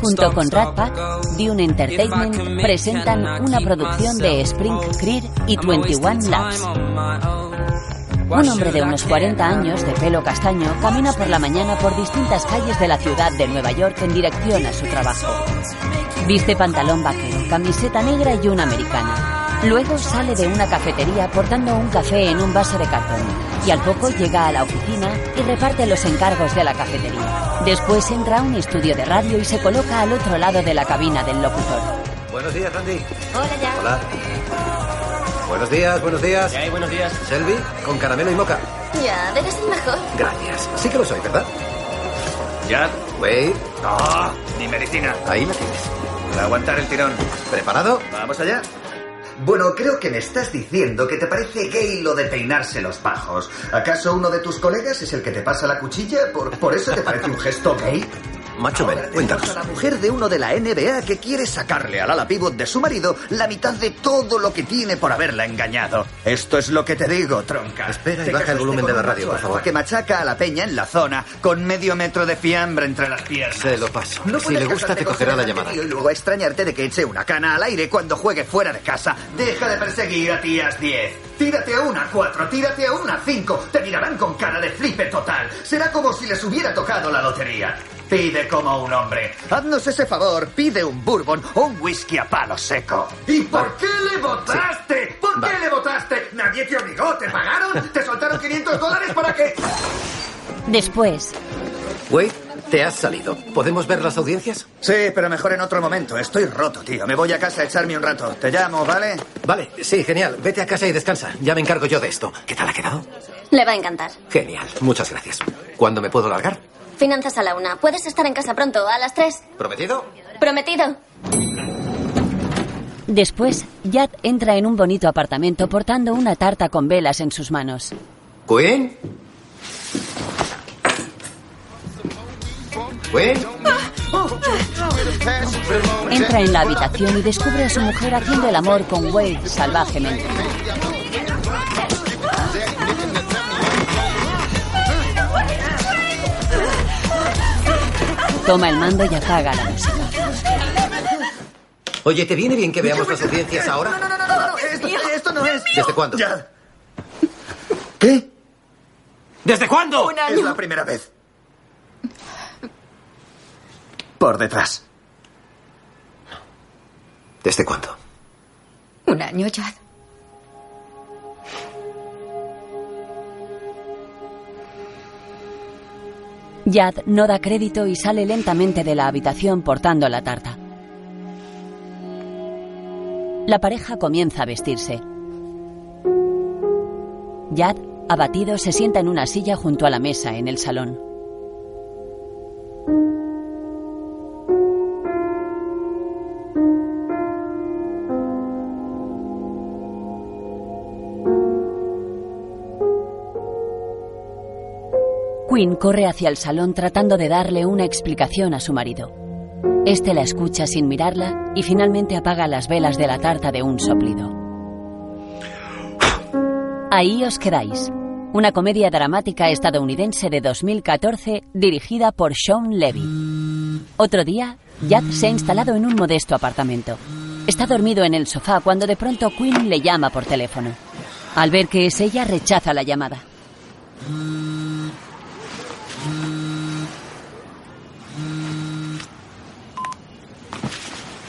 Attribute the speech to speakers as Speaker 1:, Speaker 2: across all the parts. Speaker 1: junto con Rat Pack, Dune Entertainment presentan una producción de Spring Creek y 21 Labs. Un hombre de unos 40 años, de pelo castaño, camina por la mañana por distintas calles de la ciudad de Nueva York en dirección a su trabajo. Viste pantalón vaquero, camiseta negra y una americana. Luego sale de una cafetería portando un café en un vaso de cartón y al poco llega a la oficina y reparte los encargos de la cafetería. Después entra a un estudio de radio y se coloca al otro lado de la cabina del locutor.
Speaker 2: Buenos días, Andy.
Speaker 3: Hola ya.
Speaker 2: Hola. Buenos días, buenos días.
Speaker 4: Ya hay buenos días.
Speaker 2: Selby, con caramelo y moca.
Speaker 3: Ya, eres el mejor.
Speaker 2: Gracias. Sí que lo soy, ¿verdad?
Speaker 4: Ya.
Speaker 2: Wait.
Speaker 4: ¡Ah! mi medicina.
Speaker 2: Ahí la tienes.
Speaker 4: Para aguantar el tirón.
Speaker 2: ¿Preparado?
Speaker 4: Vamos allá.
Speaker 5: Bueno, creo que me estás diciendo que te parece gay lo de peinarse los pajos. ¿Acaso uno de tus colegas es el que te pasa la cuchilla? ¿Por, por eso te parece un gesto gay?
Speaker 2: Macho
Speaker 5: Ahora
Speaker 2: Ben,
Speaker 5: tenemos
Speaker 2: cuéntanos.
Speaker 5: a la mujer de uno de la NBA que quiere sacarle al ala pivot de su marido la mitad de todo lo que tiene por haberla engañado. Esto es lo que te digo, tronca.
Speaker 2: Espera y baja el
Speaker 5: Te casaste
Speaker 2: volumen
Speaker 5: con
Speaker 2: de la
Speaker 5: un
Speaker 2: radio, por
Speaker 5: macho
Speaker 2: favor.
Speaker 5: alfa Que machaca a la peña en la zona con medio metro de fiambre entre las piernas.
Speaker 2: Se lo paso. si
Speaker 5: puedes
Speaker 2: le gusta,
Speaker 5: casarte
Speaker 2: te
Speaker 5: con
Speaker 2: cogerá la
Speaker 5: semejante
Speaker 2: llamada.
Speaker 5: tío Y luego extrañarte de que eche una cana al aire cuando juegue fuera de casa. Deja de perseguir a tías 10. Tírate a una 4, tírate a una 5. Te mirarán con cara de flipe total. Será como si les hubiera tocado la lotería. Pide como un hombre. Haznos ese favor, pide un bourbon o un whisky a palo seco. ¿Y por qué le votaste? ¿Por
Speaker 2: Va.
Speaker 5: qué le votaste? Nadie te obligó, te pagaron, te soltaron 500 dólares para que...
Speaker 1: Después,
Speaker 2: Wait, te has salido. ¿Podemos ver las audiencias?
Speaker 5: Sí, pero mejor en otro momento. Estoy roto, tío. Me voy a casa a echarme un rato. Te llamo, ¿vale?
Speaker 2: Vale, sí, genial. Vete a casa y descansa. Ya me encargo yo de esto. ¿Qué tal ha quedado?
Speaker 3: Le va a encantar.
Speaker 2: Genial, muchas gracias. ¿Cuándo me puedo largar?
Speaker 3: Finanzas a la una. Puedes estar en casa pronto, a las tres.
Speaker 2: ¿Prometido?
Speaker 3: Prometido.
Speaker 1: después, Yad entra en un bonito apartamento portando una tarta con velas en sus manos.
Speaker 2: ¿Queen? ¿Queen?
Speaker 1: Entra en la habitación y descubre a su mujer haciendo el amor con Wade salvajemente. Toma el mando y apaga la música.
Speaker 2: Oye, ¿te viene bien que veamos las audiencias ahora?
Speaker 5: No, no, no, no, no. Esto, esto no es.
Speaker 2: ¿Desde cuándo?
Speaker 5: Ya. ¿Qué?
Speaker 4: ¿Desde cuándo?
Speaker 5: Es la primera vez. Por detrás.
Speaker 2: ¿Desde cuándo?
Speaker 6: Un año ya.
Speaker 1: Yad no da crédito y sale lentamente de la habitación portando la tarta. La pareja comienza a vestirse. Yad, abatido, se sienta en una silla junto a la mesa en el salón. Quinn corre hacia el salón tratando de darle una explicación a su marido. Este la escucha sin mirarla y finalmente apaga las velas de la tarta de un soplido. Ahí os quedáis. Una comedia dramática estadounidense de 2014 dirigida por Sean Levy. Otro día, Yad se ha instalado en un modesto apartamento. Está dormido en el sofá cuando de pronto Quinn le llama por teléfono. Al ver que es ella, rechaza la llamada.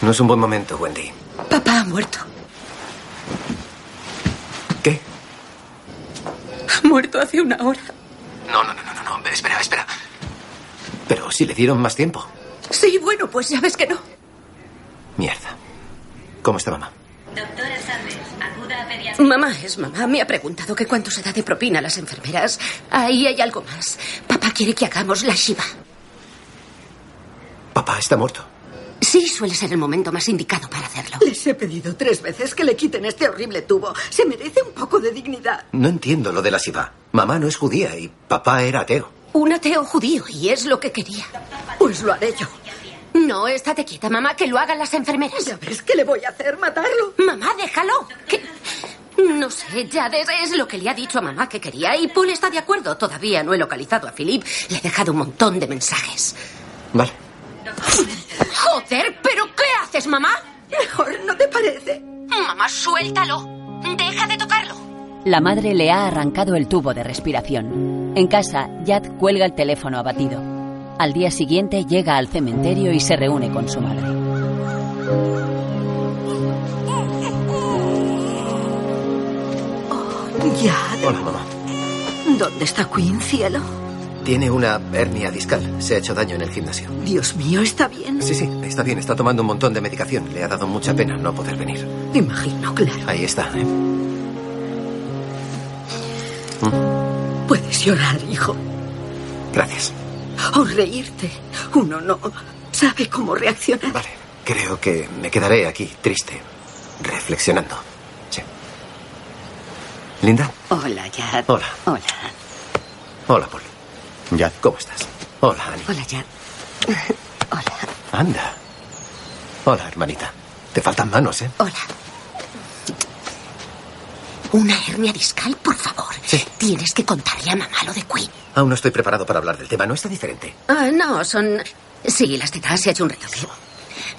Speaker 2: No es un buen momento, Wendy.
Speaker 6: Papá ha muerto.
Speaker 2: ¿Qué?
Speaker 6: Ha muerto hace una hora.
Speaker 2: No, no, no, no, no, no. Espera, espera. Pero si le dieron más tiempo.
Speaker 6: Sí, bueno, pues ya ves que no.
Speaker 2: Mierda. ¿Cómo está mamá?
Speaker 7: Doctora Sanders, acuda a pediatra.
Speaker 6: Mamá es mamá. Me ha preguntado que cuánto se da de propina a las enfermeras. Ahí hay algo más. Papá quiere que hagamos la Shiva.
Speaker 2: Papá está muerto.
Speaker 6: Sí, suele ser el momento más indicado para hacerlo.
Speaker 8: Les he pedido tres veces que le quiten este horrible tubo. Se merece un poco de dignidad.
Speaker 2: No entiendo lo de la Shiva. Mamá no es judía y papá era ateo.
Speaker 6: Un ateo judío, y es lo que quería.
Speaker 8: Pues lo haré yo.
Speaker 6: No, estate quieta, mamá, que lo hagan las enfermeras.
Speaker 8: Ya ves qué le voy a hacer, matarlo.
Speaker 6: Mamá, déjalo. Que- No sé, ya des- es lo que le ha dicho a mamá que quería y Paul está de acuerdo. Todavía no he localizado a Philip. Le he dejado un montón de mensajes.
Speaker 2: Vale.
Speaker 9: Joder, ¿pero qué haces, mamá?
Speaker 10: Mejor, ¿no te parece?
Speaker 9: Mamá, suéltalo. Deja de tocarlo.
Speaker 1: La madre le ha arrancado el tubo de respiración. En casa, Yad cuelga el teléfono abatido. Al día siguiente llega al cementerio y se reúne con su madre.
Speaker 10: Ya.
Speaker 2: Hola, mamá.
Speaker 10: ¿Dónde está Quinn, cielo?
Speaker 2: Tiene una hernia discal. Se ha hecho daño en el gimnasio.
Speaker 10: Dios mío, ¿está bien?
Speaker 2: Sí, sí, está bien. Está tomando un montón de medicación. Le ha dado mucha pena no poder venir.
Speaker 10: Imagino, claro.
Speaker 2: Ahí está. ¿eh?
Speaker 10: Puedes llorar, hijo,
Speaker 2: Gracias.
Speaker 3: Oh,
Speaker 10: o reírte. Uno no sabe cómo reaccionar.
Speaker 2: Vale. Creo que me quedaré aquí, triste, reflexionando. Sí. Linda.
Speaker 9: Hola, Jad.
Speaker 2: Hola.
Speaker 9: Hola.
Speaker 2: Hola, Paul.
Speaker 11: Ya.
Speaker 2: ¿Cómo estás? Hola, Annie.
Speaker 9: Hola, Jad.
Speaker 2: Anda. Hola, hermanita. Te faltan manos, ¿eh?
Speaker 9: Hola. Una hernia discal, por favor.
Speaker 2: Sí.
Speaker 9: Tienes que contarle a mamá lo de Queen.
Speaker 2: Aún no estoy preparado para hablar del tema. No está diferente.
Speaker 9: Ah, no, son. Sí, las tetas se ha hecho un retoque.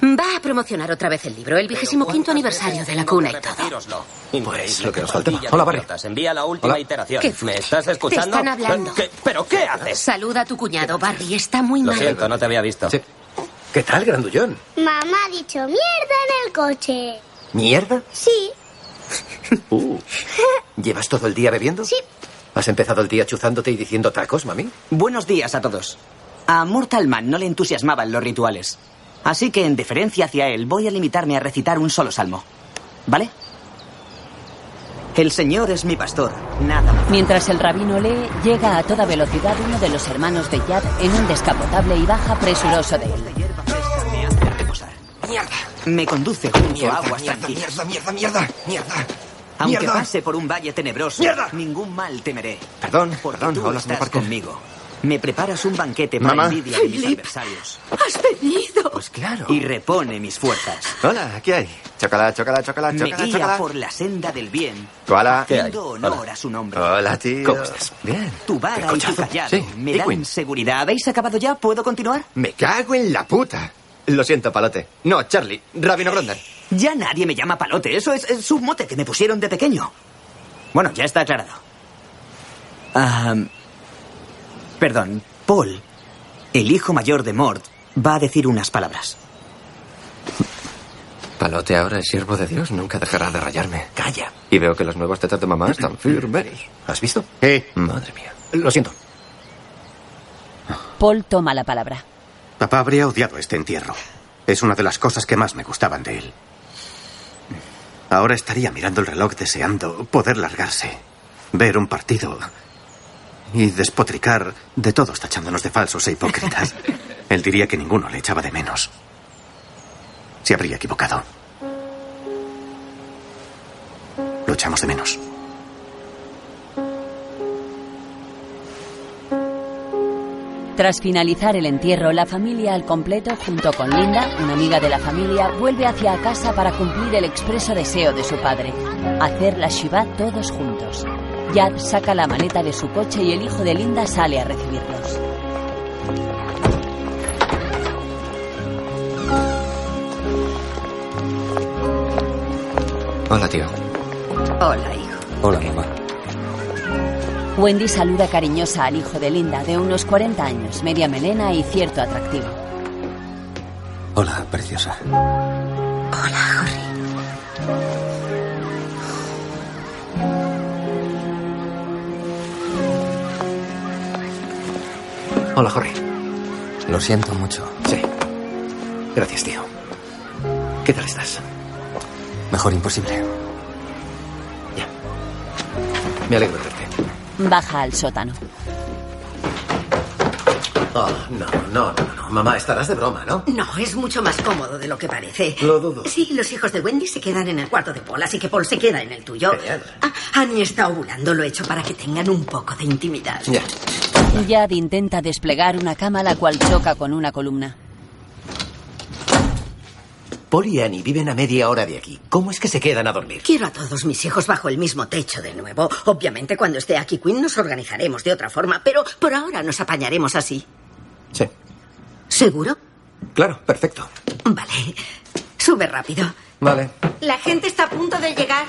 Speaker 9: Va a promocionar otra vez el libro, el vigésimo quinto aniversario de la cuna y todo.
Speaker 2: Pues lo que nos faltaba. Hola, Barry.
Speaker 12: Envía la última
Speaker 2: Hola.
Speaker 12: iteración.
Speaker 9: ¿Qué fue?
Speaker 12: ¿Me estás escuchando?
Speaker 9: Te están hablando.
Speaker 12: ¿Qué- ¿Pero qué haces?
Speaker 9: Saluda a tu cuñado, Barry. Está muy
Speaker 12: Lo
Speaker 9: mal.
Speaker 12: siento, no te había visto.
Speaker 2: Sí. ¿Qué tal, grandullón?
Speaker 13: Mamá ha dicho mierda en el coche.
Speaker 2: ¿Mierda?
Speaker 13: Sí,
Speaker 2: Uh. ¿Llevas todo el día bebiendo?
Speaker 13: Sí.
Speaker 2: ¿Has empezado el día chuzándote y diciendo tacos, mami?
Speaker 14: Buenos días a todos. A Murtalman no le entusiasmaban los rituales. Así que, en deferencia hacia él, voy a limitarme a recitar un solo salmo. ¿Vale? El Señor es mi pastor, nada más.
Speaker 1: Mientras el rabino lee, llega a toda velocidad uno de los hermanos de Yad en un descapotable y baja presuroso de él.
Speaker 14: La hierba fresca me hace reposar.
Speaker 2: Mierda.
Speaker 14: Me conduce junto a
Speaker 2: Mierda,
Speaker 14: aguas
Speaker 2: mierda,
Speaker 14: tranquilas.
Speaker 2: mierda, mierda, mierda, mierda.
Speaker 14: Aunque
Speaker 2: Mierda.
Speaker 14: pase por un valle tenebroso,
Speaker 2: Mierda.
Speaker 14: ningún mal temeré.
Speaker 2: Perdón,
Speaker 14: porque
Speaker 2: perdón,
Speaker 14: tú
Speaker 2: hablas en
Speaker 14: estás
Speaker 2: parte.
Speaker 14: conmigo. Me preparas un banquete para
Speaker 11: Mamá.
Speaker 14: envidia de mis
Speaker 10: Philip.
Speaker 14: adversarios
Speaker 10: ¿Has venido?
Speaker 2: Pues claro.
Speaker 14: y repone mis fuerzas.
Speaker 11: Hola, aquí hay. Chocala, chocala, chocala,
Speaker 14: Me
Speaker 11: chocala,
Speaker 14: guía
Speaker 11: chocala.
Speaker 14: por la senda del bien,
Speaker 11: Koala.
Speaker 12: ¿Qué? hay?
Speaker 14: haciendo honor a su nombre.
Speaker 11: Hola, tío.
Speaker 2: ¿Cómo estás?
Speaker 11: Bien.
Speaker 14: Tu vara y tu
Speaker 2: cochazo.
Speaker 14: callado
Speaker 11: Sí,
Speaker 14: me
Speaker 11: y
Speaker 14: dan
Speaker 11: Queen.
Speaker 14: seguridad. ¿Habéis acabado ya? ¿Puedo continuar?
Speaker 11: Me cago en la puta. Lo siento, palote. No, Charlie. Rabino Gronder.
Speaker 14: Ya nadie me llama palote. Eso es, es un mote que me pusieron de pequeño. Bueno, ya está aclarado. Ah, perdón, Paul, el hijo mayor de Mort, va a decir unas palabras.
Speaker 2: Palote ahora es siervo de Dios, nunca dejará de rayarme. Calla. Y veo que las nuevas tetas de mamá están firmes. ¿Has visto?
Speaker 11: Sí.
Speaker 2: Madre mía. Lo siento.
Speaker 1: Paul toma la palabra.
Speaker 11: Papá habría odiado este entierro. Es una de las cosas que más me gustaban de él. Ahora estaría mirando el reloj deseando poder largarse, ver un partido y despotricar de todos tachándonos de falsos e hipócritas. Él diría que ninguno le echaba de menos. Se habría equivocado. Lo echamos de menos.
Speaker 1: Tras finalizar el entierro, la familia al completo, junto con Linda, una amiga de la familia, vuelve hacia casa para cumplir el expreso deseo de su padre, hacer la Shiva todos juntos. Yad saca la maleta de su coche y el hijo de Linda sale a recibirlos.
Speaker 2: Hola, tío.
Speaker 9: Hola, hijo.
Speaker 2: Hola, mamá.
Speaker 1: Wendy saluda cariñosa al hijo de Linda, de unos 40 años, media melena y cierto atractivo.
Speaker 2: Hola, preciosa. Hola, Jorge. Lo siento mucho. Sí. Gracias, tío. ¿Qué tal estás? Mejor imposible. Ya. Me alegro de verte.
Speaker 1: Baja al sótano.
Speaker 2: Oh, no, no, no, no. Mamá, estarás de broma, ¿no?
Speaker 9: No, es mucho más cómodo de lo que parece.
Speaker 2: Lo dudo.
Speaker 9: Sí, los hijos de Wendy se quedan en el cuarto de Paul, así que Paul se queda en el tuyo.
Speaker 2: Genial.
Speaker 9: Ah, Annie está ovulando, lo he hecho para que tengan un poco de intimidad.
Speaker 2: Ya.
Speaker 1: Yad intenta desplegar una cama la cual choca con una columna.
Speaker 2: Paul y Annie viven a media hora de aquí. ¿Cómo es que se quedan a dormir?
Speaker 9: Quiero a todos mis hijos bajo el mismo techo de nuevo. Obviamente, cuando esté aquí Quinn nos organizaremos de otra forma, pero por ahora nos apañaremos así.
Speaker 2: Sí.
Speaker 9: ¿Seguro?
Speaker 2: Claro, perfecto.
Speaker 3: Vale. Sube rápido.
Speaker 15: Vale.
Speaker 3: La gente está a punto de llegar.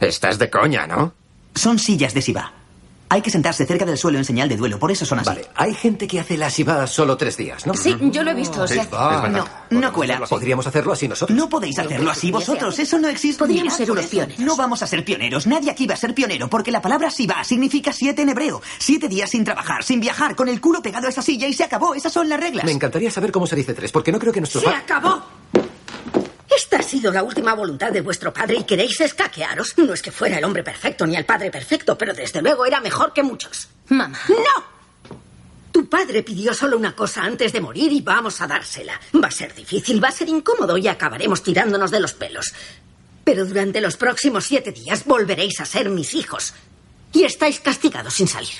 Speaker 15: Estás de coña, ¿no?
Speaker 14: Son sillas de Siba. Hay que sentarse cerca del suelo en señal de duelo, por eso son así.
Speaker 15: Vale, hay gente que hace la Siba solo tres días, ¿no?
Speaker 9: Sí, yo lo he visto. o sea-
Speaker 15: Sí, va, es
Speaker 14: no,
Speaker 15: verdad.
Speaker 14: no cuela.
Speaker 15: Podríamos hacerlo así nosotros.
Speaker 14: No podéis hacerlo así vosotros, eso no existe.
Speaker 9: Podríamos ser
Speaker 14: por
Speaker 9: unos
Speaker 14: eso. No vamos a ser pioneros, nadie aquí va a ser pionero, porque la palabra Siba significa siete en hebreo. Siete días sin trabajar, sin viajar, con el culo pegado a esa silla y se acabó, esas son las reglas.
Speaker 15: Me encantaría saber cómo se dice tres, porque no creo que nuestro
Speaker 9: Se
Speaker 15: pa-
Speaker 9: acabó. Esta ha sido la última voluntad de vuestro padre y queréis escaquearos. No es que fuera el hombre perfecto ni el padre perfecto, pero desde luego era mejor que muchos. Mamá. ¡No! Tu padre pidió solo una cosa antes de morir y vamos a dársela. Va a ser difícil, va a ser incómodo y acabaremos tirándonos de los pelos. Pero durante los próximos siete días volveréis a ser mis hijos. Y estáis castigados sin salir.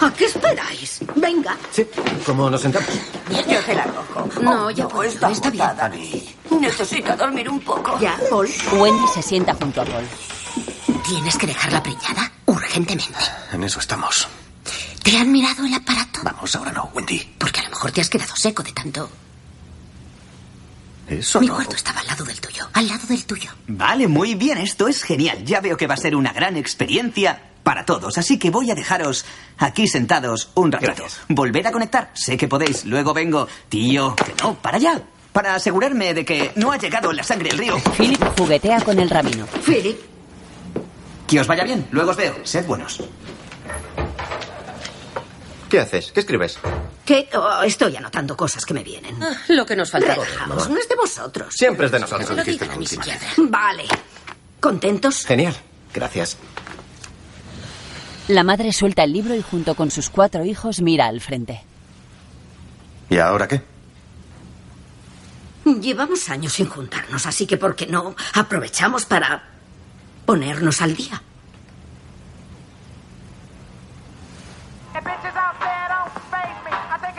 Speaker 3: ¿A qué esperáis? Venga.
Speaker 15: Sí, ¿cómo nos sentamos?
Speaker 3: Yo te la cojo.
Speaker 9: No,
Speaker 3: ya puedo. Está, bien. Necesito dormir un poco. Ya, Paul.
Speaker 1: Wendy se sienta junto a Paul.
Speaker 9: Tienes que dejarla preñada urgentemente.
Speaker 11: En eso estamos.
Speaker 9: ¿Te han mirado el aparato?
Speaker 11: Vamos, ahora no, Wendy.
Speaker 9: Porque a lo mejor te has quedado seco de tanto.
Speaker 11: Eso
Speaker 9: Mi
Speaker 11: no.
Speaker 9: cuarto estaba al lado del tuyo. Al lado del tuyo.
Speaker 14: Vale, muy bien, esto es genial. Ya veo que va a ser una gran experiencia para todos, así que voy a dejaros aquí sentados un ratito. Volved a conectar, sé que podéis, luego vengo. Tío, que no, para allá. Para asegurarme de que no ha llegado la sangre al río.
Speaker 1: Philip juguetea con el ramino.
Speaker 9: Philip.
Speaker 14: Que os vaya bien, luego os veo. Sed buenos.
Speaker 15: ¿Qué haces? ¿Qué escribes?
Speaker 9: ¿Qué? Oh, estoy anotando cosas que me vienen. Ah, lo que nos faltaba.
Speaker 10: Pues
Speaker 9: Relajaos, no es de vosotros.
Speaker 15: Siempre es de nosotros.
Speaker 9: No digan ni siquiera. Vale. ¿Contentos?
Speaker 15: Genial. Gracias.
Speaker 1: La madre suelta el libro y junto con sus cuatro hijos mira al frente.
Speaker 11: ¿Y ahora qué?
Speaker 9: Llevamos años sin juntarnos, así que ¿por qué no aprovechamos para ponernos al día?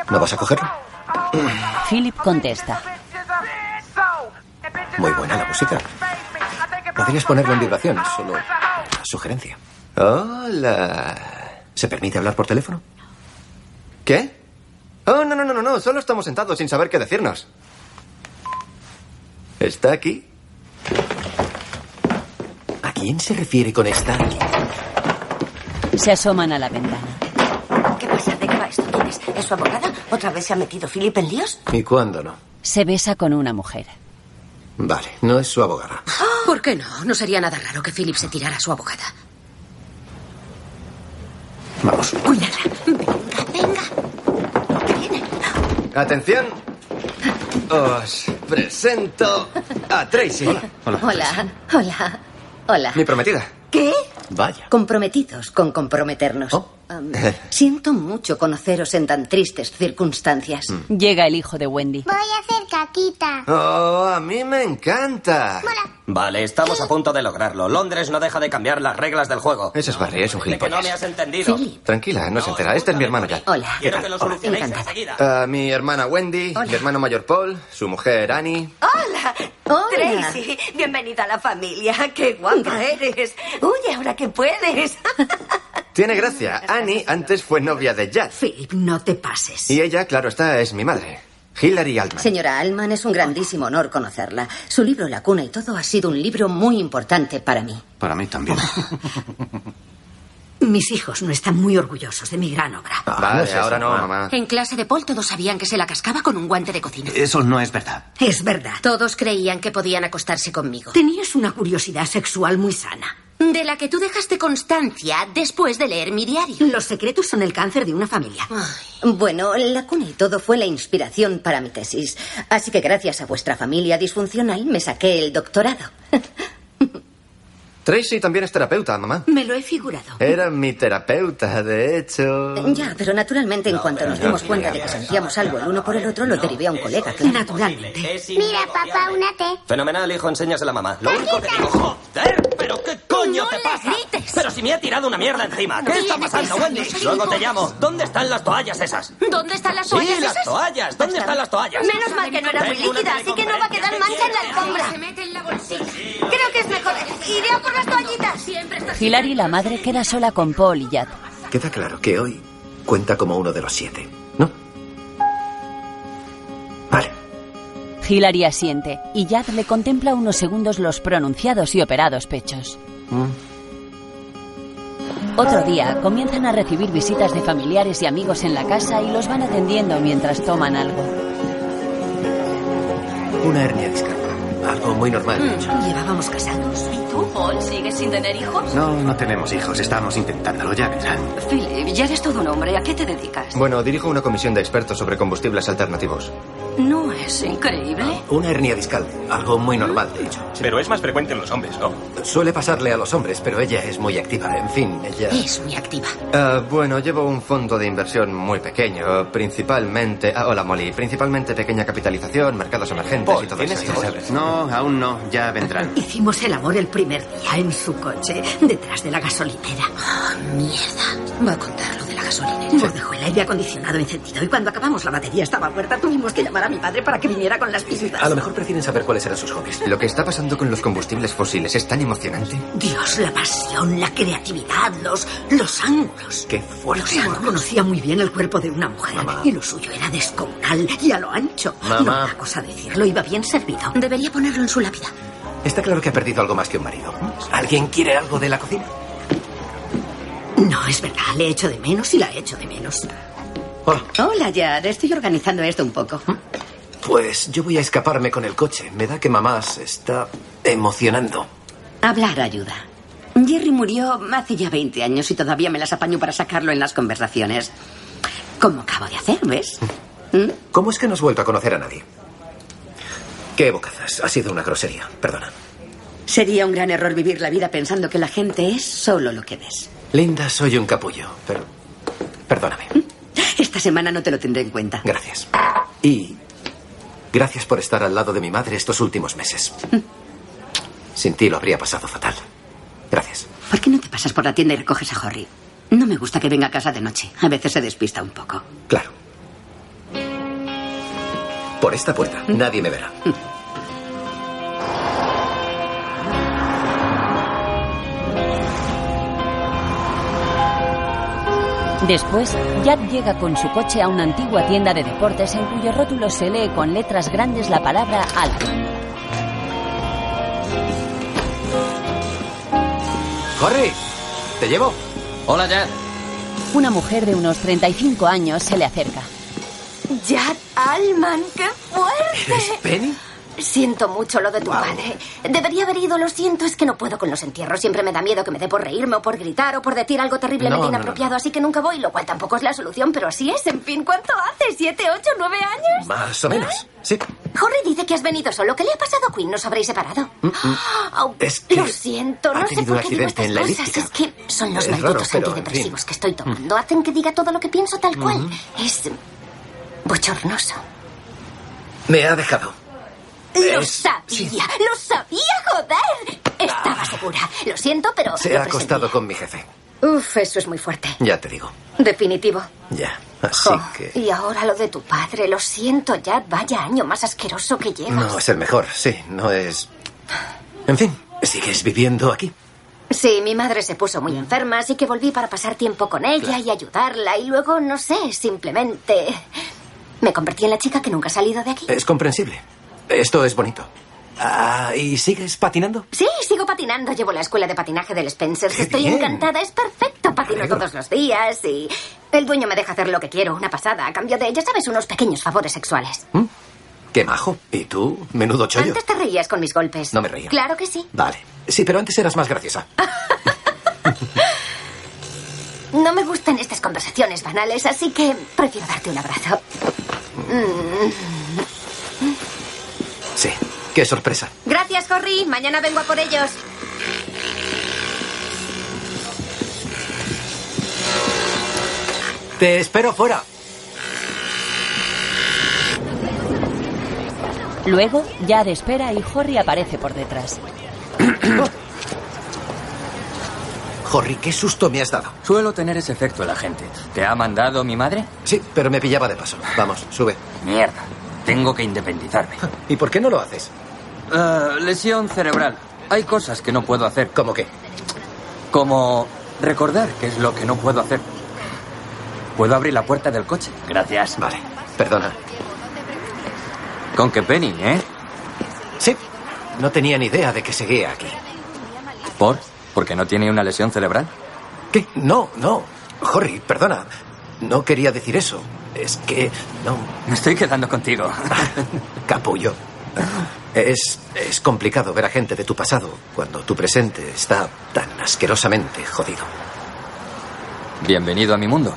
Speaker 15: ¿No vas a cogerlo?
Speaker 1: Philip contesta.
Speaker 15: Muy buena la música. Podrías ponerlo en vibración, solo una sugerencia. Hola. ¿Se permite hablar por teléfono? ¿Qué? Oh, no, no, no, no, no, solo estamos sentados sin saber qué decirnos. ¿Está aquí? ¿A quién se refiere con está aquí?
Speaker 1: Se asoman a la ventana.
Speaker 10: ¿Qué pasa? ¿De qué va esto? ¿Quién es? ¿Es su abogada? ¿Otra vez se ha metido Philip en líos?
Speaker 15: ¿Y cuándo no?
Speaker 1: Se besa con una mujer.
Speaker 15: Vale, no es su abogada.
Speaker 9: ¿Por qué no? No sería nada raro que Philip se tirara a su abogada.
Speaker 15: Vamos.
Speaker 9: Cuidada.
Speaker 15: Atención. Os presento a Tracy.
Speaker 10: Hola, hola, hola.
Speaker 15: Mi prometida.
Speaker 10: ¿Qué?
Speaker 15: Vaya.
Speaker 10: Comprometidos con comprometernos.
Speaker 15: ¿Oh?
Speaker 9: Ah,
Speaker 10: Um, siento mucho conoceros en tan tristes circunstancias.
Speaker 1: Llega el hijo de Wendy.
Speaker 16: Voy a hacer caquita.
Speaker 15: Oh, a mí me encanta.
Speaker 12: Vale, estamos a punto de lograrlo. Londres no deja de cambiar las reglas del juego.
Speaker 15: Ese es Barry, es un
Speaker 12: Que no
Speaker 15: gilipollas.
Speaker 12: me has entendido.
Speaker 15: Tranquila, no se entera. Este es mi hermano ya.
Speaker 10: Hola.
Speaker 12: Quiero que lo solucionéis enseguida.
Speaker 15: Ah, mi hermana Wendy, mi hermano mayor Paul, su mujer Annie.
Speaker 10: Hola. Tracy, bienvenida a la familia. Qué guapa eres. Uy, ahora que puedes.
Speaker 15: Tiene gracia. Annie antes fue novia de Jack.
Speaker 9: Philip, no te pases.
Speaker 15: Y ella, claro está, es mi madre. Hilary Altman.
Speaker 10: Señora Alman, es un grandísimo honor conocerla. Su libro La cuna y todo ha sido un libro muy importante para mí.
Speaker 11: Para mí también.
Speaker 9: Mis hijos no están muy orgullosos de mi gran obra.
Speaker 15: vale,
Speaker 11: no es eso,
Speaker 15: ahora no,
Speaker 11: mamá.
Speaker 15: mamá.
Speaker 9: En clase de Paul todos sabían que se la cascaba con un guante de cocina.
Speaker 11: Eso no es verdad.
Speaker 9: Es verdad. Todos creían que podían acostarse conmigo. Tenías una curiosidad sexual muy sana. De la que tú dejaste constancia después de leer mi diario. Los secretos son el cáncer de una familia.
Speaker 10: Bueno, la cuna y todo fue la inspiración para mi tesis. Así que gracias a vuestra familia disfuncional me saqué el doctorado.
Speaker 15: Tracy también es terapeuta, mamá.
Speaker 9: Me lo he figurado.
Speaker 15: Era mi terapeuta, de hecho.
Speaker 10: Ya, pero naturalmente en cuanto nos dimos cuenta de que sentíamos algo el uno por el otro, lo derivé a un colega. claro.
Speaker 16: Mira, papá, una T.
Speaker 12: Fenomenal, hijo, enséñasela a mamá. Lo único que digo... ¡Joder! ¿Pero qué coño te pasa? Pero si me ha tirado una mierda encima. ¿Qué
Speaker 3: Tiene
Speaker 12: está pasando,
Speaker 3: tres
Speaker 12: Wendy?
Speaker 3: años, soy
Speaker 12: Luego te
Speaker 3: incómodo.
Speaker 12: llamo. ¿Dónde están las toallas esas?
Speaker 3: ¿Dónde están las
Speaker 12: Sí,
Speaker 3: toallas?
Speaker 12: las
Speaker 3: esas?
Speaker 12: toallas. ¿Dónde están las toallas?
Speaker 3: Menos mal que no era muy
Speaker 12: Tengo una
Speaker 3: líquida, así que no va a quedar mancha en la alfombra. Se mete en la bolsilla. Creo que es mejor. Iré a por las toallitas. Siempre
Speaker 1: Hilary, la madre, queda sola con Paul y Jad.
Speaker 2: Queda claro que hoy cuenta como uno de los siete.
Speaker 1: Hilary asiente y Jad le contempla unos segundos los pronunciados y operados pechos. Otro día comienzan a recibir visitas de familiares y amigos en la casa y los van atendiendo mientras toman algo.
Speaker 2: Una hernia discal. Algo muy
Speaker 3: Mm.
Speaker 2: normal.
Speaker 6: Llevábamos casados.
Speaker 17: ¿Y tú, Paul, sigues sin tener
Speaker 9: Mm.
Speaker 17: hijos?
Speaker 11: No, no tenemos hijos. Estamos intentándolo, ya verán.
Speaker 17: Philip, ya eres todo un hombre. ¿A qué te dedicas?
Speaker 2: Bueno, dirijo una comisión de expertos sobre combustibles alternativos.
Speaker 17: ¿No es increíble?
Speaker 2: Una hernia discal. Algo muy normal, de hecho. Pero es más frecuente en los hombres, ¿no? Suele pasarle a los hombres, pero ella es muy activa. En fin, ella...
Speaker 6: Es muy activa.
Speaker 2: Ah, bueno, llevo un fondo de inversión muy pequeño, principalmente... ah, hola, Molly. Principalmente pequeña capitalización, mercados emergentes y todo eso. ya sabes.
Speaker 11: No, aún no. Ya vendrán.
Speaker 6: Hicimos el amor el primer día en su coche, detrás de la gasolinera.
Speaker 3: Ah,
Speaker 6: mierda. Va a contar lo de la gasolinera. Nos dejó el aire acondicionado encendido y cuando acabamos la batería estaba muerta, tuvimos que llamar a mi padre para que viniera con las pizzas.
Speaker 2: A lo mejor prefieren saber cuáles eran sus hobbies. Lo que está pasando con los combustibles fósiles es tan emocionante.
Speaker 6: Dios, la pasión, la creatividad, los, los ángulos.
Speaker 2: Qué fuerte.
Speaker 6: Los ángulos. Conocía muy bien el cuerpo de una mujer y lo suyo era descomunal y a lo ancho.
Speaker 2: Mamá.
Speaker 6: No era una cosa decirlo, iba bien servido. Debería ponerlo en su lápida.
Speaker 2: Está claro que ha perdido algo más que un marido. ¿Alguien quiere algo de la cocina?
Speaker 6: No, es verdad, le echo de menos y la echo de menos.
Speaker 2: Ah,
Speaker 9: Hola, Jad. Estoy organizando esto un poco.
Speaker 2: Pues yo voy a escaparme con el coche. Me da que mamá se está emocionando.
Speaker 9: Hablar ayuda. Jerry murió hace ya 20 años y todavía me las apaño para sacarlo en las conversaciones. Como acabo de hacer, ¿ves?
Speaker 2: ¿Cómo es que no has vuelto a conocer a nadie? Qué bocazas. Ha sido una grosería. Perdona.
Speaker 9: Sería un gran error vivir la vida pensando que la gente es solo lo que ves.
Speaker 2: Linda, soy un capullo, pero... Perdóname.
Speaker 9: Esta semana no te lo tendré en cuenta.
Speaker 2: Gracias. Y... Gracias por estar al lado de mi madre estos últimos meses. Sin ti lo habría pasado fatal. Gracias.
Speaker 9: ¿Por qué no te pasas por la tienda y recoges a Jorry? No me gusta que venga a casa de noche. A veces se despista un poco.
Speaker 2: Claro. Por esta puerta. Nadie me verá.
Speaker 1: Después, Jad llega con su coche a una antigua tienda de deportes en cuyo rótulo se lee con letras grandes la palabra Alan.
Speaker 2: ¡Corre! ¿Te llevo?
Speaker 12: Hola, Jad.
Speaker 1: Una mujer de unos 35 años se le acerca.
Speaker 18: Jad Alman, qué fuerte.
Speaker 2: Penny?
Speaker 18: Siento mucho lo de tu padre.
Speaker 3: Debería haber ido, lo siento, es que no puedo con los entierros. Siempre me da miedo que me dé por reírme o por gritar o por decir algo terriblemente
Speaker 18: No, no, no,
Speaker 3: inapropiado, así que nunca voy, lo cual tampoco es la solución, pero así es. En fin, ¿cuánto hace? ¿Siete, ocho, nueve años?
Speaker 2: Más o menos. Sí.
Speaker 3: Jorge dice que has venido solo. ¿Qué le ha pasado a Quinn? ¿Nos habréis separado?
Speaker 2: Mm, mm.
Speaker 3: Au,
Speaker 2: Es que
Speaker 3: lo siento,
Speaker 2: ha
Speaker 3: no sé
Speaker 2: tenido un
Speaker 3: por qué digo
Speaker 2: accidente
Speaker 3: estas
Speaker 2: en la
Speaker 3: cosas.
Speaker 2: elíptica.
Speaker 3: Es que son los
Speaker 2: Es raro,
Speaker 3: malditos
Speaker 2: pero, en
Speaker 3: antidepresivos
Speaker 2: fin.
Speaker 3: que estoy
Speaker 2: Mm.
Speaker 3: tomando. Hacen que diga todo lo que pienso tal cual.
Speaker 2: Mm-hmm.
Speaker 3: Es bochornoso.
Speaker 2: Me ha dejado.
Speaker 3: Lo
Speaker 2: Es-
Speaker 3: sabía, lo sabía, joder. Estaba segura. Lo siento, pero.
Speaker 2: Ah. Se
Speaker 3: lo
Speaker 2: ha acostado con mi jefe.
Speaker 3: presentí. Uf, eso es muy fuerte.
Speaker 2: Ya te digo.
Speaker 3: Definitivo.
Speaker 2: Ya. Así
Speaker 3: Jo,
Speaker 2: que...
Speaker 3: Y ahora lo de tu padre. Lo siento, Jad. Vaya año más asqueroso que llevas.
Speaker 2: No es el mejor, sí. No es... En fin, sigues viviendo aquí.
Speaker 3: Sí, mi madre se puso muy
Speaker 2: Mm.
Speaker 3: enferma, así que volví para pasar tiempo con ella y ayudarla. Y luego, no sé, simplemente. Me convertí en la chica que nunca ha salido de aquí.
Speaker 2: Es comprensible. Esto es bonito. Ah, ¿Y sigues patinando?
Speaker 3: Sí, sigo patinando. Llevo la escuela de patinaje del Spencer. Estoy
Speaker 2: bien.
Speaker 3: encantada. Es perfecto. Patino todos los días y el dueño me deja hacer lo que quiero. Una pasada. A cambio de, ya sabes, unos pequeños favores sexuales.
Speaker 2: Qué majo. ¿Y tú? Menudo chollo.
Speaker 3: Antes te reías con mis golpes.
Speaker 2: No me reía.
Speaker 3: Claro que sí.
Speaker 2: Vale. Sí, pero antes eras más graciosa.
Speaker 3: No me gustan estas conversaciones banales, así que prefiero darte un abrazo. Mm.
Speaker 2: Sí. Qué sorpresa.
Speaker 3: Gracias, Corry. Mañana vengo a por ellos.
Speaker 2: Te espero fuera.
Speaker 1: Luego, Jad espera y Jorry aparece por detrás.
Speaker 2: Jorri, qué susto me has dado.
Speaker 19: Suelo tener ese efecto la gente. ¿Te ha mandado mi madre?
Speaker 2: Sí, pero me pillaba de paso. Vamos, sube.
Speaker 19: Mierda. Tengo que independizarme.
Speaker 2: ¿Y por qué no lo haces?
Speaker 19: Eh, lesión cerebral. Hay cosas que no puedo hacer.
Speaker 2: ¿Cómo qué?
Speaker 19: Como recordar qué es lo que no puedo hacer. Puedo abrir la puerta del coche. Gracias.
Speaker 2: Vale, perdona.
Speaker 19: Con que Penny, ¿eh?
Speaker 2: Sí. No tenía ni idea de que seguía aquí.
Speaker 19: ¿Por? ¿Porque no tiene una lesión cerebral?
Speaker 2: ¿Qué? No, no. Jorri, perdona. No quería decir eso. Es que. No.
Speaker 19: Me estoy quedando contigo.
Speaker 2: Capullo. Es, es complicado ver a gente de tu pasado cuando tu presente está tan asquerosamente jodido.
Speaker 19: Bienvenido a mi mundo.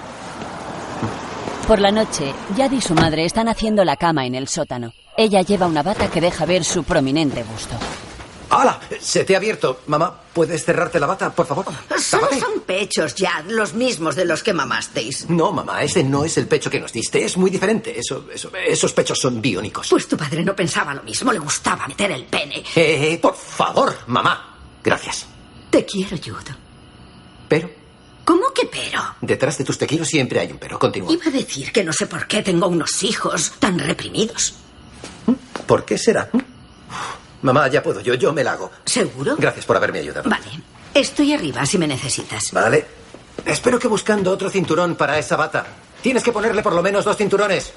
Speaker 1: Por la noche, Yad y su madre están haciendo la cama en el sótano. Ella lleva una bata que deja ver su prominente busto.
Speaker 2: ¡Hala! Se te ha abierto. Mamá, ¿puedes cerrarte la bata, por favor?
Speaker 6: Solo
Speaker 2: Tápate.
Speaker 6: son pechos, Jad, los mismos de los que mamasteis.
Speaker 2: No, mamá, ese no es el pecho que nos diste. Es muy diferente. Eso, eso- esos pechos son biónicos.
Speaker 6: Pues tu padre no pensaba lo mismo, le gustaba meter el pene.
Speaker 2: Eh, eh, por favor, mamá. Gracias.
Speaker 6: Te quiero, Jude.
Speaker 2: Pero
Speaker 6: ¿Cómo que pero?
Speaker 2: detrás de tus te quiero siempre hay un pero. Continúa.
Speaker 6: Iba a decir que no sé por qué tengo unos hijos tan reprimidos.
Speaker 2: ¿Por qué será? Mamá, ya puedo yo. Yo me la hago.
Speaker 6: ¿Mm? ¿Seguro?
Speaker 2: Gracias por haberme ayudado.
Speaker 6: Vale. Estoy arriba si me necesitas.
Speaker 2: Vale. Espero que buscando otro cinturón para esa bata. Tienes que ponerle por lo menos dos cinturones.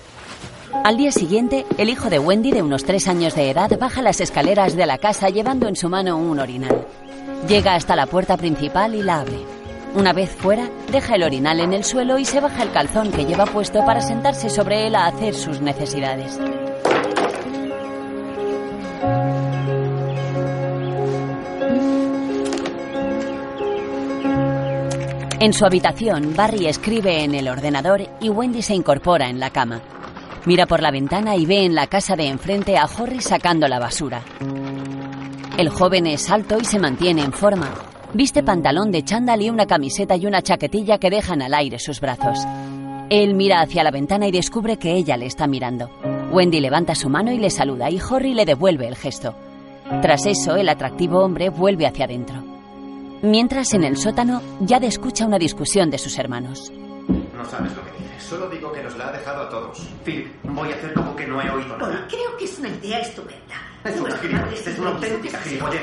Speaker 1: Al día siguiente, el hijo de Wendy, de unos tres años de edad, baja las escaleras de la casa llevando en su mano un orinal. Llega hasta la puerta principal y la abre. Una vez fuera, deja el orinal en el suelo y se baja el calzón que lleva puesto para sentarse sobre él a hacer sus necesidades. En su habitación, Barry escribe en el ordenador y Wendy se incorpora en la cama. Mira por la ventana y ve en la casa de enfrente a Horry sacando la basura. El joven es alto y se mantiene en forma. Viste pantalón de chándal y una camiseta y una chaquetilla que dejan al aire sus brazos. Él mira hacia la ventana y descubre que ella le está mirando. Wendy levanta su mano y le saluda y Horry le devuelve el gesto. Tras eso, el atractivo hombre vuelve hacia adentro. Mientras en el sótano, Jade escucha una discusión de sus hermanos.
Speaker 11: No sabes lo que dices. Solo digo que nos la ha dejado a todos. Phil, voy a hacer como que no he oído nada.
Speaker 6: Creo que es una idea estupenda.
Speaker 11: Es una gilipollez, es una auténtica gilipollez.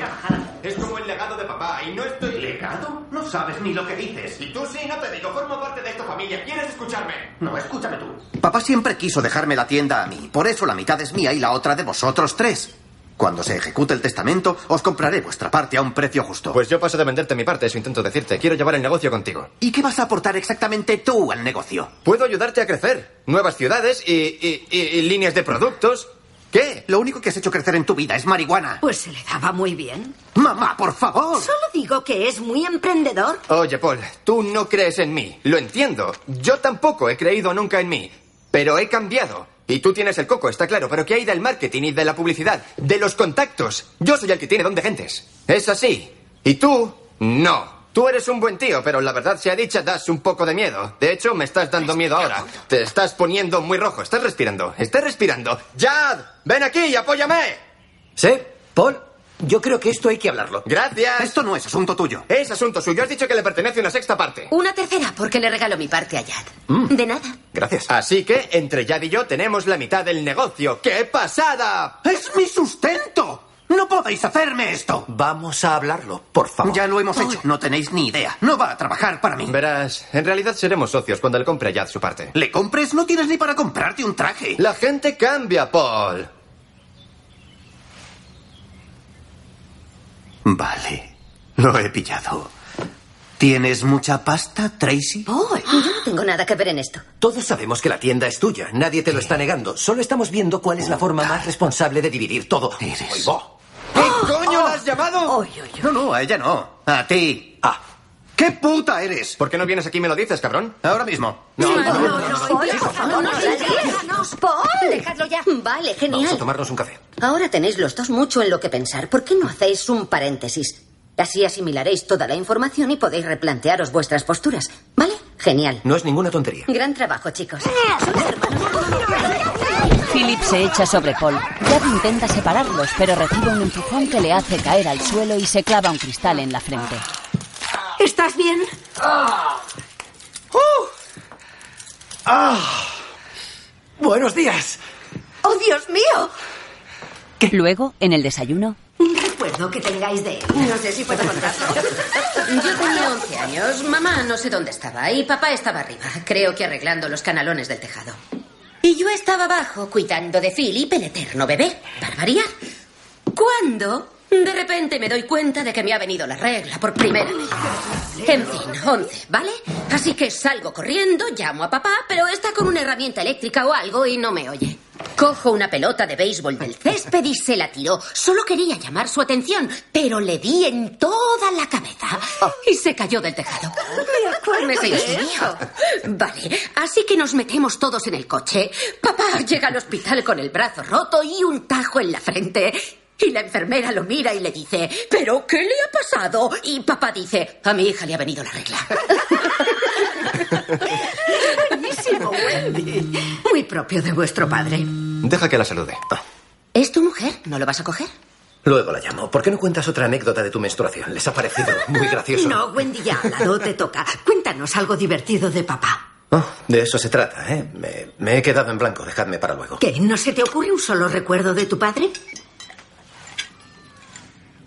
Speaker 11: Es como el legado de papá y no estoy... ¿Legado? No sabes ni lo que dices.
Speaker 15: Y tú sí, no te digo, formo parte de esta familia. ¿Quieres escucharme?
Speaker 11: No, escúchame tú. Papá siempre quiso dejarme la tienda a mí. Por eso la mitad es mía y la otra de vosotros tres. Cuando se ejecute el testamento, os compraré vuestra parte a un precio justo.
Speaker 2: Pues yo paso de venderte mi parte, eso intento decirte. Quiero llevar el negocio contigo.
Speaker 11: ¿Y qué vas a aportar exactamente tú al negocio?
Speaker 2: Puedo ayudarte a crecer. Nuevas ciudades y, líneas de productos.
Speaker 11: ¿Qué? Lo único que has hecho crecer en tu vida es marihuana.
Speaker 6: Pues se le daba muy bien.
Speaker 11: Mamá, por favor.
Speaker 6: Solo digo que es muy emprendedor.
Speaker 15: Oye, Paul, tú no crees en mí. Lo entiendo. Yo tampoco he creído nunca en mí. Pero he cambiado. Y tú tienes el coco, está claro. Pero ¿qué hay del marketing y de la publicidad? De los contactos. Yo soy el que tiene don de gentes. Es así. Y tú, no. Tú eres un buen tío, pero la verdad sea dicha, das un poco de miedo. De hecho, me estás dando miedo ahora. Te estás poniendo muy rojo. Estás respirando. Estás respirando. ¡Jad! ¡Ven aquí y apóyame!
Speaker 2: ¿Sí? Paul, yo creo que esto hay que hablarlo.
Speaker 15: Gracias.
Speaker 11: Esto no es asunto tuyo.
Speaker 15: Es asunto suyo. Has dicho que le pertenece una sexta parte.
Speaker 8: Una tercera, porque le regalo mi parte a Yad. De nada.
Speaker 2: Gracias.
Speaker 15: Así que entre Yad y yo tenemos la mitad del negocio. ¡Qué pasada!
Speaker 11: ¡Es mi sustento! ¡No podéis hacerme esto!
Speaker 2: Vamos a hablarlo, por favor.
Speaker 11: Ya lo hemos hecho. No tenéis ni idea. No va a trabajar para mí.
Speaker 15: Verás, en realidad seremos socios cuando le compre a Yad su parte.
Speaker 11: Le compres, no tienes ni para comprarte un traje.
Speaker 15: La gente cambia, Paul.
Speaker 11: Vale. Lo he pillado. ¿Tienes mucha pasta, Tracy?
Speaker 8: yo no tengo nada que ver en esto.
Speaker 2: Todos sabemos que la tienda es tuya, nadie te lo está negando. Solo estamos viendo cuál
Speaker 11: Oh,
Speaker 2: es la forma más responsable de dividir todo. Oye, bo.
Speaker 15: ¿Qué coño la has llamado?
Speaker 11: No, no, a ella no. A ti. Ah. ¿Qué puta eres?
Speaker 15: ¿Por qué no vienes aquí y me lo dices, cabrón?
Speaker 11: Ahora mismo.
Speaker 8: ¡Paul! ¡Dejadlo ya! Vale,
Speaker 2: Vamos a
Speaker 8: genial.
Speaker 2: tomarnos un café.
Speaker 8: Ahora tenéis los dos mucho en lo que pensar. ¿Por qué no hacéis un paréntesis? Así asimilaréis toda la información y podéis replantearos vuestras posturas. ¿Vale? Genial.
Speaker 2: No es ninguna tontería.
Speaker 8: Gran trabajo, chicos.
Speaker 1: Philip se echa sobre Paul. Jad intenta separarlos, pero recibe un empujón que le hace caer al suelo y se clava un cristal en la frente.
Speaker 6: ¿Estás bien?
Speaker 4: Ah. Uh. Ah. Buenos días.
Speaker 6: ¡Oh, Dios mío!
Speaker 1: Luego, en el desayuno,
Speaker 8: Recuerdo que tengáis de él. No sé si puedo contarlo.
Speaker 9: Yo tenía 11 años, mamá no sé dónde estaba y papá estaba arriba, creo que arreglando los canalones del tejado. Y yo estaba abajo cuidando de Philip, el eterno bebé, para variar. ¿Cuándo? De repente me doy cuenta de que me ha venido la regla por primera vez. En fin, 11, ¿vale? Así que salgo corriendo, llamo a papá, pero está con una herramienta eléctrica o algo y no me oye. Cojo una pelota de béisbol del césped y se la tiró. Solo quería llamar su atención, pero le di en toda la cabeza y se cayó del tejado.
Speaker 6: Me acuerdo
Speaker 9: Dios
Speaker 6: de
Speaker 9: mío. Vale, así que nos metemos todos en el coche. Papá llega al hospital con el brazo roto y un tajo en la frente. Y la enfermera lo mira y le dice, ¿pero qué le ha pasado? Y papá dice, a mi hija le ha venido la regla.
Speaker 6: Buenísimo, Wendy.
Speaker 9: Muy propio de vuestro padre.
Speaker 2: Deja que la salude. Ah,
Speaker 9: ¿Es tu mujer? ¿No lo vas a coger?
Speaker 2: Luego la llamo. ¿Por qué no cuentas otra anécdota de tu menstruación? Les ha parecido muy gracioso.
Speaker 6: No, Wendy ya ha hablado, te toca. Cuéntanos algo divertido de papá.
Speaker 2: Oh, de eso se trata, ¿eh? Me, me he quedado en blanco. Dejadme para luego.
Speaker 6: ¿Qué? ¿No se te ocurre un solo recuerdo de tu padre?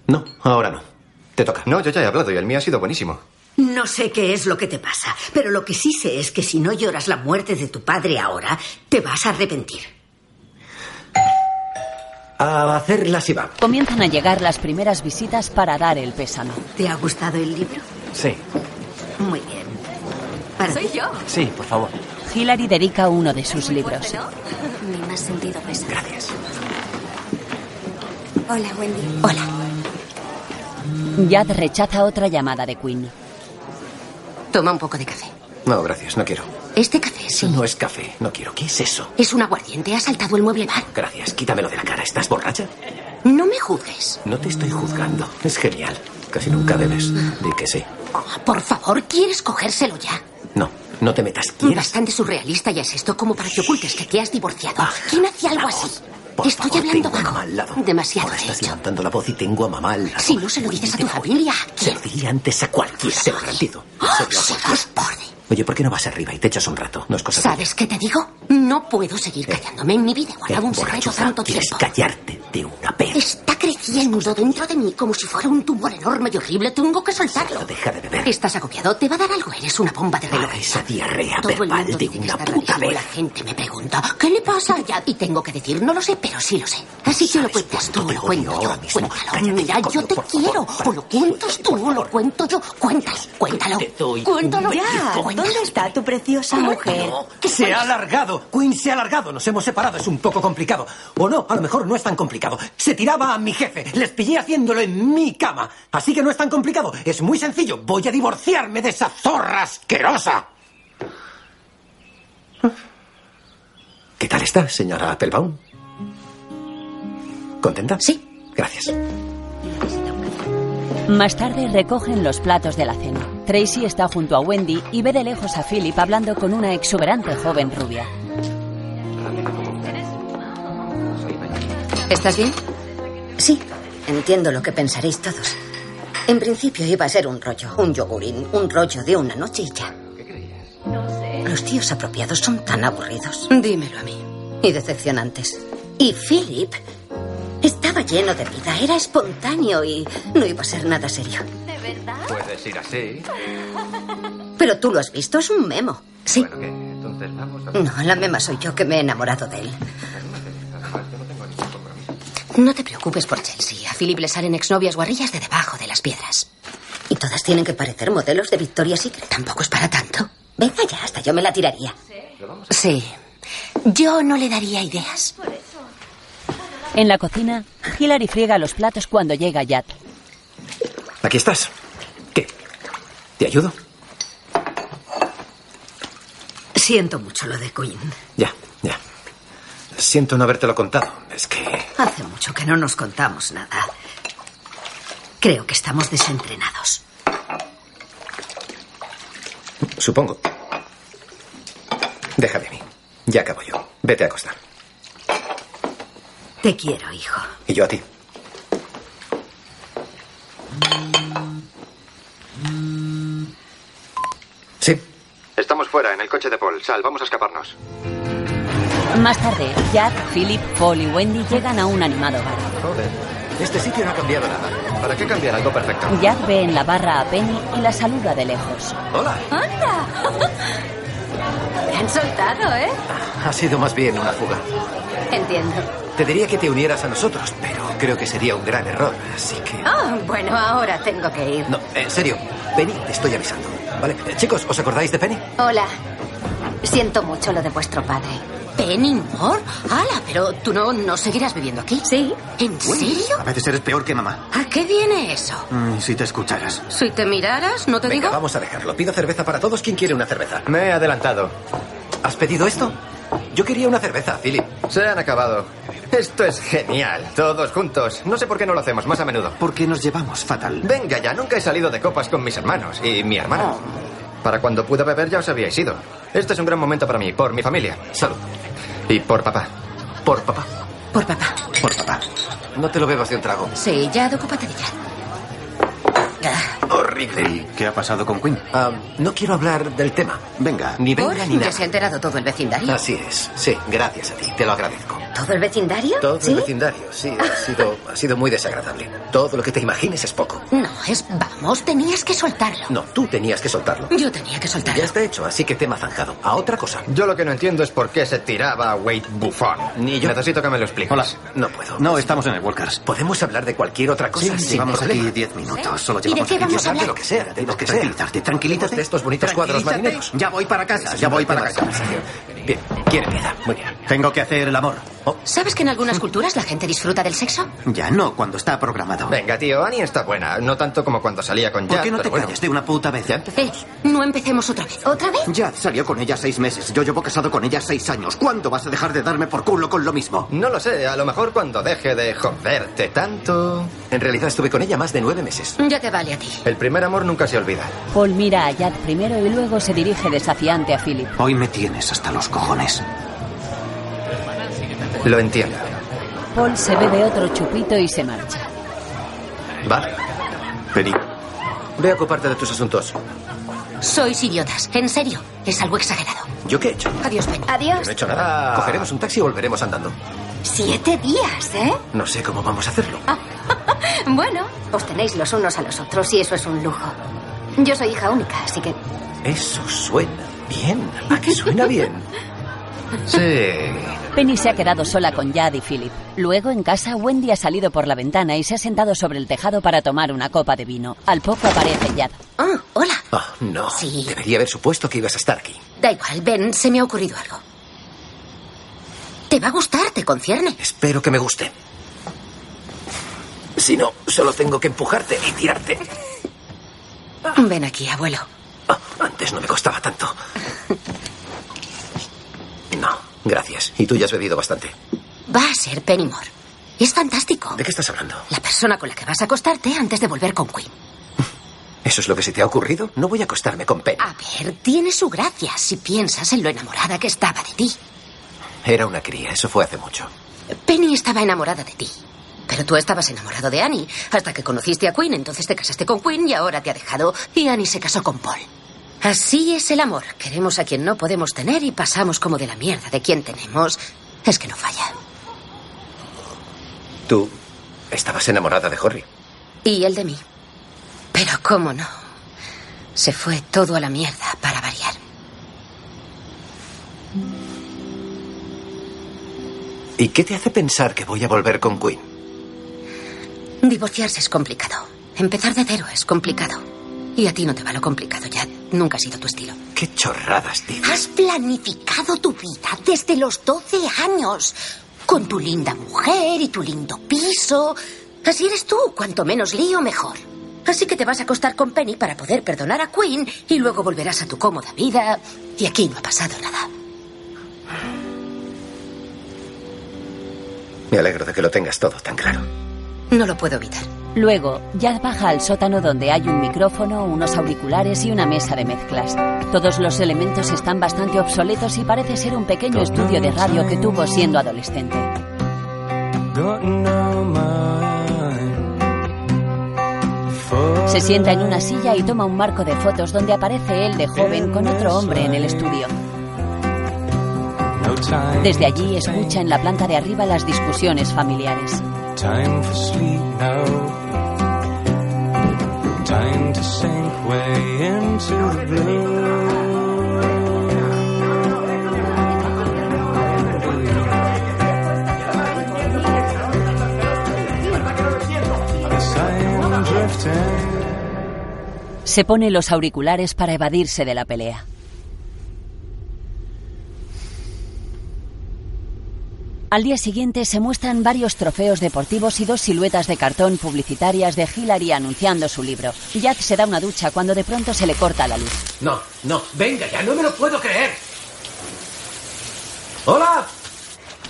Speaker 2: No, ahora no. Te toca. No, yo ya he hablado y el mío ha sido buenísimo.
Speaker 6: No sé qué es lo que te pasa, pero lo que sí sé es que si no lloras la muerte de tu padre ahora, te vas a arrepentir.
Speaker 2: A hacerlas y va.
Speaker 1: comienzan a llegar las primeras visitas para dar el pésame.
Speaker 6: ¿Te ha gustado el libro?
Speaker 19: Sí,
Speaker 6: Muy bien.
Speaker 17: Soy yo.
Speaker 19: sí, por favor.
Speaker 1: Hillary dedica uno de sus libros.
Speaker 17: Bueno,
Speaker 10: Ni más sentido pesa.
Speaker 19: Gracias.
Speaker 10: Hola, Wendy.
Speaker 1: Hola. Jad rechaza otra llamada de Quinn.
Speaker 9: Toma un poco de café.
Speaker 2: No, gracias, no quiero.
Speaker 9: Este café
Speaker 2: Eso no es café, no quiero. ¿Qué es eso?
Speaker 9: es un aguardiente. Ha saltado el mueble bar.
Speaker 2: Gracias, quítamelo de la cara. ¿Estás borracha?
Speaker 9: No me juzgues.
Speaker 2: No te estoy juzgando. Es genial. Casi nunca bebes.
Speaker 9: Ah.
Speaker 2: Di que sí.
Speaker 9: Oh, por favor, ¿quieres cogérselo ya?
Speaker 2: No, no te metas. ¿Quieres?
Speaker 9: Bastante surrealista ya es esto como para que ocultes que te has divorciado. ¿Quién hacía algo así?
Speaker 2: Ah, Por
Speaker 9: Estoy
Speaker 2: favor,
Speaker 9: hablando
Speaker 2: tengo a
Speaker 9: bajo.
Speaker 2: mamá al lado.
Speaker 9: Demasiado,
Speaker 2: Ahora
Speaker 9: de
Speaker 2: estás
Speaker 9: hecho.
Speaker 2: levantando la voz y tengo a mamá al lado.
Speaker 9: Si no se lo dices a tu familia, ¿a
Speaker 2: Se
Speaker 9: quién?
Speaker 2: lo diría antes a cualquiera, te lo garantizo. Se lo hago.
Speaker 9: Dios, borde.
Speaker 2: Oye, ¿por qué no vas arriba y te echas un rato? No es cosa tuya.
Speaker 9: ¿Sabes qué te digo? No puedo seguir callándome. En mi vida he guardado un
Speaker 2: Eh,
Speaker 9: secreto
Speaker 2: borrachuza,
Speaker 9: tanto
Speaker 2: Quieres
Speaker 9: tiempo.
Speaker 2: callarte de una vez.
Speaker 9: Está creciendo dentro de mí como si fuera un tumor enorme y horrible. Tengo que soltarlo.
Speaker 2: Deja de beber.
Speaker 9: Estás agobiado, te va a dar algo. Eres una bomba de reloj.
Speaker 2: Para esa diarrea
Speaker 9: Todo el
Speaker 2: verbal
Speaker 9: mundo
Speaker 2: de
Speaker 9: dice que
Speaker 2: una
Speaker 9: está
Speaker 2: puta
Speaker 9: rarísimo.
Speaker 2: vez.
Speaker 9: La gente me pregunta, ¿qué le pasa allá? Y tengo que decir, no lo sé, pero sí lo sé. Así que lo cuentas tú,
Speaker 2: cuánto te
Speaker 9: lo
Speaker 2: odio
Speaker 9: cuento yo.
Speaker 2: ahora mismo?
Speaker 9: Cuéntalo.
Speaker 2: Cállate,
Speaker 9: Mira, yo
Speaker 2: coño,
Speaker 9: te
Speaker 2: por favor,
Speaker 9: quiero.
Speaker 2: para
Speaker 9: O lo cuentas tú, o lo cuento yo. Cuéntalo, cuéntalo.
Speaker 2: Te doy un
Speaker 9: Cuéntalo
Speaker 20: Ya,
Speaker 9: ya.
Speaker 20: ¿dónde está tu preciosa mujer?
Speaker 21: Se ha alargado. Quinn se ha alargado. Nos hemos separado. Es un poco complicado. O no, a lo mejor no es tan complicado. Se tiraba a mi jefe. Les pillé haciéndolo en mi cama. Así que no es tan complicado. Es muy sencillo. Voy a divorciarme de esa zorra asquerosa.
Speaker 2: ¿Qué tal está, señora Applebaum? ¿Contenta? Sí. Gracias.
Speaker 1: Más tarde recogen los platos de la cena. Tracy está junto a Wendy y ve de lejos a Philip hablando con una exuberante joven rubia.
Speaker 8: ¿Estás bien? Sí, entiendo lo que pensaréis todos. En principio iba a ser un rollo, un yogurín, un rollo de una noche y ya. Los tíos apropiados son tan aburridos. Dímelo a mí. Y decepcionantes. Y Philip estaba lleno de vida, era espontáneo y no iba a ser nada serio.
Speaker 15: Puedes ir así.
Speaker 8: Pero tú lo has visto, es un memo. Sí.
Speaker 15: Bueno, ¿qué? Entonces vamos a...
Speaker 8: No, la mema soy yo que me he enamorado de él. No te preocupes por Chelsea.
Speaker 9: A Philip le salen exnovias guarrillas de debajo de las piedras.
Speaker 8: Y todas tienen que parecer modelos de Victoria's Secret. Tampoco es para tanto. Venga ya, hasta yo me la tiraría.
Speaker 9: Sí. Yo no le daría ideas.
Speaker 1: En la cocina, Hillary friega los platos cuando llega Jad.
Speaker 2: Aquí estás. ¿Qué? ¿Te ayudo?
Speaker 6: Siento mucho lo de Quinn.
Speaker 2: Ya, ya. Siento no habértelo contado. Es que...
Speaker 6: Hace mucho que no nos contamos nada. Creo que estamos desentrenados.
Speaker 2: Supongo. Déjame a mí. Ya acabo yo. Vete a acostar.
Speaker 6: Te quiero, hijo.
Speaker 2: Y yo a ti.
Speaker 15: fuera, en el coche de Paul. Sal, vamos a escaparnos.
Speaker 1: Más tarde, Jack, Philip, Paul y Wendy llegan a un animado bar.
Speaker 15: Joder, este sitio no ha cambiado nada. ¿Para qué cambiar algo perfecto?
Speaker 1: Jack ve en la barra a Penny y la saluda de lejos.
Speaker 15: Hola.
Speaker 10: ¿Ah?
Speaker 3: ¡Anda! Te han soltado, ¿eh?
Speaker 2: Ha sido más bien una fuga.
Speaker 3: Entiendo.
Speaker 2: Te diría que te unieras a nosotros, pero creo que sería un gran error, así que...
Speaker 3: Ah, bueno, ahora tengo que ir.
Speaker 2: No, en serio, Penny, te estoy avisando. ¿Vale? Eh, Chicos, ¿os acordáis de Penny?
Speaker 3: Hola. Siento mucho lo de vuestro padre.
Speaker 9: Penny Moore. ¡Hala! Pero tú no, no seguirás viviendo aquí. Sí. ¿En serio?
Speaker 11: A veces eres peor que mamá.
Speaker 9: ¿A qué viene eso?
Speaker 11: Mm, si te escucharas.
Speaker 9: Si te miraras, no te
Speaker 2: Venga,
Speaker 9: digo.
Speaker 2: vamos a dejarlo. Pido cerveza para todos. ¿Quién quiere una cerveza?
Speaker 15: Me he adelantado.
Speaker 2: ¿Has pedido esto? Yo quería una cerveza, Philip.
Speaker 15: Se han acabado. Esto es genial. Todos juntos. No sé por qué no lo hacemos más a menudo.
Speaker 11: Porque nos llevamos fatal.
Speaker 15: Venga ya, nunca he salido de copas con mis hermanos y mi hermana.
Speaker 2: Oh.
Speaker 15: Para cuando pude beber ya os habíais ido. Este es un gran momento para mí, por mi familia. Salud. Y por papá.
Speaker 2: Por papá.
Speaker 9: Por papá.
Speaker 2: Por papá. No te lo bebas de un trago.
Speaker 9: Sí, ya, ocúpate de ya.
Speaker 2: Horrible.
Speaker 11: ¿Y qué ha pasado con Quinn?
Speaker 2: Ah, no quiero hablar del tema.
Speaker 11: Venga.
Speaker 2: Ni
Speaker 9: Por
Speaker 2: venga ni
Speaker 9: ya
Speaker 2: nada.
Speaker 9: se ha enterado todo el vecindario.
Speaker 2: Así es. Sí, gracias a ti. Te lo agradezco.
Speaker 9: ¿Todo el vecindario?
Speaker 2: Todo el vecindario, sí, ha sido, ha sido muy desagradable. Todo lo que te imagines es poco.
Speaker 9: No, es vamos, tenías que soltarlo.
Speaker 2: No, tú tenías que soltarlo.
Speaker 9: Yo tenía que soltarlo.
Speaker 2: Ya está hecho, así que tema zanjado. A otra cosa.
Speaker 15: Yo lo que no entiendo es por qué se tiraba a Wade Buffon.
Speaker 2: Ni yo.
Speaker 15: Necesito que me lo expliques.
Speaker 11: Hola.
Speaker 2: No puedo.
Speaker 11: No, estamos en el Walkers.
Speaker 2: Podemos hablar de cualquier otra cosa.
Speaker 11: Sí,
Speaker 2: sin
Speaker 11: llevamos
Speaker 2: problema.
Speaker 11: aquí diez
Speaker 2: Ah,
Speaker 11: minutos. Solo
Speaker 9: ¿Eh? ¿Y de
Speaker 11: llevamos
Speaker 9: qué
Speaker 11: aquí
Speaker 9: vamos
Speaker 11: diez
Speaker 9: a
Speaker 2: Hablar de
Speaker 9: hablar?
Speaker 2: lo que sea, de lo que sea.
Speaker 11: Tranquilízate, tranquilízate.
Speaker 2: De estos bonitos cuadros
Speaker 11: Tranquilízate.
Speaker 2: marineros.
Speaker 11: Ya voy para casa, ya voy para casa.
Speaker 2: Bien, ¿quién empieza? Muy bien.
Speaker 11: Tengo que hacer el amor.
Speaker 9: ¿Sabes que en algunas culturas la gente disfruta del sexo?
Speaker 11: Ya no, cuando está programado.
Speaker 15: Venga, tío, Annie está buena. No tanto como cuando salía con Jack,
Speaker 11: ¿Por qué no
Speaker 15: pero
Speaker 11: te
Speaker 15: bueno.
Speaker 11: callas de una puta vez?
Speaker 9: Eh, no empecemos otra vez.
Speaker 3: ¿Otra vez?
Speaker 11: Ya salió con ella seis meses. Yo llevo casado con ella seis años. ¿Cuándo vas a dejar de darme por culo con lo mismo?
Speaker 15: No lo sé, a lo mejor cuando deje de joderte tanto.
Speaker 2: En realidad estuve con ella más de nueve meses.
Speaker 9: Ya te vale a ti.
Speaker 15: El primer amor nunca se olvida.
Speaker 1: Paul mira a Jack primero y luego se dirige desafiante a Philip.
Speaker 11: Hoy me tienes hasta los cojones.
Speaker 15: Lo entiendo.
Speaker 1: Paul se bebe otro chupito y se marcha.
Speaker 15: Vale.
Speaker 11: Penny.
Speaker 2: Ve a ocuparte de tus asuntos.
Speaker 9: Sois idiotas. En serio, es algo exagerado.
Speaker 2: ¿Yo qué he hecho?
Speaker 9: Adiós, Penny.
Speaker 3: Adiós.
Speaker 2: No he hecho nada.
Speaker 15: Ah.
Speaker 2: Cogeremos un taxi y volveremos andando.
Speaker 3: Siete días, ¿eh?
Speaker 2: No sé cómo vamos a hacerlo.
Speaker 3: Bueno, os tenéis los unos a los otros y eso es un lujo. Yo soy hija única, así que...
Speaker 2: Eso suena bien. ¿A qué suena bien?
Speaker 15: Sí.
Speaker 1: Penny se ha quedado sola con Jad y Philip. Luego, en casa, Wendy ha salido por la ventana y se ha sentado sobre el tejado para tomar una copa de vino. Al poco aparece Jad.
Speaker 9: Ah, hola.
Speaker 2: Ah, no.
Speaker 9: Sí.
Speaker 2: Debería haber supuesto que ibas a estar aquí.
Speaker 9: Da igual, Ben, se me ha ocurrido algo. Te va a gustar, te concierne.
Speaker 2: Espero que me guste. Si no, solo tengo que empujarte y tirarte.
Speaker 9: Ven aquí, abuelo.
Speaker 2: Ah, antes no me costaba tanto. No, gracias. Y tú ya has bebido bastante.
Speaker 9: Va a ser Pennymore. Es fantástico.
Speaker 2: ¿De qué estás hablando?
Speaker 9: La persona con la que vas a acostarte antes de volver con Quinn.
Speaker 2: ¿Eso es lo que se te ha ocurrido? No voy a acostarme con Penny.
Speaker 9: A ver, tiene su gracia si piensas en lo enamorada que estaba de ti.
Speaker 2: Era una cría, eso fue hace mucho.
Speaker 9: Penny estaba enamorada de ti. Pero tú estabas enamorado de Annie. Hasta que conociste a Quinn, entonces te casaste con Quinn y ahora te ha dejado. Y Annie se casó con Paul. Así es el amor. Queremos a quien no podemos tener y pasamos como de la mierda de quien tenemos. Es que no falla.
Speaker 2: Tú estabas enamorada de Horry.
Speaker 9: Y él de mí. Pero cómo no. Se fue todo a la mierda para variar.
Speaker 2: ¿Y qué te hace pensar que voy a volver con Quinn?
Speaker 9: Divorciarse es complicado. Empezar de cero es complicado. Y a ti no te va lo complicado, ya. Nunca ha sido tu estilo.
Speaker 2: ¿Qué chorradas dices?
Speaker 9: Has planificado tu vida desde los 12 años. Con tu linda mujer y tu lindo piso. Así eres tú. Cuanto menos lío, mejor. Así que te vas a acostar con Penny para poder perdonar a Quinn y luego volverás a tu cómoda vida. Y aquí no ha pasado nada.
Speaker 2: Me alegro de que lo tengas todo tan claro.
Speaker 9: No lo puedo evitar.
Speaker 1: Luego, Jad baja al sótano donde hay un micrófono, unos auriculares y una mesa de mezclas. Todos los elementos están bastante obsoletos y parece ser un pequeño estudio de radio que tuvo siendo adolescente. Se sienta en una silla y toma un marco de fotos donde aparece él de joven con otro hombre en el estudio. Desde allí escucha en la planta de arriba las discusiones familiares.
Speaker 10: Time for sleep now. Time to sink way into the blue. Yes, I am drifting.
Speaker 1: Se pone los auriculares para evadirse de la pelea. Al día siguiente se muestran varios trofeos deportivos y dos siluetas de cartón publicitarias de Hillary anunciando su libro. Jack se da una ducha cuando de pronto se le corta la luz.
Speaker 22: No, no, venga ya, no me lo puedo creer. ¡Hola!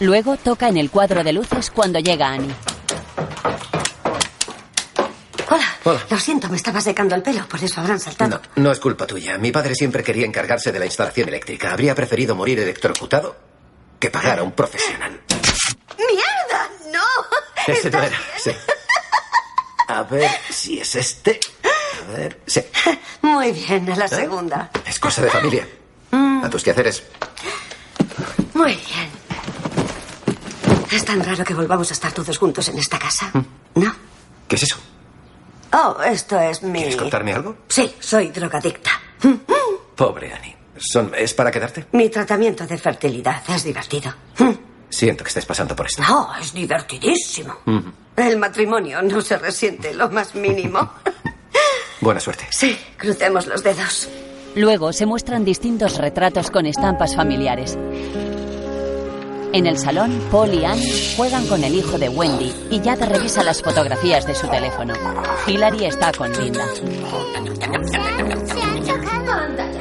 Speaker 1: Luego toca en el cuadro de luces cuando llega Annie.
Speaker 9: Hola. Lo siento, me estaba secando el pelo, por eso habrán saltado.
Speaker 2: No, no es culpa tuya. Mi padre siempre quería encargarse de la instalación eléctrica. Habría preferido morir electrocutado que pagar a un profesional.
Speaker 9: ¡Mierda! ¡No!
Speaker 2: Ese no era, sí. A ver si es este. A ver, sí.
Speaker 9: Muy bien, a la segunda.
Speaker 2: Es cosa de familia.
Speaker 9: Mm,
Speaker 2: A tus quehaceres.
Speaker 9: muy bien. Es tan raro que volvamos a estar todos juntos en esta casa.
Speaker 2: ¿Qué es eso?
Speaker 9: Oh, esto es mi...
Speaker 2: ¿Quieres contarme algo?
Speaker 9: Sí, soy drogadicta.
Speaker 2: Pobre Annie. Son- ¿Es para quedarte?
Speaker 9: Mi tratamiento de fertilidad es divertido.
Speaker 3: Hm.
Speaker 2: Siento que estés pasando por
Speaker 3: Ah.
Speaker 2: esto.
Speaker 9: No, es divertidísimo.
Speaker 2: Mm.
Speaker 9: El matrimonio no se resiente lo más mínimo.
Speaker 2: Buena suerte.
Speaker 9: Sí, crucemos los dedos.
Speaker 1: Luego se muestran distintos retratos con estampas familiares. En el salón, Paul y Annie juegan con el hijo de Wendy y Jack revisa las fotografías de su teléfono. Hillary está con Linda.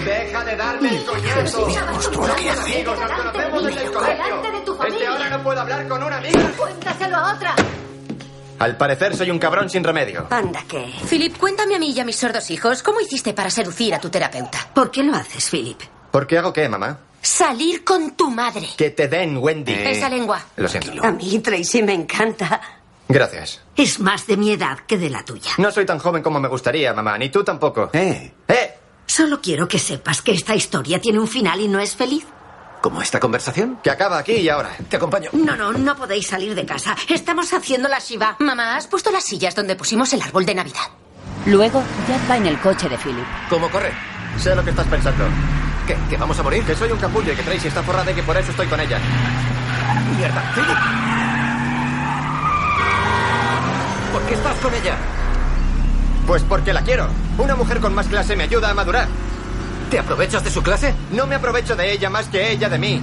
Speaker 23: Deja de darme el coñazo. Amigos, nos conocemos desde el
Speaker 3: Delante de tu
Speaker 23: colegio. Desde
Speaker 3: familia.
Speaker 23: ahora no puedo hablar con una amiga.
Speaker 3: Cuéntaselo a otra.
Speaker 15: Al parecer soy un cabrón sin remedio.
Speaker 9: Anda que.
Speaker 24: Philip, cuéntame a mí y a mis sordos hijos, ¿cómo hiciste para seducir a tu terapeuta?
Speaker 9: ¿Por qué lo haces, Philip?
Speaker 15: ¿Por qué hago qué, mamá?
Speaker 24: Salir con tu madre.
Speaker 15: Que te den, Wendy.
Speaker 24: Eh, Esa lengua.
Speaker 15: Lo siento.
Speaker 9: A mí Tracy me encanta.
Speaker 15: Gracias.
Speaker 9: Es más de mi edad que de la tuya.
Speaker 15: No soy tan joven como me gustaría, mamá, ni tú tampoco.
Speaker 2: ¿Eh?
Speaker 15: ¿Eh?
Speaker 9: Solo quiero que sepas que esta historia tiene un final y no es feliz.
Speaker 2: ¿Cómo esta conversación?
Speaker 15: Que acaba aquí y ahora.
Speaker 2: Te acompaño.
Speaker 9: No, no, no podéis salir de casa. Estamos haciendo la Shiva.
Speaker 24: Mamá, has puesto las sillas donde pusimos el árbol de Navidad.
Speaker 1: Luego, Jack va en el coche de Philip.
Speaker 2: ¿Cómo corre?
Speaker 15: Sé lo que estás pensando.
Speaker 2: ¿Que, que vamos a morir?
Speaker 15: Que soy un capullo y que Tracy está forrada y que por eso estoy con ella.
Speaker 2: ¡Mierda! Philip. ¿Por qué estás con ella?
Speaker 15: Pues porque la quiero. Una mujer con más clase me ayuda a madurar.
Speaker 2: ¿Te aprovechas de su clase?
Speaker 15: No me aprovecho de ella más que ella de mí.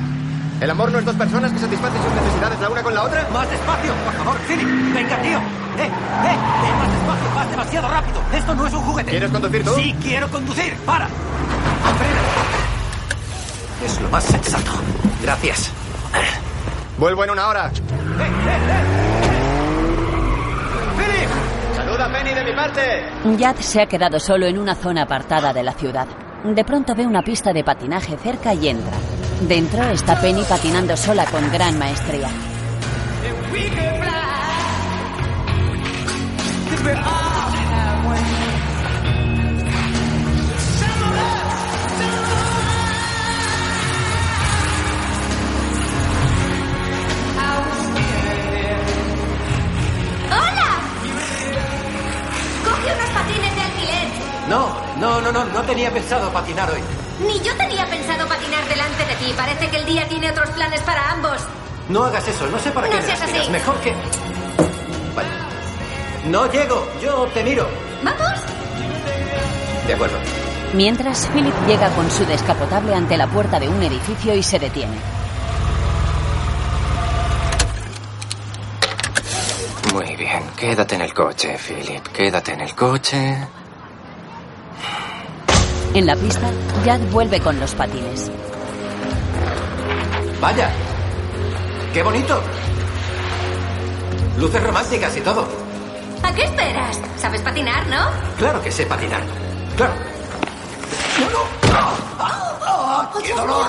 Speaker 15: El amor no es dos personas que satisfacen sus necesidades la una con la otra.
Speaker 22: Más despacio, por favor, Philip. Venga, tío. Eh, eh, eh, más despacio, vas demasiado rápido. Esto no es un juguete.
Speaker 15: ¿Quieres conducir tú?
Speaker 22: Sí, quiero conducir. Para. Frena. Es lo más sensato.
Speaker 2: Gracias.
Speaker 15: Vuelvo en una
Speaker 22: Eh,
Speaker 15: hora. ¡Philip! ¡Saluda a Penny de mi parte!
Speaker 1: Jack se ha quedado solo en una zona apartada de la ciudad. De pronto ve una pista de patinaje cerca y entra. Dentro está Penny patinando sola con gran maestría.
Speaker 3: ¡Hola! Coge unos patines de alquiler.
Speaker 22: No, no, no, no. No tenía pensado patinar hoy.
Speaker 3: Ni yo tenía pensado patinar delante de ti. Parece que el día tiene otros planes para ambos.
Speaker 22: No hagas eso. No sé para
Speaker 3: No
Speaker 22: qué me
Speaker 3: seas
Speaker 22: las miras.
Speaker 3: así.
Speaker 22: Mejor que... Vale. No llego. Yo te miro.
Speaker 3: ¿Vamos?
Speaker 2: De acuerdo.
Speaker 1: Mientras, Philip llega con su descapotable ante la puerta de un edificio y se detiene.
Speaker 25: Muy bien, quédate en el coche, Philip. Quédate en el coche.
Speaker 1: En la pista, Jack vuelve con los patines.
Speaker 22: Vaya. Qué bonito. Luces románticas y todo.
Speaker 3: ¿A qué esperas? ¿Sabes patinar, no?
Speaker 22: Claro que sé patinar. Claro. No, no. ¡Ah! ¡Ah! ¡Qué dolor!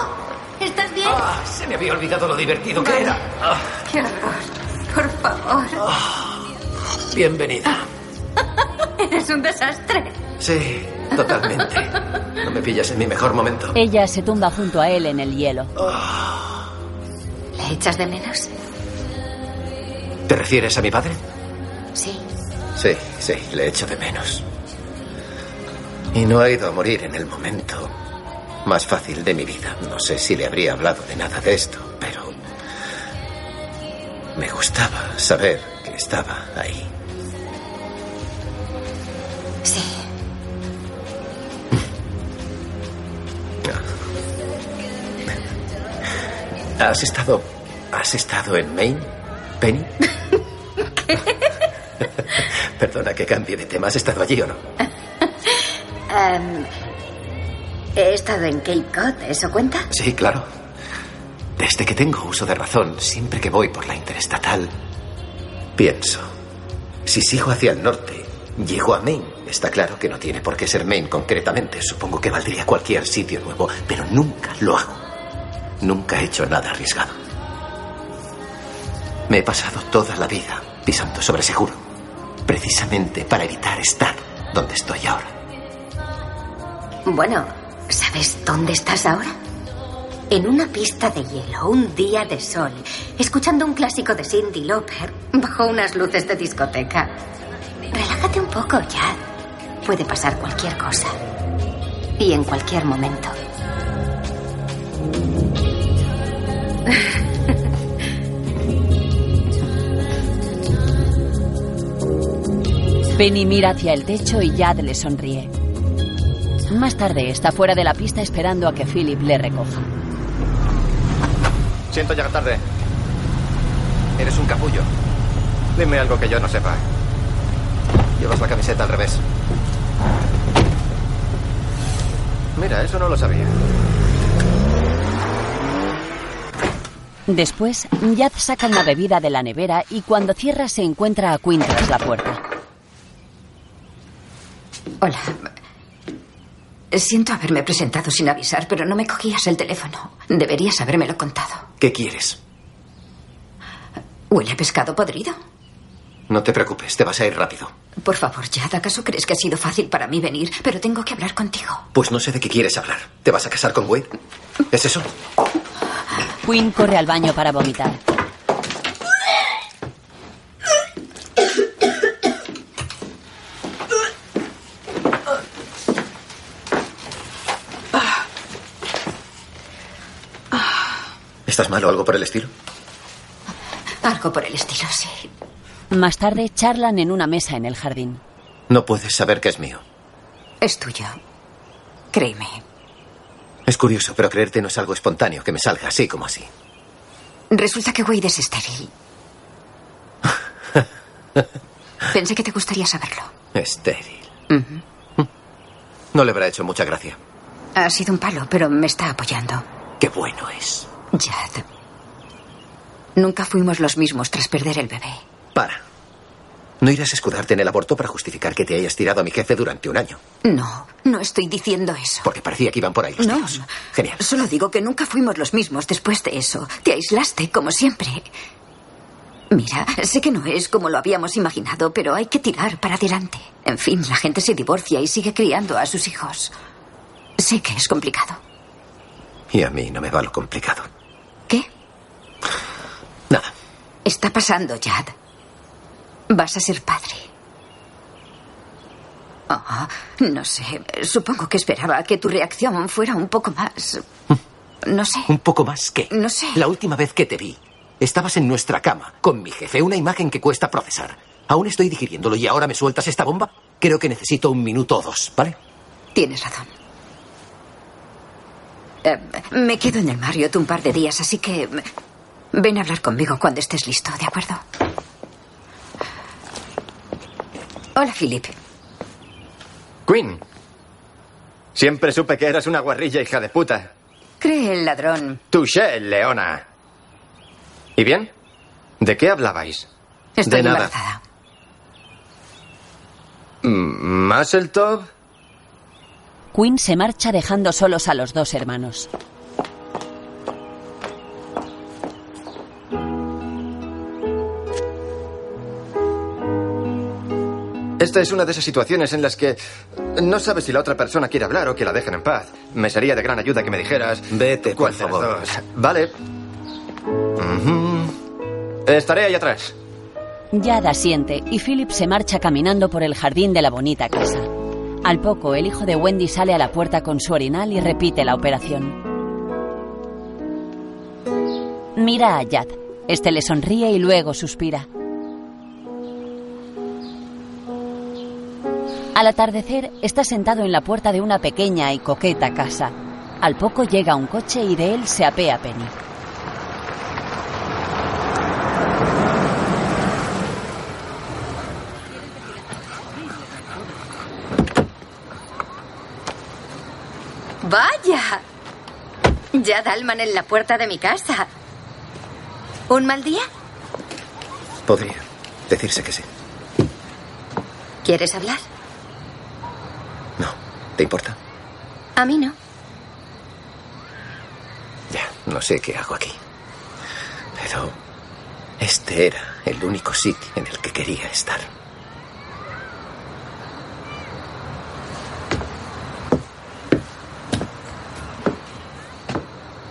Speaker 3: ¿Estás bien?
Speaker 22: Ah, se me había olvidado lo divertido que era. Ah,
Speaker 3: ¡Qué horror! Por favor.
Speaker 22: bienvenida.
Speaker 18: Eres un desastre.
Speaker 2: Sí, totalmente. No me pillas en mi mejor momento.
Speaker 1: Ella se tumba junto a él en el hielo.
Speaker 18: ¿Le echas de menos?
Speaker 2: ¿Te refieres a mi padre?
Speaker 18: Sí.
Speaker 2: Sí, sí, le echo de menos. Y no ha ido a morir en el momento más fácil de mi vida. No sé si le habría hablado de nada de esto, pero me gustaba saber que estaba ahí.
Speaker 18: Sí.
Speaker 2: ¿Has estado has estado en Maine, Penny? Perdona que cambie de tema. ¿Has estado allí o no?
Speaker 18: Em, he estado en Cape Cod, ¿eso cuenta?
Speaker 2: Sí, claro. Desde que tengo uso de razón, siempre que voy por la interestatal, pienso, si sigo hacia el norte, llego a Maine. Está claro que no tiene por qué ser Maine concretamente, supongo que valdría cualquier sitio nuevo, pero nunca lo hago. Nunca he hecho nada arriesgado. Me he pasado toda la vida pisando sobre seguro, precisamente para evitar estar donde estoy ahora.
Speaker 18: Bueno, ¿sabes dónde estás ahora?
Speaker 3: En una pista de hielo, un día de sol, escuchando un clásico de Cindy Lauper bajo unas luces de discoteca.
Speaker 18: Relájate un poco ya. Puede pasar cualquier cosa. Y en cualquier momento.
Speaker 1: Penny mira hacia el techo y Jad le sonríe. Más tarde está fuera de la pista esperando a que Philip le recoja.
Speaker 15: Siento llegar tarde. Eres un capullo. Dime algo que yo no sepa. Llevas la camiseta al revés. Mira, eso no lo sabía.
Speaker 1: Después, Jad saca una bebida de la nevera y cuando cierra se encuentra a Quinn tras la puerta.
Speaker 18: Hola. Siento haberme presentado sin avisar, pero no me cogías el teléfono. Deberías habérmelo contado.
Speaker 2: ¿Qué quieres?
Speaker 18: Huele a pescado podrido.
Speaker 2: No te preocupes, te vas a ir rápido.
Speaker 18: Por favor, Jad, ¿acaso crees que ha sido fácil para mí venir? Pero tengo que hablar contigo.
Speaker 2: Pues no sé de qué quieres hablar. ¿Te vas a casar con Wade? ¿Es eso?
Speaker 1: Quinn corre al baño para vomitar.
Speaker 2: ¿Estás mal o algo por el estilo?
Speaker 18: Algo por el estilo, sí.
Speaker 1: Más tarde charlan en una mesa en el jardín.
Speaker 2: No puedes saber que es mío.
Speaker 18: Es tuyo. Créeme.
Speaker 2: Es curioso, pero creerte no es algo espontáneo que me salga así como así.
Speaker 18: Resulta que Wade es estéril. Pensé que te gustaría saberlo.
Speaker 2: Estéril. No le habrá hecho mucha gracia.
Speaker 18: Ha sido un palo, pero me está apoyando.
Speaker 2: Qué bueno es.
Speaker 18: Jad. Nunca fuimos los mismos tras perder el bebé.
Speaker 2: Para. No irás a escudarte en el aborto para justificar que te hayas tirado a mi jefe durante un año.
Speaker 18: No, no estoy diciendo eso.
Speaker 2: Porque parecía que iban por ahí los
Speaker 18: No,
Speaker 2: tiros. Genial.
Speaker 18: solo digo que nunca fuimos los mismos después de eso. Te aislaste, como siempre. Mira, sé que no es como lo habíamos imaginado, pero hay que tirar para adelante. En fin, la gente se divorcia y sigue criando a sus hijos. Sé que es complicado.
Speaker 2: Y a mí no me va lo complicado.
Speaker 18: ¿Qué?
Speaker 2: Nada.
Speaker 18: Está pasando, Jad. Vas a ser padre. Ah, no sé. Supongo que esperaba que tu reacción fuera un poco más. No sé.
Speaker 2: Un poco más que.
Speaker 18: No sé.
Speaker 2: La última vez que te vi, estabas en nuestra cama con mi jefe, una imagen que cuesta procesar. Aún estoy digiriéndolo y ahora me sueltas esta bomba. Creo que necesito un minuto o dos, ¿vale?
Speaker 18: Tienes razón. Eh, me quedo en el Marriott un par de días, así que eh, ven a hablar conmigo cuando estés listo, ¿de acuerdo? Hola, Philip.
Speaker 15: Quinn. Siempre supe que eras una guarrilla hija de puta.
Speaker 18: Cree el ladrón.
Speaker 15: Touché, Leona. ¿Y bien? ¿De qué hablabais?
Speaker 18: Estoy
Speaker 15: de nada.
Speaker 18: embarazada.
Speaker 15: Mm, ¿Más el top?
Speaker 1: Quinn se marcha dejando solos a los dos hermanos.
Speaker 15: Esta es una de esas situaciones en las que no sabes si la otra persona quiere hablar o que la dejen en paz. Me sería de gran ayuda que me dijeras. Vete, por favor. Vale. Ujú. Estaré ahí atrás.
Speaker 1: Yada siente y Philip se marcha caminando por el jardín de la bonita casa. Al poco, el hijo de Wendy sale a la puerta con su orinal y repite la operación. Mira a Yad. Este le sonríe y luego suspira. Al atardecer, está sentado en la puerta de una pequeña y coqueta casa. Al poco llega un coche y de él se apea Penny.
Speaker 3: ¡Vaya! Ya Dalman en la puerta de mi casa. ¿Un mal día?
Speaker 26: Podría decirse que sí.
Speaker 3: ¿Quieres hablar?
Speaker 26: ¿Te importa?
Speaker 3: A mí no.
Speaker 26: No sé qué hago aquí. Pero este era el único sitio en el que quería estar.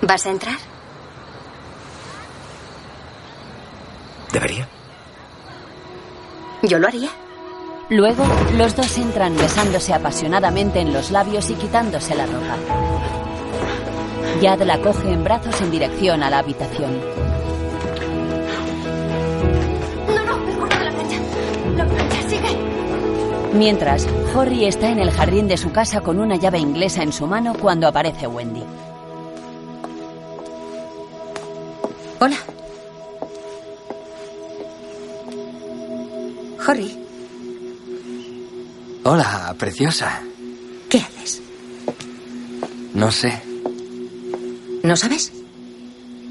Speaker 3: ¿Vas a entrar?
Speaker 26: ¿Debería?
Speaker 3: Yo lo haría.
Speaker 1: Luego, los dos entran besándose apasionadamente en los labios y quitándose la ropa. Yad la coge en brazos en dirección a la habitación.
Speaker 10: No, no, recuerda la plancha. La plancha, sigue.
Speaker 1: Mientras, Horry está en el jardín de su casa con una llave inglesa en su mano cuando aparece Wendy.
Speaker 9: Hola. Jorri,
Speaker 2: Hola, preciosa.
Speaker 9: ¿qué haces?
Speaker 2: No sé.
Speaker 9: ¿No sabes?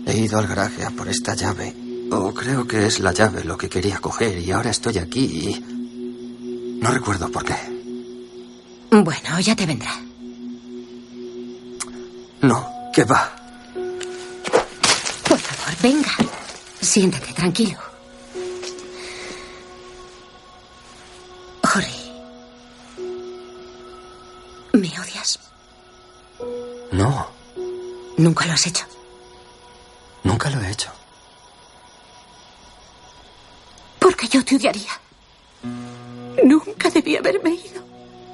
Speaker 2: He ido al garaje a por esta llave. O creo que es la llave lo que quería coger y ahora estoy aquí y... No recuerdo por qué.
Speaker 9: Bueno, ya te vendrá.
Speaker 2: No, que va.
Speaker 9: Por favor, venga. Siéntate, tranquilo. Jorge. ¿Me odias?
Speaker 2: No,
Speaker 9: Nunca lo has hecho.
Speaker 2: nunca lo he hecho.
Speaker 9: Porque yo te odiaría. Nunca debí haberme ido.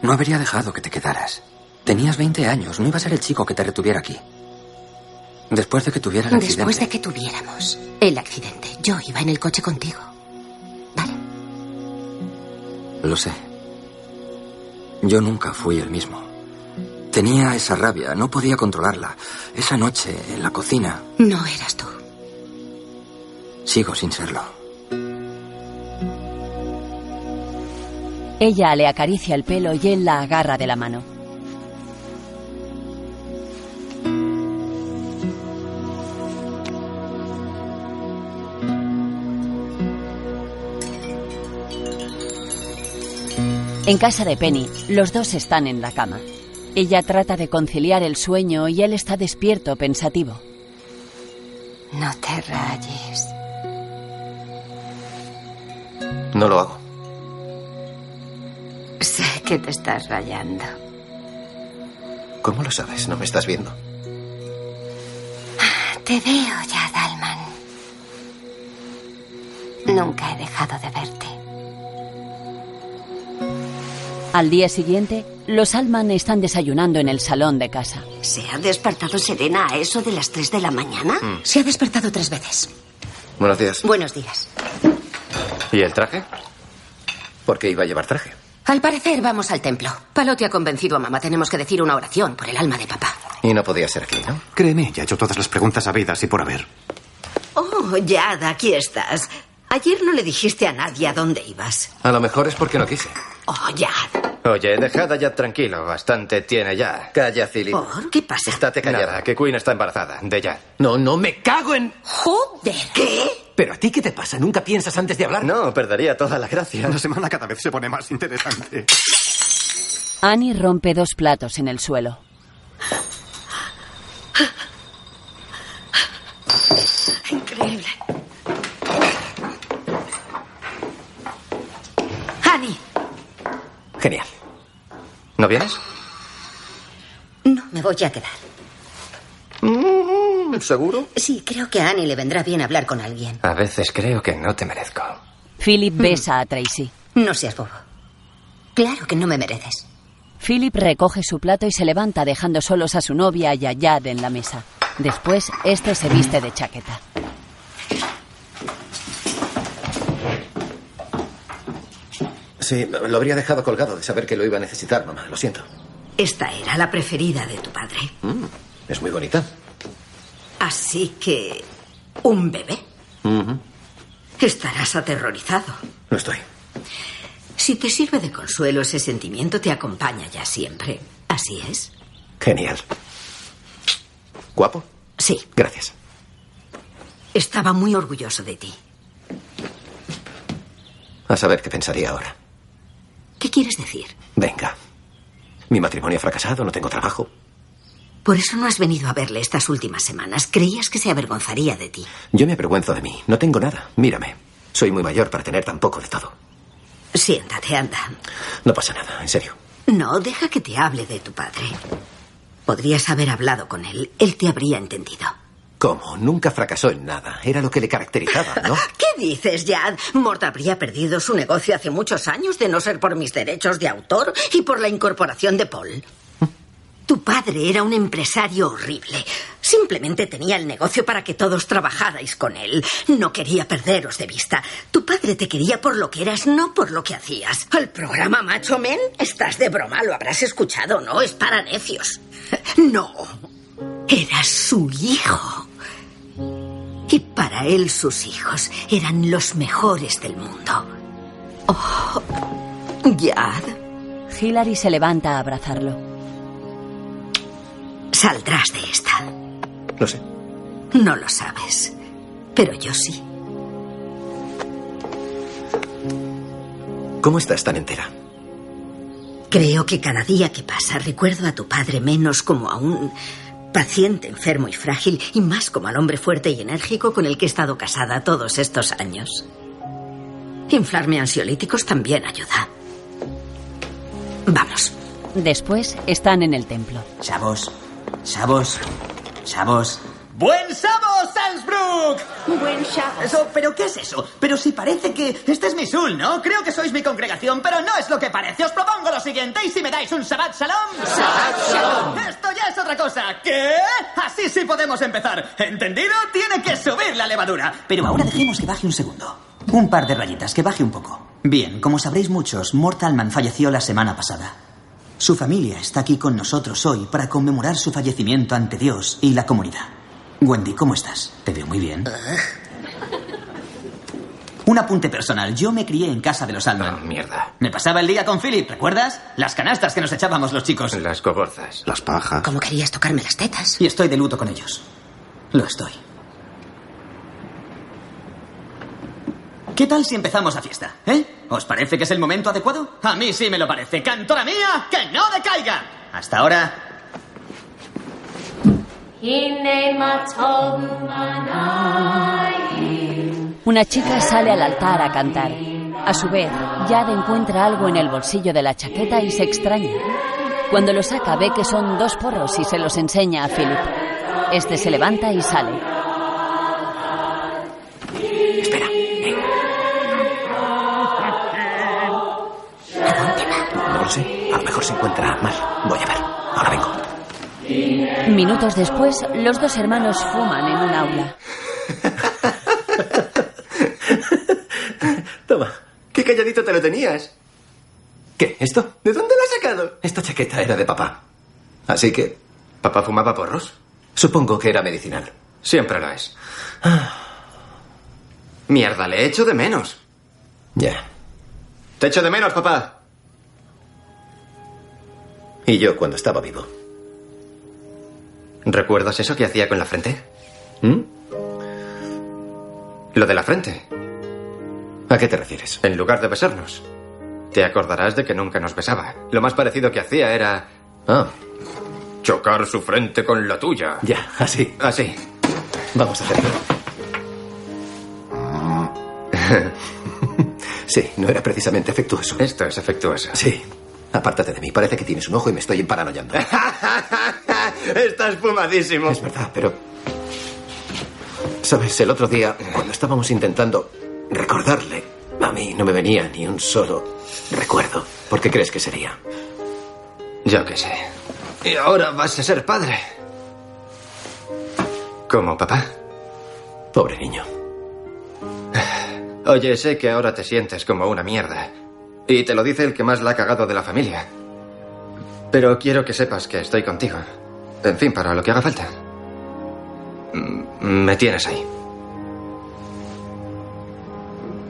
Speaker 2: No habría dejado que te quedaras. Tenías 20 años, no iba a ser el chico que te retuviera aquí. Después de que tuviera el accidente...
Speaker 9: Después de que tuviéramos el accidente, yo iba en el coche contigo.
Speaker 2: Lo sé. Yo nunca fui el mismo. Tenía esa rabia, no podía controlarla. Esa noche, en la cocina,
Speaker 9: No eras tú.
Speaker 2: sigo sin serlo.
Speaker 1: Ella le acaricia el pelo y él la agarra de la mano. En casa de Penny, los dos están en la cama. Ella trata de conciliar el sueño y él está despierto, pensativo.
Speaker 9: No te rayes.
Speaker 15: No lo hago.
Speaker 9: Sé que te estás rayando.
Speaker 15: ¿Cómo lo sabes? No me estás viendo.
Speaker 9: Te veo ya, Dalman. Nunca he dejado de verte.
Speaker 1: Al día siguiente, los Alman están desayunando en el salón de casa.
Speaker 27: ¿Se ha despertado Serena a eso de las 3 de la mañana?
Speaker 15: Mm.
Speaker 9: Se ha despertado tres veces.
Speaker 15: Buenos días.
Speaker 9: Buenos días.
Speaker 15: ¿Y el traje?
Speaker 26: ¿Por qué iba a llevar traje?
Speaker 9: Al parecer vamos al templo. Palote ha convencido a mamá. Tenemos que decir una oración por el alma de papá.
Speaker 26: Y no podía ser aquí, ¿no?
Speaker 28: Créeme, ya he hecho todas las preguntas habidas y por haber.
Speaker 27: Oh, Yad, aquí estás. Ayer no le dijiste a nadie a dónde ibas.
Speaker 15: A lo mejor es porque no quise.
Speaker 27: Oh, Yad.
Speaker 15: Oye, dejad a Yad tranquilo. Bastante tiene ya. Calla, Philip.
Speaker 27: ¿Qué pasa?
Speaker 15: Estate callada, que Queen está embarazada de Yad.
Speaker 29: No, no me cago en.
Speaker 27: ¡Joder! ¿Qué?
Speaker 29: ¿Pero a ti qué te pasa? ¿Nunca piensas antes de hablar?
Speaker 15: No, perdería toda la gracia.
Speaker 28: La semana cada vez se pone más interesante.
Speaker 1: Annie rompe dos platos en el suelo.
Speaker 30: Increíble. Annie,
Speaker 15: Genial. ¿No vienes?
Speaker 3: No, me voy a quedar.
Speaker 2: Mm,
Speaker 15: ¿Seguro?
Speaker 3: Sí, creo que a Annie le vendrá bien hablar con alguien.
Speaker 15: A veces creo que no te merezco.
Speaker 1: Philip
Speaker 9: Mm.
Speaker 1: besa a Tracy.
Speaker 3: No seas bobo. Claro que no me mereces.
Speaker 1: Philip recoge su plato y se levanta dejando solos a su novia y a Yad en la mesa. Después, este se viste de chaqueta.
Speaker 2: Sí, lo habría dejado colgado de saber que lo iba a necesitar, mamá. Lo siento.
Speaker 9: Esta era la preferida de tu padre.
Speaker 2: Mm, es muy bonita.
Speaker 9: Así que... ¿Un bebé?
Speaker 15: Mm-hmm.
Speaker 2: Ujú.
Speaker 9: Estarás aterrorizado.
Speaker 2: No estoy.
Speaker 9: Si te sirve de consuelo, ese sentimiento te acompaña ya siempre. Así es.
Speaker 2: Genial. ¿Guapo?
Speaker 9: Sí.
Speaker 2: Gracias.
Speaker 9: Estaba muy orgulloso de ti.
Speaker 2: A saber qué pensaría ahora.
Speaker 9: ¿Qué quieres decir?
Speaker 2: Venga. Mi matrimonio ha fracasado, no tengo trabajo.
Speaker 9: Por eso no has venido a verle estas últimas semanas. Creías que se avergonzaría de ti.
Speaker 2: Yo me avergüenzo de mí. No tengo nada. Mírame. Soy muy mayor para tener tan poco de todo.
Speaker 9: Siéntate, anda.
Speaker 2: No pasa nada, en serio.
Speaker 9: No, deja que te hable de tu padre. Podrías haber hablado con él. Él te habría entendido.
Speaker 2: ¿Cómo? Nunca fracasó en nada. Era lo que le caracterizaba, ¿no?
Speaker 9: ¿Qué dices, Jad? Mort habría perdido su negocio hace muchos años de no ser por mis derechos de autor y por la incorporación de Paul. Tu padre era un empresario horrible. Simplemente tenía el negocio para que todos trabajarais con él. No quería perderos de vista. Tu padre te quería por lo que eras, no por lo que hacías. El programa Macho Men, estás de broma, lo habrás escuchado, ¿no? Es para necios. No. Eras su hijo. Y para él sus hijos eran los mejores del mundo. Oh, Jad.
Speaker 1: Hillary se levanta a abrazarlo.
Speaker 9: Saldrás de esta.
Speaker 2: Lo sé.
Speaker 9: No lo sabes. Pero yo sí.
Speaker 2: ¿Cómo estás tan entera?
Speaker 9: Creo que cada día que pasa recuerdo a tu padre menos como a un paciente enfermo y frágil y más como al hombre fuerte y enérgico con el que he estado casada todos estos años. Inflarme ansiolíticos también ayuda. Vamos.
Speaker 1: Después están en el templo.
Speaker 14: Sabos, sabos, sabos.
Speaker 5: ¡Buen Sabos, Salzbrook!
Speaker 14: Buen Sabos.
Speaker 5: Eso, ¿Pero qué es eso? Pero si parece que... Este es mi sul, ¿no? Creo que sois mi congregación, pero no es lo que parece. Os propongo lo siguiente, y si me dais un Shabbat Shalom...
Speaker 10: Shabbat Shalom.
Speaker 5: Esto ya es otra cosa. ¿Qué? Así sí podemos empezar. ¿Entendido? Tiene que subir la levadura.
Speaker 14: Pero ahora dejemos que baje un segundo. Un par de rayitas, que baje un poco. Bien, como sabréis muchos, Mortalman falleció la semana pasada. Su familia está aquí con nosotros hoy para conmemorar su fallecimiento ante Dios y la comunidad. Wendy, ¿cómo estás? Te veo muy bien.
Speaker 2: ¿Eh?
Speaker 14: Un apunte personal. Yo me crié en casa de los Alman.
Speaker 2: Ah, mierda.
Speaker 14: Me pasaba el día con Philip, ¿recuerdas? Las canastas que nos echábamos los chicos.
Speaker 2: Las cogorzas.
Speaker 31: Las
Speaker 2: Ah.
Speaker 31: pajas.
Speaker 3: ¿Cómo querías tocarme las tetas?
Speaker 14: Y estoy de luto con ellos. Lo estoy. ¿Qué tal si empezamos la fiesta? ¿Eh? ¿Os parece que es el momento adecuado? A mí sí me lo parece. Cantora mía, que no decaigan. Hasta ahora.
Speaker 1: Una chica sale al altar a cantar. A su vez, Jad encuentra algo en el bolsillo de la chaqueta y se extraña. Cuando lo saca ve que son dos porros y se los enseña a Philip. Este se levanta y sale.
Speaker 10: Espera.
Speaker 2: No lo sé. A lo mejor se encuentra mal. Voy a ver. Ahora vengo.
Speaker 1: Minutos después, los dos hermanos fuman en un aula.
Speaker 15: Toma. Qué calladito te lo tenías.
Speaker 2: ¿Qué? ¿Esto?
Speaker 15: ¿De dónde lo has sacado?
Speaker 2: Esta chaqueta era de papá. Así que... ¿Papá fumaba porros? Supongo que era medicinal.
Speaker 15: Siempre lo es. Mierda, le echo de menos.
Speaker 2: Ya.
Speaker 15: Te echo de menos, papá.
Speaker 2: Y yo cuando estaba vivo.
Speaker 15: ¿Recuerdas eso que hacía con la frente? ¿Mm? Lo de la frente.
Speaker 2: ¿A qué te refieres?
Speaker 15: En lugar de besarnos. Te acordarás de que nunca nos besaba. Lo más parecido que hacía era...
Speaker 2: Ah,
Speaker 15: Chocar su frente con la tuya.
Speaker 2: ya, así.
Speaker 15: Así.
Speaker 2: Vamos a hacerlo. Sí, no era precisamente afectuoso.
Speaker 15: Esto es afectuoso.
Speaker 2: Sí. Apártate de mí. Parece que tienes un ojo y me estoy emparanoyando. ¿eh?
Speaker 15: Estás fumadísimo.
Speaker 2: Es verdad, pero. Sabes, el otro día, cuando estábamos intentando recordarle, a mí no me venía ni un solo recuerdo. ¿Por qué crees que sería?
Speaker 15: Yo qué sé. Y ahora vas a ser padre. ¿Cómo, papá?
Speaker 2: Pobre niño.
Speaker 15: Oye, sé que ahora te sientes como una mierda. Y te lo dice el que más la ha cagado de la familia. Pero quiero que sepas que estoy contigo. En fin, para lo que haga falta. M- Me tienes ahí.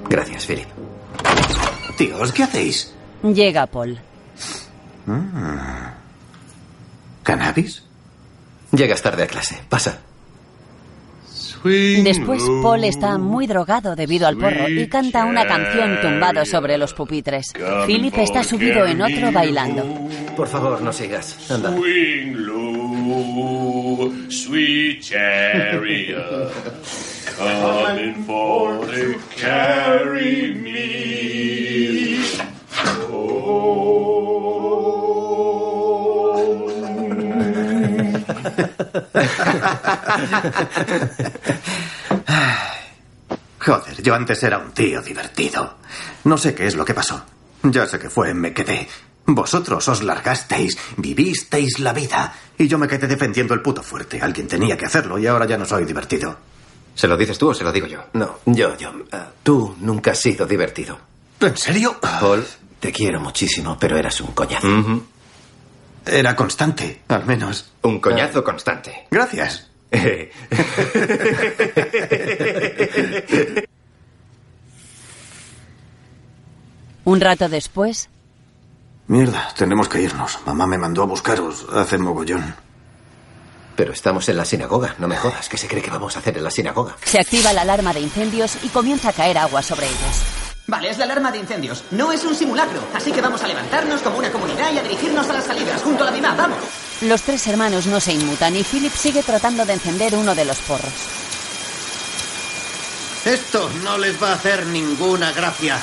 Speaker 2: Gracias, Philip.
Speaker 11: Tíos, ¿qué hacéis?
Speaker 1: Llega Paul.
Speaker 11: Ah. ¿Cannabis?
Speaker 2: Llegas tarde a clase. Pasa.
Speaker 1: Después Paul está muy drogado debido al porro y canta una canción tumbado sobre los pupitres. Philip está subido en otro bailando.
Speaker 2: Por favor, no sigas. Anda.
Speaker 7: Swing low, sweet chariot, coming for to carry me.
Speaker 8: Oh.
Speaker 11: Joder, yo antes era un tío divertido. No sé qué es lo que pasó. Ya sé que fue, me quedé. Vosotros os largasteis, vivisteis la vida. Y yo me quedé defendiendo el puto fuerte. Alguien tenía que hacerlo y ahora ya no soy divertido.
Speaker 2: ¿Se lo dices tú o se lo digo yo? No, yo, yo. Ah, tú nunca has sido divertido.
Speaker 11: ¿En serio?
Speaker 2: Paul, te quiero muchísimo, pero eras un coñazo.
Speaker 11: Era constante, al menos.
Speaker 15: Un coñazo constante.
Speaker 11: Gracias.
Speaker 1: Un rato después,
Speaker 11: Mierda, tenemos que irnos. Mamá me mandó a buscaros hace mogollón.
Speaker 2: Pero estamos en la sinagoga, no me jodas. ¿Qué se cree que vamos a hacer en la sinagoga?
Speaker 1: se activa la alarma de incendios y comienza a caer agua sobre ellos.
Speaker 14: Vale, es la alarma de incendios. No es un simulacro. Así que vamos a levantarnos como una comunidad y a dirigirnos a las salidas junto a la mima. ¡Vamos!
Speaker 1: Los tres hermanos no se inmutan y Philip sigue tratando de encender uno de los porros.
Speaker 5: Esto no les va a hacer ninguna gracia.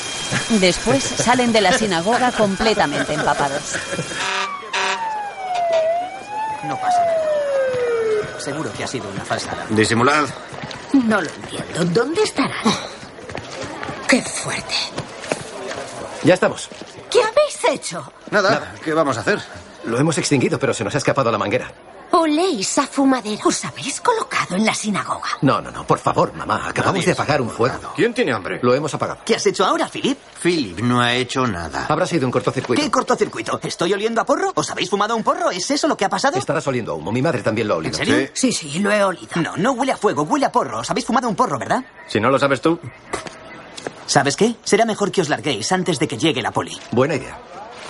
Speaker 1: Después salen de la sinagoga completamente empapados.
Speaker 14: No pasa nada. Seguro que ha sido una falsa alarma.
Speaker 11: Disimulad.
Speaker 32: No lo entiendo. ¿Dónde estarán?
Speaker 2: Oh.
Speaker 8: ¡Qué fuerte!
Speaker 2: Ya estamos.
Speaker 32: ¿Qué habéis hecho?
Speaker 11: Nada, ¿qué vamos a hacer?
Speaker 2: Lo hemos extinguido, pero se nos ha escapado la manguera.
Speaker 32: Oléis a fumadera. Os habéis colocado en la sinagoga.
Speaker 2: No, no, no, por favor, mamá. Acabamos de apagar un fuego.
Speaker 15: ¿Quién tiene hambre?
Speaker 2: Lo hemos apagado.
Speaker 14: ¿Qué has hecho ahora, Philip?
Speaker 11: Philip no ha hecho nada.
Speaker 2: Habrá sido un cortocircuito.
Speaker 14: ¿Qué cortocircuito? ¿Estoy oliendo a porro? ¿Os habéis fumado un porro? ¿Es eso lo que ha pasado?
Speaker 2: Estarás oliendo aún. Mi madre también lo ha olido.
Speaker 14: ¿En serio?
Speaker 32: Sí, sí, lo he olido.
Speaker 14: No, no huele a fuego, huele a porro. Os habéis fumado un porro, ¿verdad?
Speaker 15: Si no lo sabes tú.
Speaker 14: ¿Sabes qué? Será mejor que os larguéis antes de que llegue la poli.
Speaker 2: Buena idea.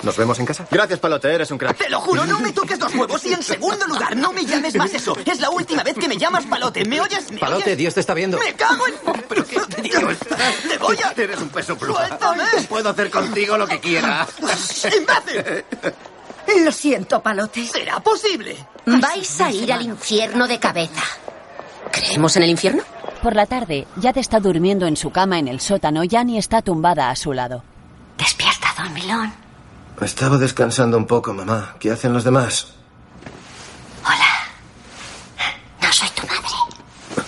Speaker 2: ¿Nos vemos en casa?
Speaker 15: Gracias, Palote, eres un crack.
Speaker 14: Te lo juro, no me toques los huevos y en segundo lugar, no me llames más eso. Es la última vez que me llamas palote. ¿Me oyes? ¿Me
Speaker 2: Palote,
Speaker 14: oyes?
Speaker 2: Dios te está viendo.
Speaker 14: ¡Me cago en... ¿Pero qué Dios? ¡Te voy a...
Speaker 5: Eres un peso pluma.
Speaker 14: ¡Suéltame!
Speaker 5: Puedo hacer contigo lo que quiera.
Speaker 15: Pues,
Speaker 14: ¡Imbécil!
Speaker 32: Lo siento, palotes.
Speaker 14: ¿Será posible?
Speaker 3: Vais a ir al infierno de cabeza.
Speaker 8: ¿Creemos en el infierno?
Speaker 1: Por la tarde, Jad está durmiendo en su cama en el sótano y Annie está tumbada a su lado.
Speaker 8: Despierta, don Milón.
Speaker 2: Estaba descansando un poco, mamá. ¿Qué hacen los demás?
Speaker 8: Hola. No soy tu madre.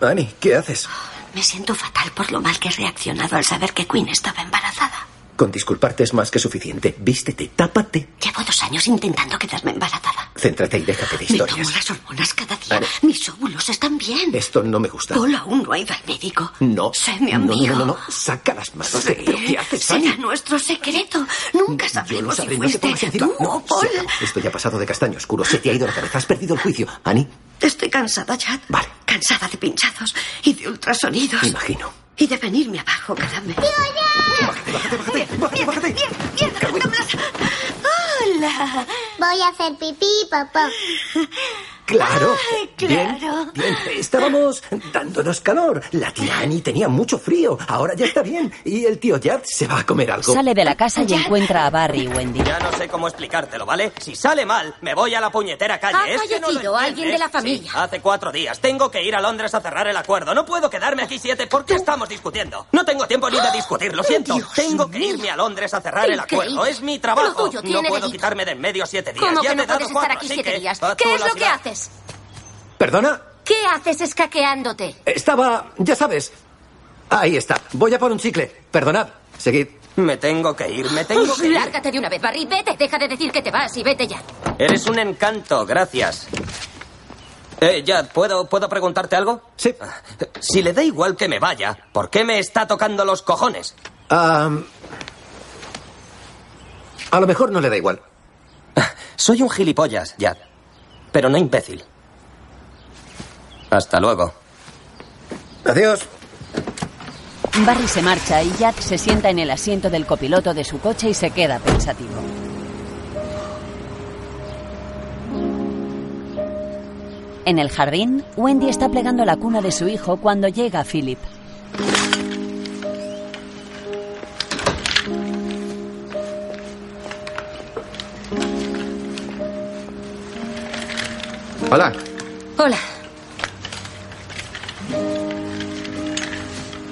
Speaker 2: Annie, ¿qué haces?
Speaker 8: Me siento fatal por lo mal que he reaccionado al saber que Queen estaba embarazada.
Speaker 2: Con disculparte es más que suficiente. Vístete, tápate,
Speaker 8: Llevo dos años intentando quedarme embarazada.
Speaker 2: céntrate y déjate
Speaker 8: Me
Speaker 2: de
Speaker 8: tomo
Speaker 2: historias.
Speaker 8: las hormonas cada día.
Speaker 2: Vale.
Speaker 8: Mis óvulos están bien.
Speaker 2: Esto no me gusta.
Speaker 8: Paul aún no ha ido al médico.
Speaker 2: No.
Speaker 8: Sé mi
Speaker 2: No, no,
Speaker 8: amigo.
Speaker 2: No, no, no, Saca las manos de ti. ¿Qué haces,
Speaker 8: Será
Speaker 2: Annie?
Speaker 8: nuestro secreto. Nunca
Speaker 2: Yo lo
Speaker 8: sabremos
Speaker 2: sabré,
Speaker 8: si
Speaker 2: no
Speaker 8: fuiste
Speaker 2: te puedo decir
Speaker 8: tú
Speaker 2: No,
Speaker 8: o Paul.
Speaker 2: sácalo. Esto ya ha pasado de castaño oscuro. Se te ha ido la cabeza. Has perdido el juicio. Annie,
Speaker 8: Estoy cansada, Chad.
Speaker 2: Vale.
Speaker 8: Cansada de pinchazos y de ultrasonidos.
Speaker 2: me imagino.
Speaker 8: Y de venirme abajo cada mes.
Speaker 2: Bájate.
Speaker 8: ¡Hola!
Speaker 10: Voy a hacer pipí, papá.
Speaker 2: Claro.
Speaker 33: Ay,
Speaker 2: Bien,
Speaker 33: claro.
Speaker 2: bien, estábamos dándonos calor. La tía Annie tenía mucho frío. Ahora ya está bien. Y el tío Jad se va a comer algo.
Speaker 1: Sale de la casa y encuentra a Barry y Wendy.
Speaker 12: Ya no sé cómo explicártelo, ¿vale? Si sale mal, me voy a la puñetera calle.
Speaker 9: Ha
Speaker 12: Es que no lo
Speaker 9: fallecido alguien de la familia.
Speaker 12: Sí, hace cuatro días. Tengo que ir a Londres a cerrar el acuerdo. No puedo quedarme aquí siete porque estamos discutiendo. No tengo tiempo ni de discutir, lo siento. tengo que irme a Londres a cerrar el
Speaker 9: Increíble.
Speaker 12: acuerdo. Es mi trabajo.
Speaker 9: Lo tuyo tiene
Speaker 12: no puedo
Speaker 9: delito.
Speaker 12: quitarme de en medio siete días.
Speaker 9: ¿Cómo que
Speaker 12: Ya te
Speaker 9: no
Speaker 12: he dado
Speaker 9: puedes
Speaker 12: cuatro,
Speaker 9: estar aquí
Speaker 12: así
Speaker 9: siete
Speaker 12: que
Speaker 9: días?
Speaker 12: a tú
Speaker 9: ¿Qué es
Speaker 12: la
Speaker 9: lo que
Speaker 12: ciudad.
Speaker 9: haces?
Speaker 2: ¿Perdona?
Speaker 9: ¿Qué haces escaqueándote?
Speaker 2: Estaba, ya sabes. Ahí está. Voy a por un chicle. Perdonad. Seguid.
Speaker 12: Me tengo que ir, me tengo que ir.
Speaker 9: Lárgate de una vez, Barry. Vete, deja de decir que te vas y vete ya.
Speaker 12: Eres un encanto, gracias. Eh, Jad, ¿puedo, ¿puedo preguntarte algo? Ah,
Speaker 2: Sí.
Speaker 12: Si le da igual que me vaya, ¿por qué me está tocando los cojones?
Speaker 2: Ah, a lo mejor no le da igual.
Speaker 12: Soy un gilipollas, Jad. Pero no imbécil. Hasta luego.
Speaker 2: Adiós.
Speaker 1: Barry se marcha y Jack se sienta en el asiento del copiloto de su coche y se queda pensativo. En el jardín, Wendy está plegando la cuna de su hijo cuando llega Philip.
Speaker 15: Hola.
Speaker 9: Hola.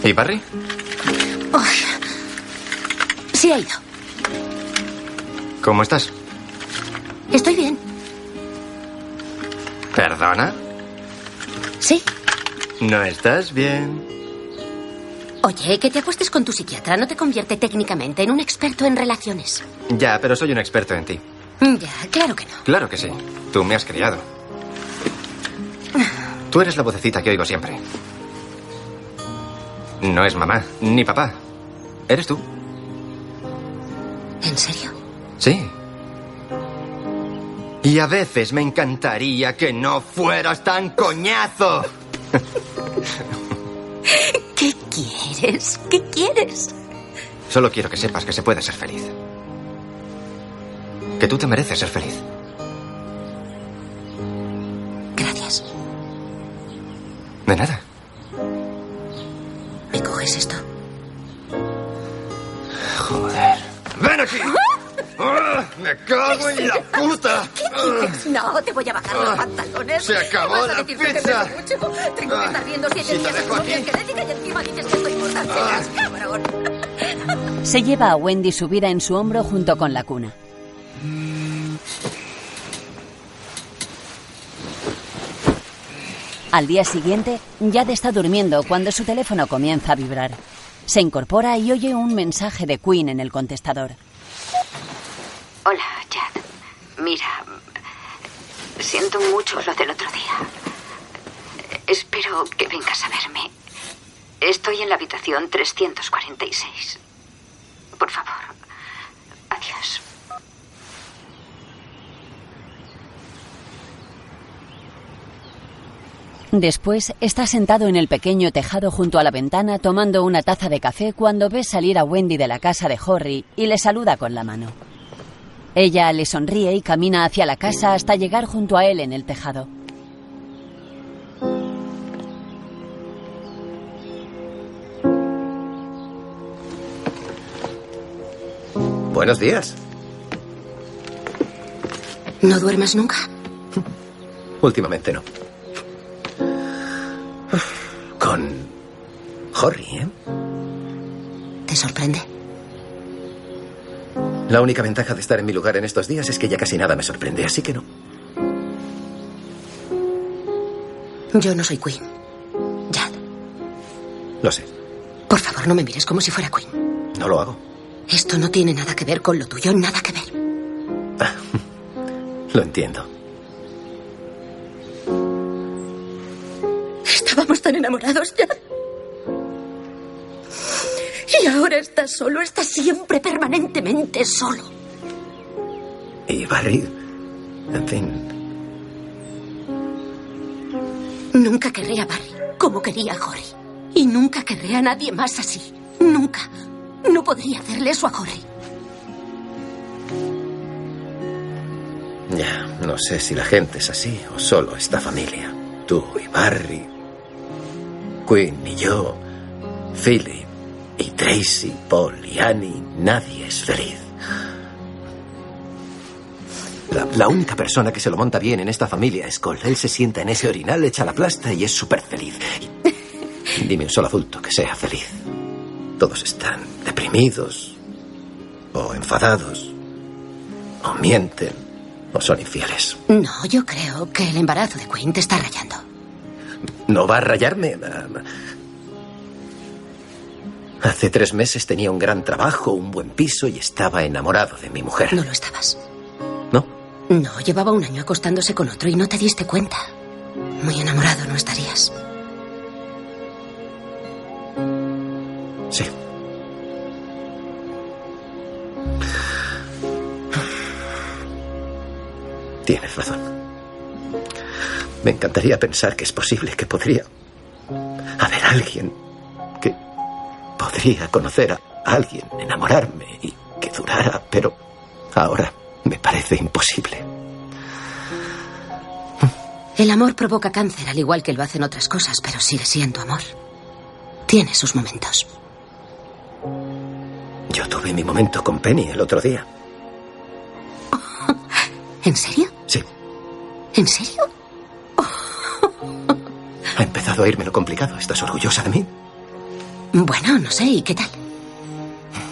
Speaker 15: ¿Y Barry?
Speaker 9: Uy. Sí ha ido.
Speaker 15: ¿Cómo estás?
Speaker 9: Estoy bien.
Speaker 15: ¿Perdona?
Speaker 9: Sí.
Speaker 15: No estás bien.
Speaker 9: Oye, que te acuestes con tu psiquiatra no te convierte técnicamente en un experto en relaciones.
Speaker 15: Ya, pero soy un experto en ti.
Speaker 9: Ya, claro que no.
Speaker 15: Claro que sí. Tú me has criado. Tú eres la vocecita que oigo siempre. No es mamá, ni papá. Eres tú.
Speaker 9: ¿En serio?
Speaker 15: Sí. Y a veces me encantaría que no fueras tan coñazo.
Speaker 9: ¿Qué quieres? ¿Qué quieres?
Speaker 15: Solo quiero que sepas que se puede ser feliz. Que tú te mereces ser feliz.
Speaker 9: Gracias.
Speaker 15: De nada.
Speaker 9: ¿Me coges esto?
Speaker 15: Joder. ¡Ven aquí! ¡Ah! ¡Me cago en la puta!
Speaker 9: No, te voy a bajar los pantalones.
Speaker 15: Se acabó
Speaker 9: Vas a
Speaker 15: la
Speaker 9: decir que te
Speaker 15: pizza.
Speaker 9: beso mucho.
Speaker 15: Ah.
Speaker 9: Tengo que estar viendo siete
Speaker 15: si te
Speaker 9: días
Speaker 15: dejo
Speaker 9: de genética y encima dices que estoy gorda. Serás cabrón.
Speaker 1: Se lleva a Wendy subida en su hombro junto con la cuna. Al día siguiente, Jad está durmiendo cuando su teléfono comienza a vibrar. Se incorpora y oye un mensaje de Quinn en el contestador.
Speaker 18: Hola, Chad. Mira, siento mucho lo del otro día. Espero que vengas a verme. Estoy en la habitación 346. Por favor. Adiós.
Speaker 1: Después está sentado en el pequeño tejado junto a la ventana tomando una taza de café cuando ve salir a Wendy de la casa de Horry y le saluda con la mano. Ella le sonríe y camina hacia la casa hasta llegar junto a él en el tejado.
Speaker 34: Buenos días.
Speaker 9: ¿No duermes nunca?
Speaker 34: Últimamente no. Uf, Con Jorry, ¿eh?
Speaker 9: ¿Te sorprende?
Speaker 34: La única ventaja de estar en mi lugar en estos días es que ya casi nada me sorprende, así que no.
Speaker 9: Yo no soy Queen. Jad,
Speaker 34: Lo sé,
Speaker 9: por favor, no me mires como si fuera Queen.
Speaker 34: no lo hago.
Speaker 9: Esto no tiene nada que ver con lo tuyo, nada que ver.
Speaker 34: Lo entiendo.
Speaker 10: Estábamos tan enamorados ya. Y ahora estás solo, estás siempre, permanentemente solo.
Speaker 34: Y Barry. En fin,
Speaker 10: Nunca querré a Barry como quería a Jory. Y nunca querré a nadie más así. Nunca. No podría hacerle eso a Jory.
Speaker 4: Ya, no sé si la gente es así o solo esta familia. Tú y Barry, Quinn y yo, Philip y Tracy, Paul y Annie, nadie es feliz.
Speaker 2: La, la única persona que se lo monta bien en esta familia es Cole. Él se sienta en ese orinal, echa la plasta y es súper feliz.
Speaker 4: Dime un solo adulto que sea feliz. Todos están deprimidos, o enfadados, o mienten, o son infieles.
Speaker 9: No, yo creo que el embarazo de Quinn te está rayando.
Speaker 4: ¿No va a rayarme? Hace tres meses tenía un gran trabajo, un buen piso y estaba enamorado de mi mujer.
Speaker 9: No lo estabas.
Speaker 4: ¿No?
Speaker 9: No, llevaba un año acostándose con otro y no te diste cuenta. Muy enamorado no estarías.
Speaker 4: Sí. Tienes razón. Me encantaría pensar que es posible que podría haber alguien que podría conocer a alguien, enamorarme y que durara, pero ahora me parece imposible.
Speaker 9: El amor provoca cáncer, al igual que lo hacen otras cosas, pero sigue siendo amor. Tiene sus momentos.
Speaker 4: Yo tuve mi momento con Penny el otro día.
Speaker 9: ¿En serio?
Speaker 4: Sí.
Speaker 9: ¿En serio?
Speaker 4: Ha empezado a irme lo complicado. ¿Estás orgullosa de mí?
Speaker 9: Bueno, no sé, ¿y qué tal?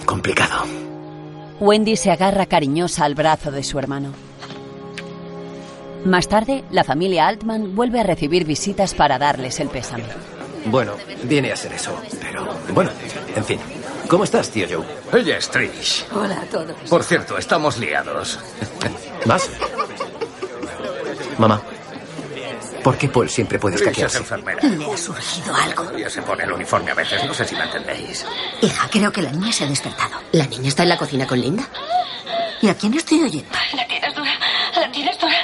Speaker 4: Complicado.
Speaker 1: Wendy se agarra cariñosa al brazo de su hermano. Más tarde, la familia Altman vuelve a recibir visitas para darles el pésame.
Speaker 2: Bueno, viene a ser eso, pero bueno, en fin. ¿Cómo estás, tío Joe?
Speaker 12: Ella es Trish.
Speaker 17: Hola a todos.
Speaker 12: Por cierto, estamos liados.
Speaker 2: ¿Más? Mamá, ¿por qué Paul siempre puede
Speaker 12: Trish
Speaker 2: escaquearse?
Speaker 12: es enfermera.
Speaker 32: Le ha surgido algo.
Speaker 12: Ella se pone el uniforme a veces, no sé si me entendéis.
Speaker 32: Hija, creo que la niña se ha despertado.
Speaker 9: ¿La niña está en la cocina con Linda?
Speaker 32: ¿Y a quién estoy oyendo?
Speaker 20: La tienes dura, la tienes dura.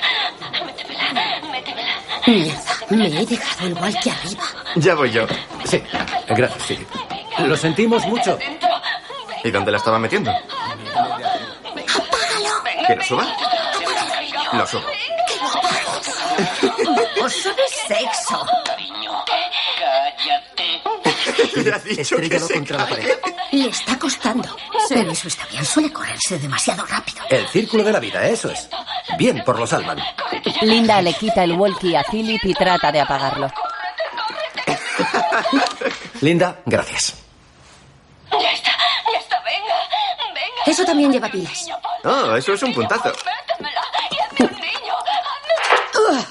Speaker 20: Métemela, métemela.
Speaker 9: Mierda, me he dejado el walkie arriba.
Speaker 2: Ya voy yo. Sí, gracias, sí.
Speaker 21: Lo sentimos mucho.
Speaker 2: ¿Y dónde la estaba metiendo?
Speaker 20: Venga,
Speaker 2: ¿Que lo suba? Lo subo.
Speaker 32: Oso de sexo.
Speaker 21: Estrellado contra la pared.
Speaker 32: Le está costando. Pero eso está bien. Suele correrse demasiado rápido.
Speaker 21: El círculo de la vida, eso es. Bien por los Alman.
Speaker 1: Linda le quita el walkie a Philip y trata de apagarlo.
Speaker 2: Linda, gracias.
Speaker 20: Ya está, ya está, venga, venga.
Speaker 9: Eso también lleva pilas.
Speaker 2: Oh, eso es un puntazo.
Speaker 20: Métemela y hazme un niño.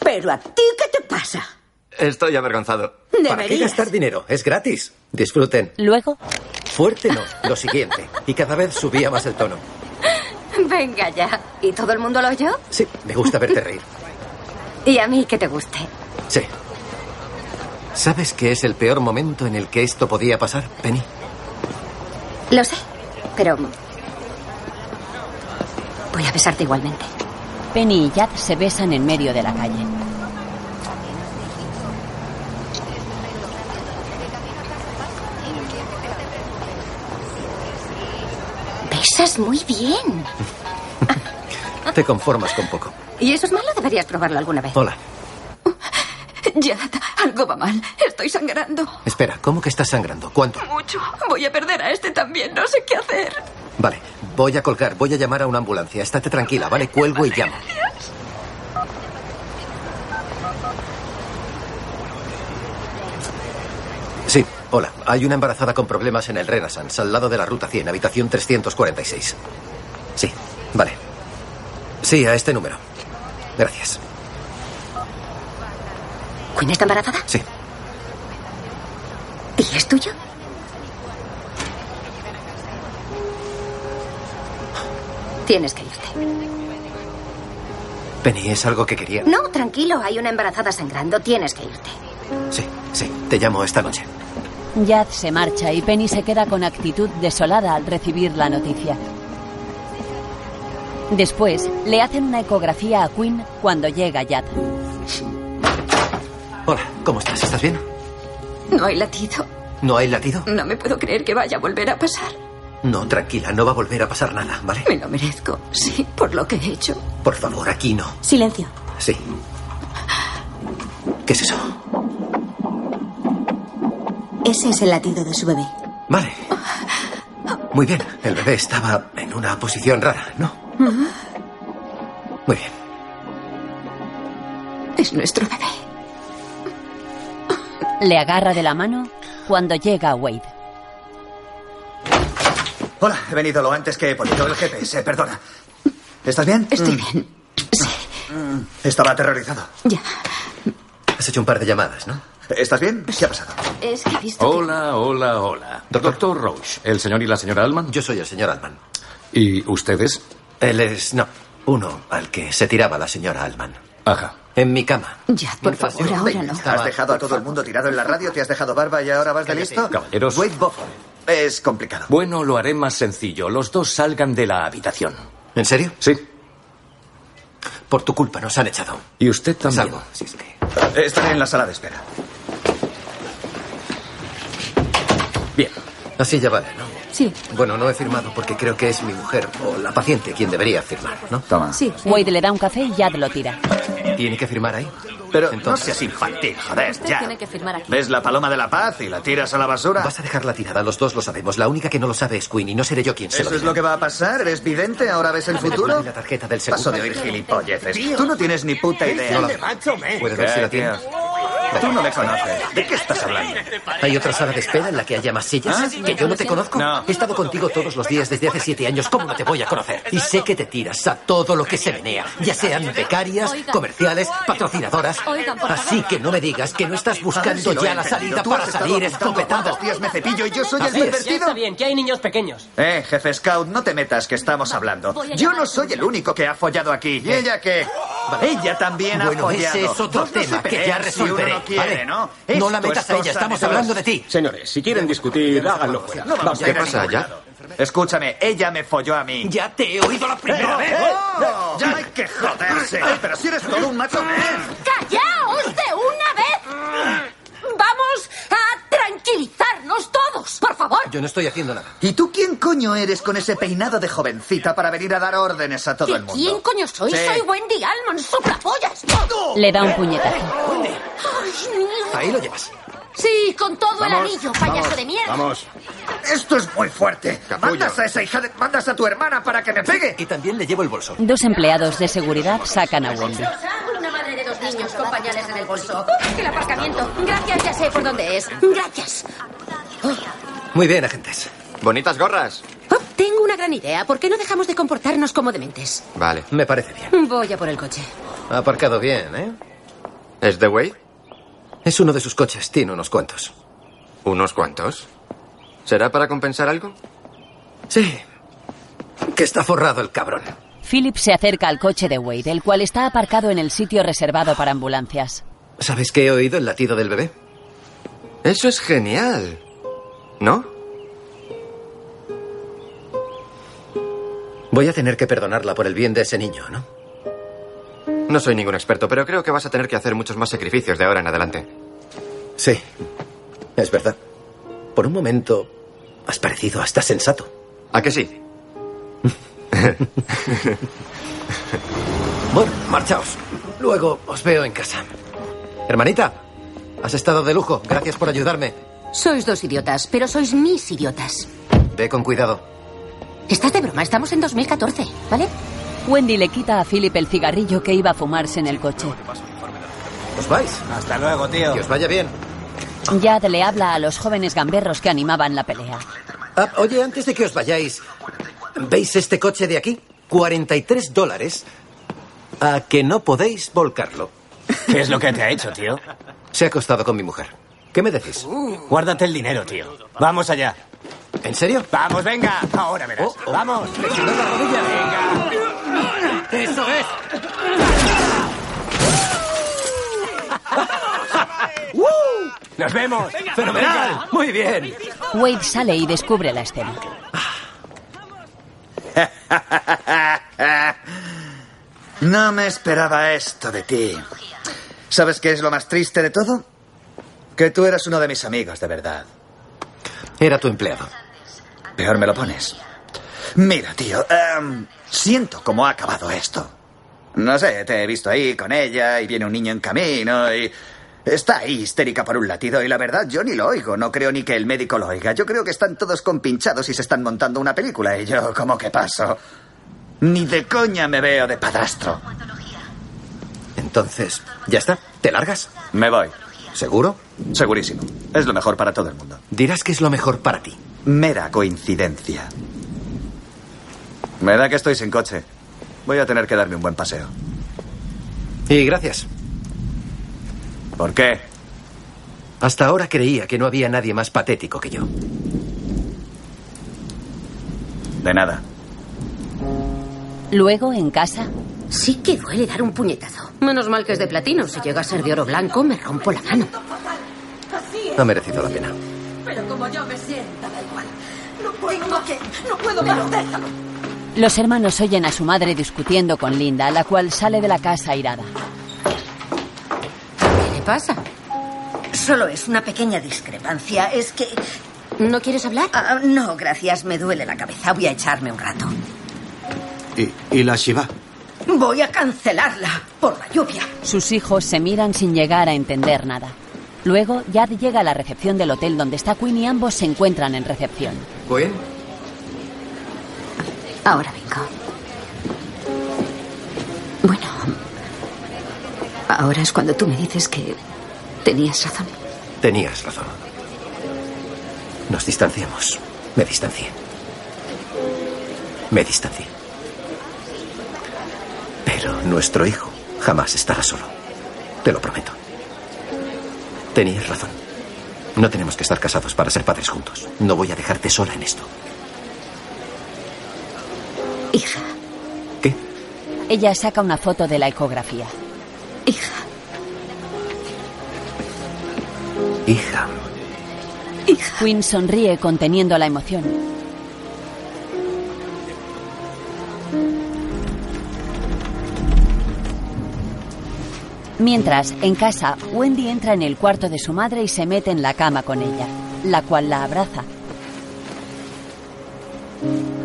Speaker 32: Pero a ti, ¿qué te pasa?
Speaker 2: Estoy avergonzado.
Speaker 32: Deberías.
Speaker 2: ¿Para qué gastar dinero? Es gratis. Disfruten.
Speaker 1: Luego.
Speaker 2: Fuerte no, lo siguiente. Y cada vez subía más el tono.
Speaker 9: Venga ya. ¿Y todo el mundo lo oyó?
Speaker 2: Sí, me gusta verte reír.
Speaker 9: Y a mí que te guste.
Speaker 2: Sí. ¿Sabes que es el peor momento en el que esto podía pasar, Penny?
Speaker 9: Lo sé, pero... Voy a besarte igualmente.
Speaker 1: Penny y Jad se besan en medio de la calle.
Speaker 9: Besas muy bien.
Speaker 2: Te conformas con poco.
Speaker 9: ¿Y eso es malo? Deberías probarlo alguna vez.
Speaker 2: Hola.
Speaker 18: Jad, algo va mal. Estoy sangrando.
Speaker 2: Espera, ¿cómo que estás sangrando? ¿Cuánto?
Speaker 18: Mucho. Voy a perder a este también. No sé qué hacer.
Speaker 2: Vale, voy a colgar, voy a llamar a una ambulancia. Estate tranquila, ¿vale? Cuelgo y llamo. Sí, hola. Hay una embarazada con problemas en el Renaissance, al lado de la ruta 100, habitación 346. Sí, vale. Sí, a este número. Gracias.
Speaker 9: ¿Quinn está embarazada?
Speaker 2: Sí.
Speaker 9: ¿Y es tuyo? Tienes que irte.
Speaker 2: Penny, es algo que quería.
Speaker 9: No, tranquilo, hay una embarazada sangrando. Tienes que irte.
Speaker 2: Sí, sí, te llamo esta noche.
Speaker 1: Jad se marcha y Penny se queda con actitud desolada al recibir la noticia. Después, le hacen una ecografía a Quinn cuando llega Jad.
Speaker 2: Hola, ¿cómo estás? ¿Estás bien?
Speaker 18: No hay latido.
Speaker 2: ¿No hay latido?
Speaker 18: No me puedo creer que vaya a volver a pasar.
Speaker 2: No, tranquila, no va a volver a pasar nada, ¿vale?
Speaker 14: Me lo merezco, sí, por lo que he hecho.
Speaker 2: Por favor, aquí no.
Speaker 35: Silencio.
Speaker 2: Sí. ¿Qué es eso?
Speaker 35: Ese es el latido de su bebé.
Speaker 2: Vale. Muy bien. El bebé estaba en una posición rara, ¿no? Muy bien.
Speaker 14: Es nuestro bebé.
Speaker 1: Le agarra de la mano cuando llega Wade.
Speaker 5: Hola, he venido lo antes que he podido. El GPS, perdona. ¿Estás bien?
Speaker 14: Estoy bien.
Speaker 5: Mm, Estaba aterrorizado.
Speaker 14: Ya.
Speaker 2: Has hecho un par de llamadas, ¿no?
Speaker 5: ¿Estás bien? ¿Qué ha pasado?
Speaker 14: Es que he visto.
Speaker 11: Hola, hola, hola. Doctor, Roche, ¿el señor y la señora Alman?
Speaker 2: Yo soy el señor Alman.
Speaker 11: ¿Y ustedes?
Speaker 2: Él es. No, uno al que se tiraba la señora Alman.
Speaker 11: Ajá.
Speaker 2: En mi cama.
Speaker 14: Ya, por favor, ahora no.
Speaker 5: Has dejado a todo el mundo tirado en la radio, te has dejado barba y ahora vas de listo.
Speaker 11: Caballeros.
Speaker 5: Wade Buffon. Es complicado.
Speaker 11: Bueno, lo haré más sencillo. Los dos salgan de la habitación.
Speaker 2: ¿En serio?
Speaker 11: Sí.
Speaker 2: Por tu culpa nos han echado.
Speaker 11: Y usted también.
Speaker 2: Salgo, si es que-
Speaker 5: Estaré en la sala de espera.
Speaker 11: Bien.
Speaker 2: Así ya vale, ¿no?
Speaker 35: Sí.
Speaker 2: Bueno, no he firmado porque creo que es mi mujer o la paciente quien debería firmar, ¿no?
Speaker 5: Mm.
Speaker 11: Toma.
Speaker 35: Sí.
Speaker 1: Wade le da un café y Yad lo tira.
Speaker 2: ¿Tiene que firmar ahí?
Speaker 5: Pero no
Speaker 2: Entonces-
Speaker 5: seas infantil, joder,
Speaker 35: Usted
Speaker 5: ya.
Speaker 35: tiene que firmar aquí.
Speaker 5: ¿Ves la paloma de la paz y la tiras a la basura?
Speaker 2: Vas a dejarla tirada, los dos lo sabemos. La única que no lo sabe es Queen y no seré yo quien se
Speaker 5: ¿Eso
Speaker 2: lo
Speaker 5: es lo
Speaker 2: diga.
Speaker 5: que va a pasar? ¿Eres vidente? ¿Ahora ves el futuro?
Speaker 2: Dame La tarjeta del seguro.
Speaker 5: Paso de oír gilipolleces. Tú no tienes ni puta idea.
Speaker 2: No la- Puede ver si la tiene.
Speaker 5: Tú no me conoces. ¿De qué estás hablando?
Speaker 2: ¿Hay otra sala de espera en la que haya más sillas?
Speaker 5: Ah,
Speaker 2: ¿Que yo no te conozco? He estado contigo todos los días desde hace siete años. ¿Cómo no te voy a conocer? Y sé que te tiras a todo lo que se menea, ya sean becarias, comerciales, patrocinadoras. Así que no me digas que no estás buscando ya la salida para salir escopetado.
Speaker 5: Tías, me cepillo y yo soy el
Speaker 2: Así es.
Speaker 5: pervertido.
Speaker 36: Está bien, que hay niños pequeños.
Speaker 5: Eh, jefe Scout, no te metas, que estamos hablando.
Speaker 36: voy a
Speaker 5: Yo
Speaker 36: llamar
Speaker 5: no soy el único que ha follado aquí. ¿Y ella qué? Ella también ha
Speaker 2: Bueno,
Speaker 5: follado.
Speaker 2: ese es otro
Speaker 5: Dos no se
Speaker 2: tema que ya
Speaker 5: pelean eh, si uno
Speaker 2: resolveré.
Speaker 5: no quiere,
Speaker 2: ¿vale?
Speaker 5: ¿no?
Speaker 2: No
Speaker 5: Esto
Speaker 2: la metas
Speaker 5: es
Speaker 2: a ella,
Speaker 5: cosa
Speaker 2: estamos
Speaker 5: de dos.
Speaker 2: hablando de ti.
Speaker 11: Señores, si quieren discutir, háganlo fuera.
Speaker 5: No vamos a ir a ningún
Speaker 11: ya?
Speaker 5: lado. Escúchame, ella me folló a mí.
Speaker 2: Ya te he oído la primera
Speaker 5: ¡Eh,
Speaker 2: vez.
Speaker 5: ¡Ya hay que joderse! ¡Pero si eres todo un macho!
Speaker 10: ¡Callaos de una vez! ¡Vamos a tranquilizarnos todos, por favor!
Speaker 2: Yo no estoy haciendo nada.
Speaker 5: ¿Y tú quién coño eres con ese peinado de jovencita para venir a dar órdenes a todo
Speaker 10: ¿Que
Speaker 5: el mundo?
Speaker 10: ¿Quién coño soy?
Speaker 5: Sí.
Speaker 10: Soy Wendy Alman, soplapollas.
Speaker 1: Le da un puñetazo.
Speaker 10: Ay, no.
Speaker 2: Ahí lo llevas.
Speaker 10: Sí, con todo el
Speaker 5: Vamos,
Speaker 10: anillo, payaso de mierda.
Speaker 5: Esto es muy fuerte. Mandas a esa hija de... Mandas a tu hermana para que me pegue.
Speaker 2: Y también le llevo el bolso.
Speaker 1: Dos empleados de seguridad sacan a Wendy.
Speaker 9: Una madre de dos niños con pañales en el bolso. El aparcamiento. Gracias, ya sé por dónde es. Gracias.
Speaker 2: Muy bien, agentes.
Speaker 15: Bonitas gorras.
Speaker 9: Oh, tengo una gran idea. ¿Por qué no dejamos de comportarnos como dementes?
Speaker 15: Vale.
Speaker 2: Me parece bien.
Speaker 9: Voy a por el coche.
Speaker 2: Ha aparcado bien, ¿eh?
Speaker 15: ¿Es The Way?
Speaker 2: Es uno de sus coches, tiene unos cuantos.
Speaker 15: ¿Unos cuantos? ¿Será para compensar algo?
Speaker 2: Sí. Que está forrado el cabrón.
Speaker 1: Philip se acerca al coche de Wade, el cual está aparcado en el sitio reservado para ambulancias.
Speaker 2: ¿Sabes qué he oído el latido del bebé?
Speaker 15: Eso es genial. ¿No?
Speaker 2: Voy a tener que perdonarla por el bien de ese niño, ¿no?
Speaker 15: No soy ningún experto, pero creo que vas a tener que hacer muchos más sacrificios de ahora en adelante.
Speaker 2: Sí, es verdad. Por un momento has parecido hasta sensato.
Speaker 15: ¿A que sí?
Speaker 2: Bueno, marchaos. Luego os veo en casa. Hermanita, has estado de lujo. Gracias por ayudarme.
Speaker 9: Sois dos idiotas, pero sois mis idiotas.
Speaker 2: Ve con cuidado.
Speaker 9: Estás de broma, estamos en 2014, ¿vale?
Speaker 1: Wendy le quita a Philip el cigarrillo que iba a fumarse en el coche.
Speaker 2: ¿Os vais?
Speaker 5: Hasta luego, tío.
Speaker 2: Que os vaya bien.
Speaker 1: Yad le habla a los jóvenes gamberros que animaban la pelea.
Speaker 2: Ah, oye, antes de que os vayáis, ¿veis este coche de aquí? 43 dólares a que no podéis volcarlo.
Speaker 36: ¿Qué es lo que te ha hecho, tío? Uh.
Speaker 2: Se ha acostado con mi mujer. ¿Qué me decís?
Speaker 36: Guárdate el dinero, tío. Vamos allá.
Speaker 2: ¿En serio? Oh,
Speaker 36: Vamos, venga. Ahora verás. Vamos.
Speaker 2: ¡Eso es!
Speaker 36: Nos vemos.
Speaker 2: ¡Fenomenal! ¡Muy bien!
Speaker 1: Wade sale y descubre la escena.
Speaker 5: No me esperaba esto de ti. ¿Sabes qué es lo más triste de todo? Que tú eras uno de mis amigos, de verdad.
Speaker 2: Era tu empleado.
Speaker 5: Peor me lo pones.
Speaker 37: Mira, tío, em, siento cómo ha acabado esto.
Speaker 5: No sé, te he visto ahí con ella y viene un niño en camino y... Está ahí histérica por un latido y la verdad yo ni lo oigo, no creo ni que el médico lo oiga. Yo creo que están todos compinchados y se están montando una película y yo como que paso. Ni de coña me veo de padrastro.
Speaker 2: Entonces, ¿ya está? ¿Te largas?
Speaker 5: Me voy.
Speaker 2: ¿Seguro?
Speaker 5: Segurísimo. Es lo mejor para todo el mundo.
Speaker 2: Dirás que es lo mejor para ti.
Speaker 5: Mera coincidencia. Me da que estoy sin coche. Voy a tener que darme un buen paseo.
Speaker 2: Y gracias.
Speaker 5: ¿Por qué?
Speaker 2: Hasta ahora creía que no había nadie más patético que yo.
Speaker 5: De nada.
Speaker 1: Luego, en casa,
Speaker 3: Sí que duele dar un puñetazo. Menos mal que es de platino. Si llega a ser de oro blanco, me rompo la mano.
Speaker 2: Ha merecido la pena.
Speaker 10: Pero como yo me sienta, da igual. No puedo más. No puedo más. Déjalo.
Speaker 1: los hermanos oyen a su madre discutiendo con Linda, la cual sale de la casa airada.
Speaker 3: ¿Qué le pasa?
Speaker 9: Solo es una pequeña discrepancia. Es que... Ah,
Speaker 3: ¿No quieres hablar?
Speaker 9: no, gracias. Me duele la cabeza. Voy a echarme un rato.
Speaker 38: ¿Y, y la Shiva?
Speaker 9: Voy a cancelarla por la lluvia.
Speaker 1: Sus hijos se miran sin llegar a entender nada. Luego, Yad llega a la recepción del hotel donde está Quinn y ambos se encuentran en recepción.
Speaker 2: ¿Gwen?
Speaker 18: Ahora vengo. Bueno, ahora es cuando tú me dices que tenías razón.
Speaker 2: Tenías razón. Nos distanciamos. Me distancié. Me distancié. Pero nuestro hijo jamás estará solo. Te lo prometo. Tenías razón. No tenemos que estar casados para ser padres juntos. No voy a dejarte sola en esto.
Speaker 18: Hija,
Speaker 1: Ella saca una foto de la ecografía.
Speaker 18: hija,
Speaker 2: Hija,
Speaker 1: Quinn sonríe conteniendo la emoción. Mientras, en casa, Wendy entra en el cuarto de su madre y se mete en la cama con ella, la cual la abraza.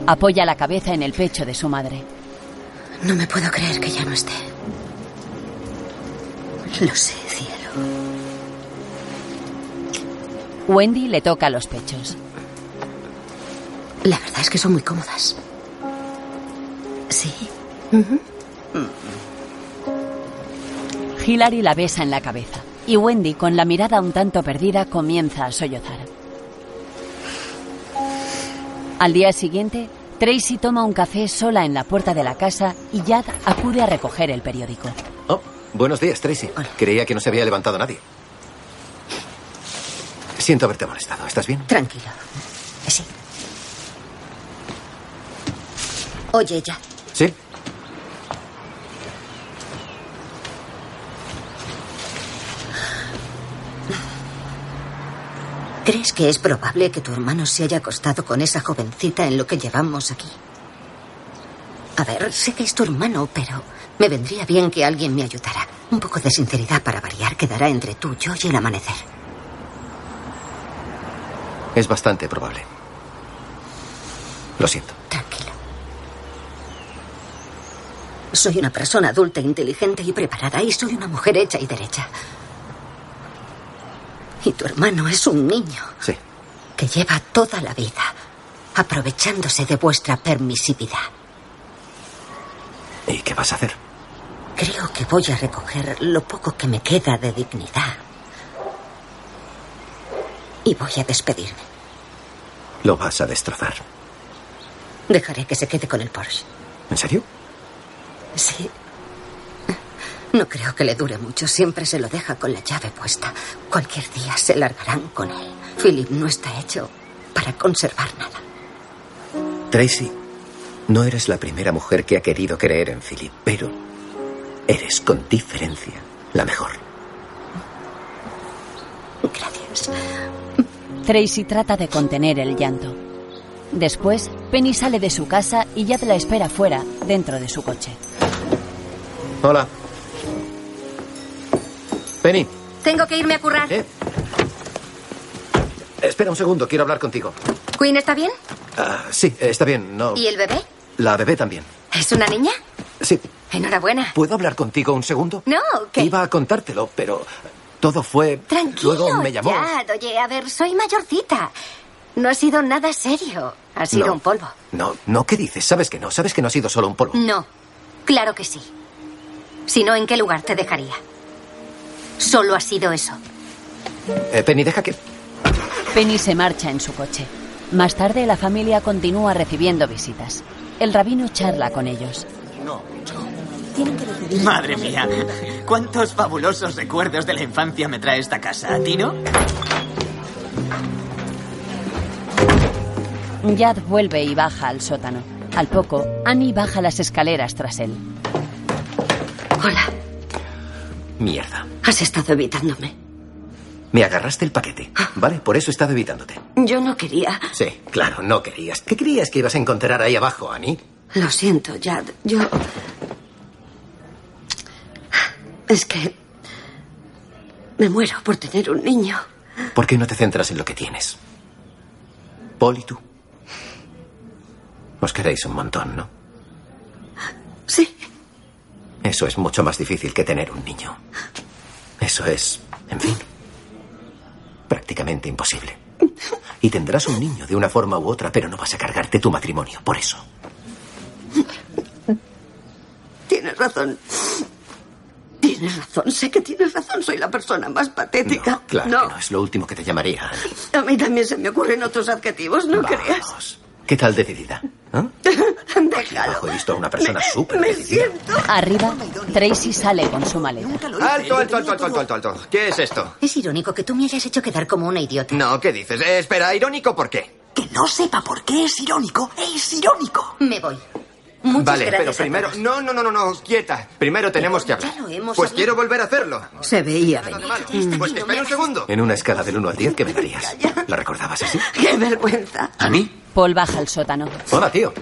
Speaker 1: Apoya la cabeza en el pecho de su madre.
Speaker 3: No me puedo creer que ya no esté.
Speaker 9: Lo sé, cielo.
Speaker 1: Wendy le toca los pechos.
Speaker 3: La verdad es que son muy cómodas.
Speaker 9: Sí.
Speaker 1: Hilary la besa en la cabeza y Wendy, con la mirada un tanto perdida, comienza a sollozar. Al día siguiente, Tracy toma un café sola en la puerta de la casa y Jad acude a recoger el periódico.
Speaker 2: Oh, buenos días, Tracy. Creía que no se había levantado nadie. Siento haberte molestado. ¿Estás bien?
Speaker 9: Tranquilo. Sí. Oye, ya.
Speaker 2: ¿Sí?
Speaker 9: ¿Crees que es probable que tu hermano se haya acostado con esa jovencita en lo que llevamos aquí? A ver, sé que es tu hermano, pero me vendría bien que alguien me ayudara. Un poco de sinceridad para variar quedará entre tú, yo y el amanecer.
Speaker 2: Es bastante probable. Lo siento.
Speaker 9: Soy una persona adulta, inteligente y preparada, y soy una mujer hecha y derecha. Y tu hermano es un niño.
Speaker 2: Sí.
Speaker 9: Que lleva toda la vida aprovechándose de vuestra permisividad.
Speaker 2: ¿Y qué vas a hacer?
Speaker 9: Creo que voy a recoger lo poco que me queda de dignidad. Y voy a despedirme.
Speaker 2: Lo vas a destrozar.
Speaker 9: Dejaré que se quede con el Porsche.
Speaker 2: ¿En serio?
Speaker 9: Sí. No creo que le dure mucho. Siempre se lo deja con la llave puesta. Cualquier día se largarán con él. Philip no está hecho para conservar nada.
Speaker 2: Tracy, no eres la primera mujer que ha querido creer en Philip, pero eres con diferencia la mejor.
Speaker 9: Gracias.
Speaker 1: Tracy trata de contener el llanto. Después, Penny sale de su casa y Jad la espera fuera, dentro de su coche.
Speaker 2: Hola. Penny,
Speaker 3: Tengo que irme a currar.
Speaker 2: espera un segundo, quiero hablar contigo.
Speaker 3: ¿Queen está bien?
Speaker 2: Ah, sí, está bien, no.
Speaker 3: ¿Y el bebé?
Speaker 2: La bebé también.
Speaker 3: ¿Es una niña?
Speaker 2: Sí.
Speaker 3: Enhorabuena.
Speaker 2: ¿Puedo hablar contigo un segundo?
Speaker 3: No, que...
Speaker 2: Iba a contártelo, pero todo fue.
Speaker 3: Tranquilo.
Speaker 2: Luego me llamó.
Speaker 3: ya, oye, a ver, soy mayorcita. No ha sido nada serio. Ha sido
Speaker 2: No.
Speaker 3: un polvo.
Speaker 2: No, no, ¿qué dices? Sabes que no, sabes que no ha sido solo un polvo.
Speaker 3: No, claro que sí. Si no, ¿en qué lugar te dejaría? Solo ha sido eso.
Speaker 2: Eh, Penny, deja que.
Speaker 1: Penny se marcha en su coche. Más tarde, la familia continúa recibiendo visitas. El rabino charla con ellos.
Speaker 14: Madre mía, cuántos fabulosos recuerdos de la infancia me trae esta casa. ¿A ti no?
Speaker 1: Yad vuelve y baja al sótano. Al poco, Annie baja las escaleras tras él.
Speaker 9: Hola,
Speaker 2: Mierda.
Speaker 9: has estado evitándome.
Speaker 2: Me agarraste el paquete,
Speaker 3: Ah.
Speaker 2: ¿vale? Por eso he estado evitándote.
Speaker 9: Yo no quería.
Speaker 2: Sí, claro, no querías. ¿Qué creías que ibas a encontrar ahí abajo, Annie?
Speaker 9: Lo siento, Jad. Yo. Es que. Me muero por tener un niño.
Speaker 2: ¿Por qué no te centras en lo que tienes? Paul y tú. Os queréis un montón, ¿no?
Speaker 9: Sí.
Speaker 2: Eso es mucho más difícil que tener un niño. Eso es, en fin, prácticamente imposible. Y tendrás un niño de una forma u otra, pero no vas a cargarte tu matrimonio, por eso.
Speaker 9: Tienes razón. Tienes razón, sé que tienes razón. Soy la persona más patética.
Speaker 2: Claro
Speaker 9: No.
Speaker 2: que no es lo último que te llamaría. Annie.
Speaker 9: A mí también se me ocurren otros adjetivos, ¿no creas?
Speaker 2: ¿Qué tal decidida? ¿Eh?
Speaker 9: Déjalo.
Speaker 2: He visto a una persona súper
Speaker 9: Me
Speaker 2: decidida.
Speaker 1: Arriba, Tracy sale con su maleta.
Speaker 15: Alto, alto, alto, alto, alto, alto, alto. ¿Qué es esto?
Speaker 3: Es irónico que tú me hayas hecho quedar como una idiota.
Speaker 15: No, ¿qué dices? Eh, espera, irónico, ¿por qué?
Speaker 3: Que no sepa por qué es irónico. Es irónico. Me voy. Muchas
Speaker 15: vale,
Speaker 3: gracias.
Speaker 15: pero
Speaker 3: a
Speaker 15: primero. No, no, no, no, no, quieta. Primero tenemos que hablar.
Speaker 3: Ya lo hemos
Speaker 15: Pues
Speaker 3: hablado.
Speaker 15: quiero volver a hacerlo.
Speaker 9: Se veía venir.
Speaker 15: Pues espera un segundo.
Speaker 2: En una escala del 1 al 10, ¿qué me darías? ¿La recordabas así?
Speaker 9: ¡Qué vergüenza!
Speaker 2: ¿A mí?
Speaker 1: Paul baja al sótano.
Speaker 2: Hola, tío.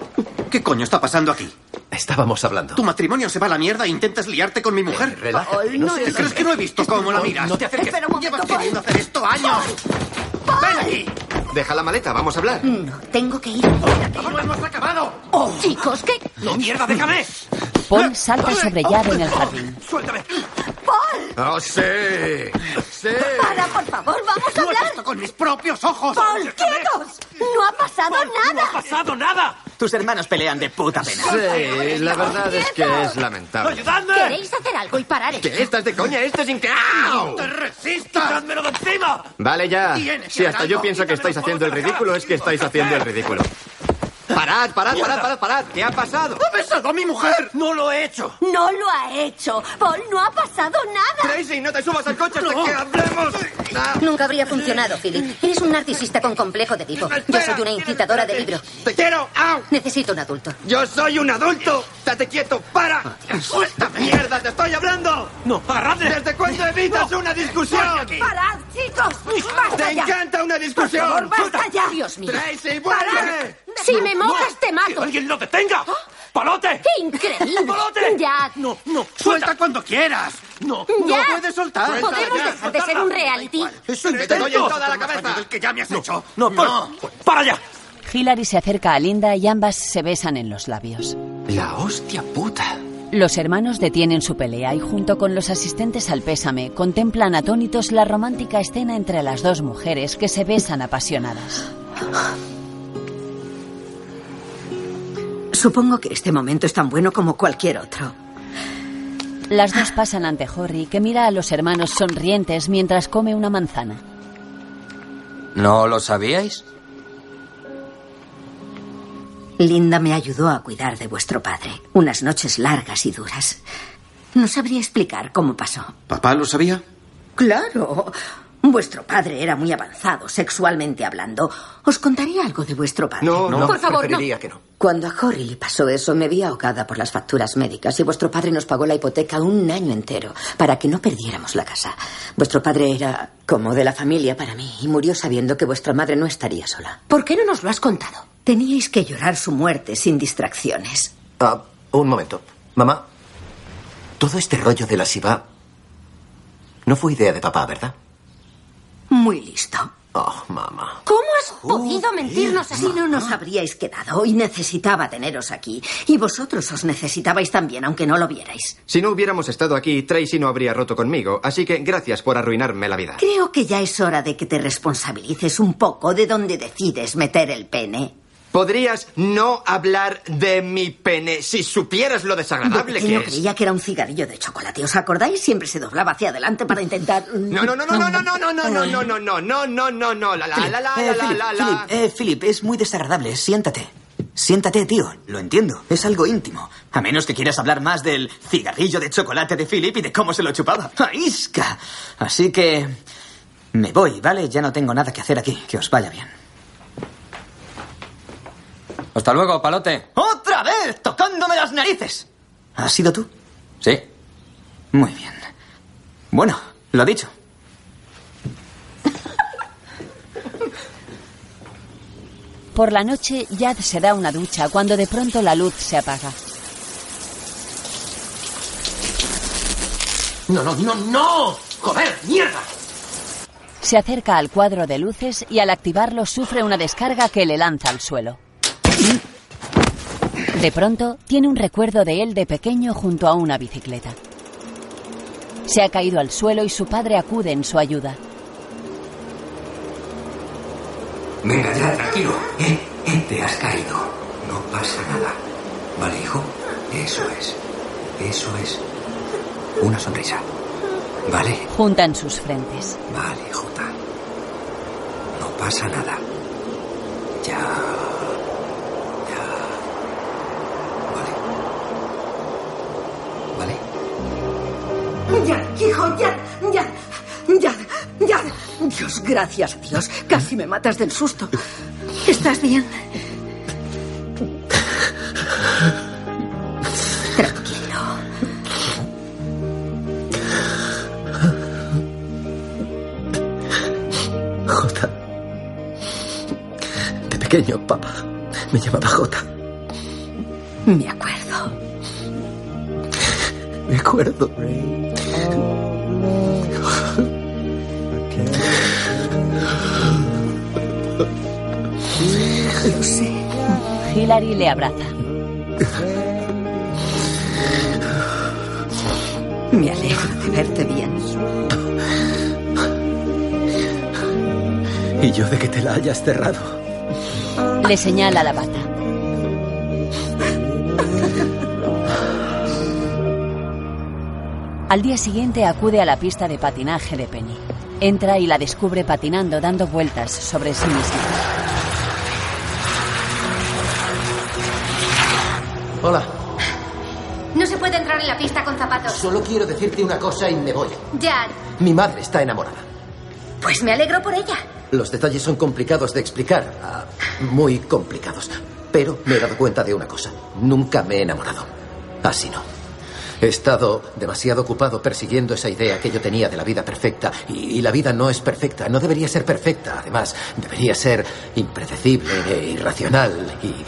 Speaker 11: ¿Qué coño está pasando aquí?
Speaker 2: Estábamos hablando.
Speaker 11: Tu matrimonio se va a la mierda e intentas liarte con mi mujer.
Speaker 2: Eh, relájate,
Speaker 11: Ay,
Speaker 2: no
Speaker 11: no
Speaker 2: seas-
Speaker 11: ¿Te crees que no he visto cómo la miras?
Speaker 15: No te acerques.
Speaker 11: Espera un momento, Llevas queriendo hacer esto años.
Speaker 15: ¡Ven aquí! Deja la maleta, vamos a hablar.
Speaker 3: No, tengo que ir.
Speaker 10: ¡Oh,
Speaker 11: ¡No hemos acabado!
Speaker 3: Chicos, ¿qué?
Speaker 15: ¡No, mierda, déjame!
Speaker 1: Paul salta sobre Yad en el jardín.
Speaker 15: ¡Oh, sí! ¡Sí!
Speaker 10: Para, por favor, vamos a
Speaker 11: ¡Lo he
Speaker 10: hablar.
Speaker 11: visto con mis propios ojos!
Speaker 10: Paul, quietos. No ha pasado nada.
Speaker 11: pasado nada!
Speaker 14: Tus hermanos pelean de puta pena.
Speaker 15: Sí, la verdad es que es lamentable.
Speaker 3: ¿Queréis hacer algo y parar esto?
Speaker 15: ¿Qué? ¿Estás de coña? ¡Esto es increíble!
Speaker 11: ¡Te resistas! ¡Quitádmelo de encima!
Speaker 15: Vale ya.
Speaker 11: Tienes que
Speaker 15: Si hasta
Speaker 11: hacer
Speaker 15: yo
Speaker 11: algo.
Speaker 15: pienso que estáis haciendo el ridículo, es que estáis haciendo el ridículo. Parad, parad, parad, parad, parad. ¿Qué ha pasado?
Speaker 11: ¡Ha besado a mi mujer! ¡No lo he hecho!
Speaker 10: No lo ha hecho. Paul, no ha pasado nada.
Speaker 15: Tracy, no te subas al coche hasta que hablemos. Ah,
Speaker 3: Nunca habría funcionado, Philip. Eres un narcisista con complejo de tipo. Yo soy una incitadora de libro.
Speaker 15: ¡Te quiero! ¡Au!
Speaker 3: Necesito un adulto.
Speaker 15: ¡Yo soy un adulto! ¡Estate quieto! ¡Para! ¡Suéltame! ¡Mierda, te estoy hablando! Ah, ¡No, agarradle! ¿Desde cuándo evitas una discusión?
Speaker 10: Parad, chicos. Basta
Speaker 15: ¡Te
Speaker 10: ya.
Speaker 15: encanta una discusión!
Speaker 10: Por favor, basta ya. Dios mío.
Speaker 15: ¡Tracy,
Speaker 10: Parad.
Speaker 15: vuelve!
Speaker 10: Si me mojas, te mato.
Speaker 11: ¡Alguien lo detenga! ¡Palote!
Speaker 10: ¡Qué increíble!
Speaker 11: ¡Palote!
Speaker 10: Ya.
Speaker 11: No, no, suelta cuando quieras. No,
Speaker 10: Ya.
Speaker 11: no puedes soltar.
Speaker 10: Podemos dejar de ser un reality.
Speaker 11: Eso
Speaker 15: Te doy en toda la cabeza.
Speaker 11: que ya me has hecho. No, no. Para allá.
Speaker 1: Hillary se acerca a Linda y ambas se besan en los labios.
Speaker 2: La hostia puta.
Speaker 1: Los hermanos detienen su pelea y junto con los asistentes al pésame contemplan atónitos la romántica escena entre las dos mujeres que se besan apasionadas.
Speaker 9: Supongo que este momento es tan bueno como cualquier otro.
Speaker 1: Las dos pasan ante Horry que mira a los hermanos sonrientes mientras come una manzana.
Speaker 12: ¿No lo sabíais?
Speaker 9: Linda me ayudó a cuidar de vuestro padre. Unas noches largas y duras. No sabría explicar cómo pasó.
Speaker 11: ¿Papá lo sabía?
Speaker 9: Claro. Vuestro padre era muy avanzado, sexualmente hablando. Os contaría algo de vuestro padre.
Speaker 2: No, no,
Speaker 9: por favor, no.
Speaker 2: preferiría que no.
Speaker 39: Cuando a Jory le pasó eso, me vi ahogada por las facturas médicas y vuestro padre nos pagó la hipoteca un año entero para que no perdiéramos la casa. Vuestro padre era como de la familia para mí y murió sabiendo que vuestra madre no estaría sola.
Speaker 9: ¿Por qué no nos lo has contado? Teníais que llorar su muerte sin distracciones.
Speaker 2: Ah, un momento. Mamá, todo este rollo de la Shiva no fue idea de papá, ¿verdad?
Speaker 9: Muy listo.
Speaker 40: Oh, mamá.
Speaker 9: ¿Cómo has podido mentirnos así? Si no nos habríais quedado y necesitaba teneros aquí. Y vosotros os necesitabais también, aunque no lo vierais.
Speaker 15: Si no hubiéramos estado aquí, Tracy no habría roto conmigo, así que gracias por arruinarme la vida.
Speaker 9: Creo que ya es hora de que te responsabilices un poco de dónde decides meter el pene.
Speaker 15: ¿Podrías no hablar de mi pene si supieras lo desagradable
Speaker 9: Yo
Speaker 15: que
Speaker 9: no
Speaker 15: es?
Speaker 9: creía que era un cigarrillo de chocolate. ¿Os acordáis? Siempre se doblaba hacia adelante para intentar. mm,
Speaker 15: No, no, no, no, no, no, no, no, no, no, no, no, no, no, no, no, la, la, la, la, la, la, la, la.
Speaker 14: Philip, eh, Philip, es muy desagradable. Siéntate. Siéntate, tío. Lo entiendo. Es algo íntimo. A menos que quieras hablar más del cigarrillo de chocolate de Philip y de cómo se lo chupaba. ¡Aisca! Así que. Me voy, ¿vale? Ya no tengo nada que hacer aquí. Que os vaya bien.
Speaker 12: Hasta luego, palote.
Speaker 14: ¡Otra vez! ¡Tocándome las narices! ¿Has sido tú?
Speaker 12: Sí.
Speaker 14: Muy bien. Bueno, lo dicho.
Speaker 1: Por la noche, Yad se da una ducha cuando de pronto la luz se apaga.
Speaker 2: No, no, no, no. Joder, mierda.
Speaker 1: Se acerca al cuadro de luces y al activarlo sufre una descarga que le lanza al suelo. De pronto, tiene un recuerdo de él de pequeño junto a una bicicleta. Se ha caído al suelo y su padre acude en su ayuda.
Speaker 2: Venga, ya, tranquilo. Eh, eh, te has caído. No pasa nada. ¿Vale, hijo? Eso es. Eso es. Una sonrisa. ¿Vale?
Speaker 1: Juntan sus frentes.
Speaker 2: Vale, Jota. No pasa nada. Ya. Ya. ¿Vale?
Speaker 9: Ya, hijo, ya, ya, ya, ya. Dios, gracias a Dios. Casi me matas del susto. ¿Estás bien? Tranquilo.
Speaker 10: Jota. De pequeño, papá. Me llamaba Jota.
Speaker 9: Me acuerdo.
Speaker 10: Me acuerdo.
Speaker 1: Lo sé. Hilary le abraza.
Speaker 9: Me alegro de verte bien.
Speaker 10: Y yo de que te la hayas cerrado.
Speaker 1: Le señala la bata. Al día siguiente acude a la pista de patinaje de Penny. Entra y la descubre patinando, dando vueltas sobre sí misma.
Speaker 2: Hola.
Speaker 41: No se puede entrar en la pista con zapatos.
Speaker 2: Solo quiero decirte una cosa y me voy.
Speaker 41: Ya.
Speaker 2: Mi madre está enamorada.
Speaker 41: Pues me alegro por ella.
Speaker 2: Los detalles son complicados de explicar. ah, Muy complicados. Pero me he dado cuenta de una cosa. Nunca me he enamorado. Así no. He estado demasiado ocupado persiguiendo esa idea que yo tenía de la vida perfecta. Y, y la vida no es perfecta. No debería ser perfecta. Además, debería ser impredecible e irracional y- y-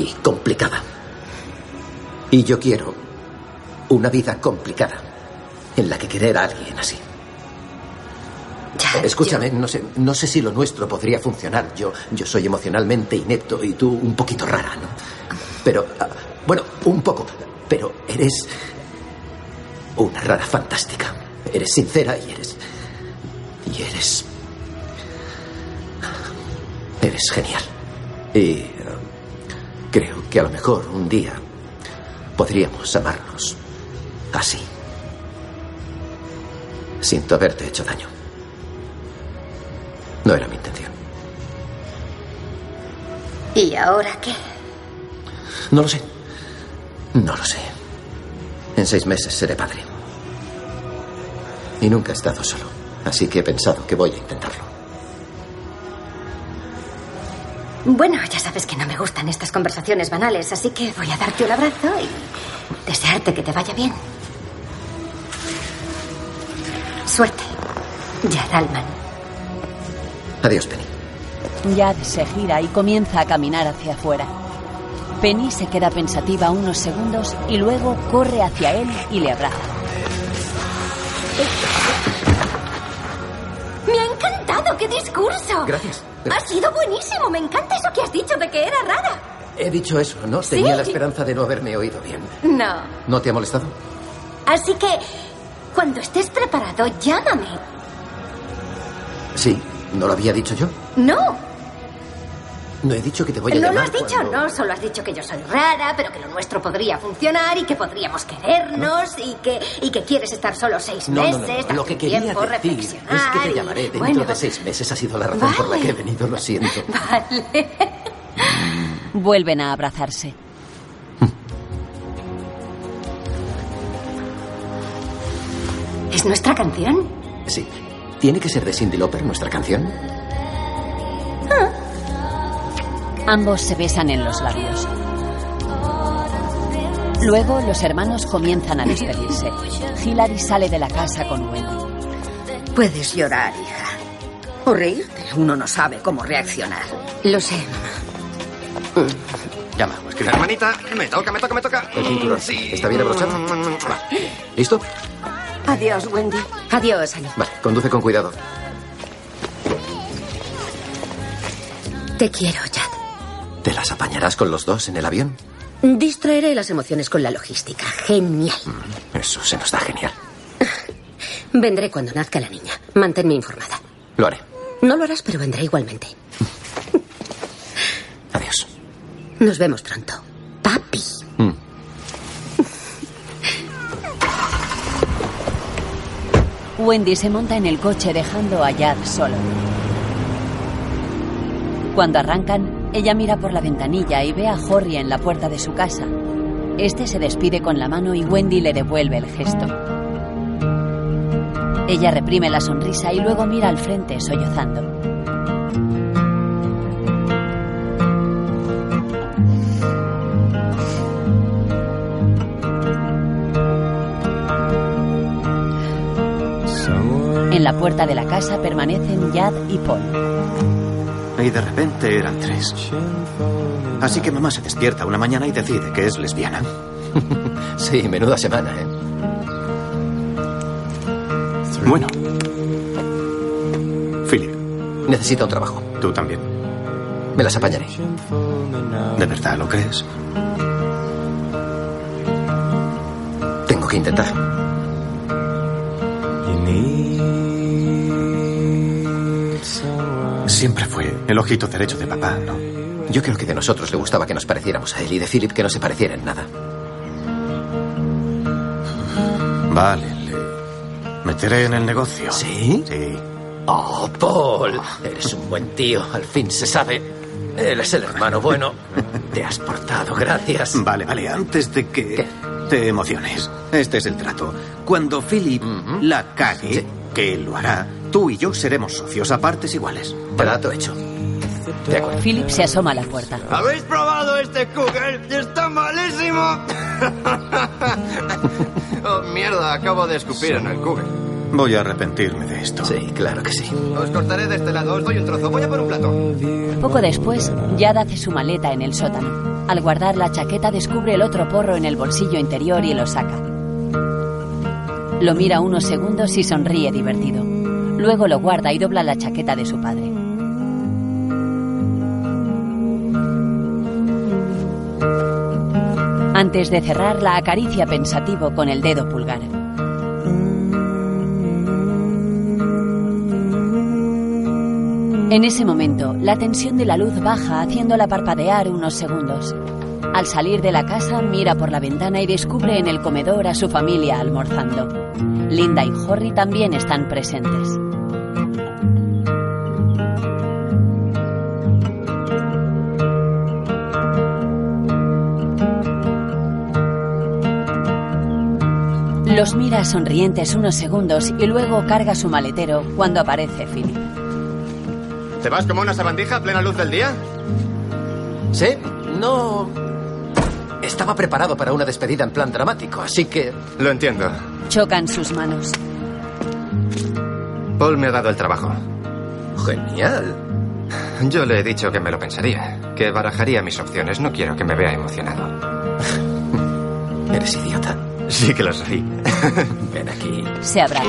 Speaker 2: y complicada. Y yo quiero una vida complicada en la que querer a alguien así. Escúchame, no sé, no sé si lo nuestro podría funcionar. Yo, yo soy emocionalmente inepto y tú un poquito rara, ¿no? Pero, ah, bueno, un poco. Pero eres una rara fantástica. Eres sincera y eres... Y eres... Eres genial. Y ah, creo que a lo mejor un día podríamos amarnos así. Siento haberte hecho daño. No era mi intención.
Speaker 3: ¿Y ahora qué?
Speaker 2: No lo sé. No lo sé. En seis meses seré padre. Y nunca he estado solo. Así que he pensado que voy a intentarlo.
Speaker 3: Bueno, ya sabes que no me gustan estas conversaciones banales, así que voy a darte un abrazo y desearte que te vaya bien. Suerte. Yad Alman.
Speaker 2: Adiós, Penny.
Speaker 1: Yad se gira y comienza a caminar hacia afuera. Penny se queda pensativa unos segundos y luego corre hacia él y le abraza.
Speaker 3: Me ha encantado, qué discurso.
Speaker 2: Gracias.
Speaker 3: Ha sido buenísimo, me encanta eso que has dicho de que era rara.
Speaker 2: He dicho eso, ¿no?
Speaker 3: Sí.
Speaker 2: Tenía la esperanza de no haberme oído bien.
Speaker 3: No.
Speaker 2: ¿No te ha molestado?
Speaker 3: Así que, cuando estés preparado, llámame.
Speaker 2: Sí. ¿No lo había dicho yo?
Speaker 3: No,
Speaker 2: No he dicho que te voy a
Speaker 3: no
Speaker 2: llamar.
Speaker 3: lo has dicho,
Speaker 2: cuando-
Speaker 3: no, solo has dicho que yo soy rara, pero que lo nuestro podría funcionar y que podríamos querernos y, que, y que quieres estar solo seis
Speaker 2: No, no,
Speaker 3: meses,
Speaker 2: no, no.
Speaker 3: darte
Speaker 2: Lo que
Speaker 3: un
Speaker 2: quería
Speaker 3: tiempo,
Speaker 2: decir es que
Speaker 3: reflexionar
Speaker 2: te
Speaker 3: y-
Speaker 2: llamaré dentro
Speaker 3: bueno, pues
Speaker 2: de seis meses. Ha sido la razón por la
Speaker 3: Vale.
Speaker 2: que he venido, lo siento.
Speaker 3: Vale.
Speaker 1: Vuelven a abrazarse.
Speaker 3: ¿Es nuestra canción?
Speaker 2: Sí. ¿Tiene que ser de Cindy Lauper nuestra canción?
Speaker 3: Ah.
Speaker 1: Ambos se besan en los labios. Luego los hermanos comienzan a despedirse. Hillary sale de la casa con Wendy.
Speaker 9: Puedes llorar, hija. O reírte. Uno no sabe cómo reaccionar.
Speaker 3: Lo sé.
Speaker 2: Llama, o escribe.
Speaker 15: Hermanita, me toca, me toca, me toca.
Speaker 2: El cinturón.
Speaker 15: Sí.
Speaker 2: ¿Está bien abrochado?
Speaker 15: Va.
Speaker 2: ¿Listo?
Speaker 3: Adiós, Wendy. Adiós, Annie.
Speaker 2: Vale, conduce con cuidado.
Speaker 3: Te quiero, Chad.
Speaker 2: ¿Te las apañarás con los dos en el avión?
Speaker 3: Distraeré las emociones con la logística. Genial.
Speaker 2: Eso se nos da genial.
Speaker 3: Vendré cuando nazca la niña. Manténme informada.
Speaker 2: Lo haré.
Speaker 3: No lo harás, pero vendré igualmente.
Speaker 2: Adiós.
Speaker 3: Nos vemos pronto. Papi.
Speaker 2: Mm.
Speaker 1: Wendy se monta en el coche dejando a Jad solo. Cuando arrancan, ella mira por la ventanilla y ve a Jorge en la puerta de su casa. Este se despide con la mano y Wendy le devuelve el gesto. Ella reprime la sonrisa y luego mira al frente sollozando. En la puerta de la casa permanecen Jad y Paul.
Speaker 11: Y de repente eran tres. Así que mamá se despierta una mañana y decide que es lesbiana.
Speaker 2: sí, menuda semana, ¿eh?
Speaker 11: Bueno. Philip.
Speaker 2: Necesita un trabajo.
Speaker 11: Tú también.
Speaker 2: Me las apañaré.
Speaker 11: ¿De verdad lo crees?
Speaker 2: Tengo que intentar.
Speaker 11: Siempre fue el ojito derecho de papá, ¿no?
Speaker 2: Yo creo que de nosotros le gustaba que nos pareciéramos a él y de Philip que no se pareciera en nada.
Speaker 11: Vale, le meteré en el negocio.
Speaker 2: ¿Sí?
Speaker 11: Sí.
Speaker 2: Oh, Paul, eres un buen tío. Al fin se sabe. Él es el hermano bueno. Te has portado, gracias.
Speaker 11: Vale, vale, antes de que te emociones. Este es el trato. Cuando Philip la cague, que lo hará, tú y yo seremos socios a partes iguales.
Speaker 2: Trato hecho. De acuerdo.
Speaker 1: Philip se asoma a la puerta.
Speaker 10: ¿Habéis probado este Cougar? ¡Está malísimo!
Speaker 15: Oh, mierda, acabo de escupir en el Cougar.
Speaker 11: Voy a arrepentirme de esto.
Speaker 2: Sí, claro que sí.
Speaker 15: Os cortaré de este lado, os doy un trozo. Voy a por un plato.
Speaker 1: Poco después, Yad hace su maleta en el sótano. Al guardar la chaqueta descubre el otro porro en el bolsillo interior y lo saca. Lo mira unos segundos y sonríe divertido. Luego lo guarda y dobla la chaqueta de su padre. Antes de cerrar, la acaricia pensativo con el dedo pulgar. En ese momento, la tensión de la luz baja haciéndola parpadear unos segundos. Al salir de la casa, mira por la ventana y descubre en el comedor a su familia almorzando. Linda y Jorry también están presentes. Los mira sonrientes unos segundos y luego carga su maletero cuando aparece Philip.
Speaker 15: ¿Te vas como una sabandija a plena luz del día?
Speaker 2: Sí, no. Estaba preparado para una despedida en plan dramático, así que.
Speaker 15: Lo entiendo.
Speaker 1: Chocan sus manos.
Speaker 15: Paul me ha dado el trabajo.
Speaker 2: Genial.
Speaker 15: Yo le he dicho que me lo pensaría, que barajaría mis opciones. No quiero que me vea emocionado.
Speaker 2: Eres idiota.
Speaker 15: Sí que lo soy.
Speaker 2: Ven aquí.
Speaker 1: Se abrazan.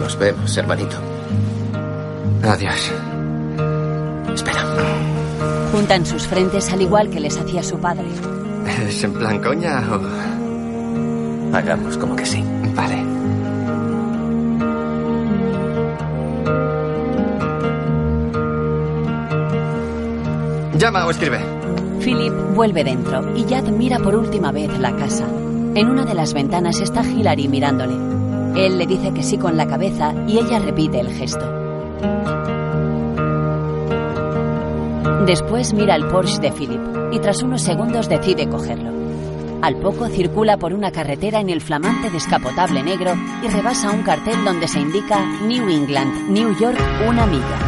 Speaker 4: Nos vemos, hermanito.
Speaker 2: Adiós.
Speaker 1: Juntan sus frentes al igual que les hacía su padre.
Speaker 2: ¿Es en plan coña o...? Hagamos como que sí. Vale. Llama o escribe.
Speaker 1: Philip vuelve dentro y Jad mira por última vez la casa. En una de las ventanas está Hilary mirándole. Él le dice que sí con la cabeza y ella repite el gesto. Después mira el Porsche de Philip y tras unos segundos decide cogerlo. Al poco circula por una carretera en el flamante descapotable negro y rebasa un cartel donde se indica New England, New York, una milla.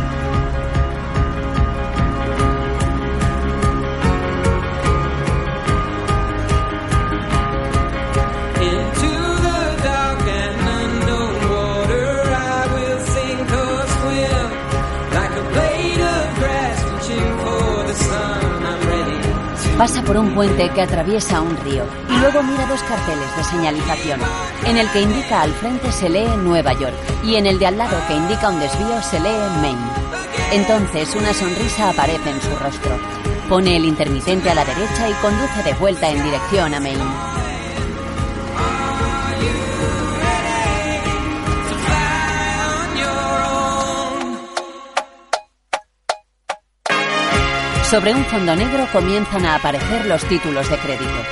Speaker 1: Pasa por un puente que atraviesa un río y luego mira dos carteles de señalización. En el que indica al frente se lee Nueva York y en el de al lado que indica un desvío se lee Maine. Entonces una sonrisa aparece en su rostro. Pone el intermitente a la derecha y conduce de vuelta en dirección a Maine. Sobre un fondo negro comienzan a aparecer los títulos de crédito.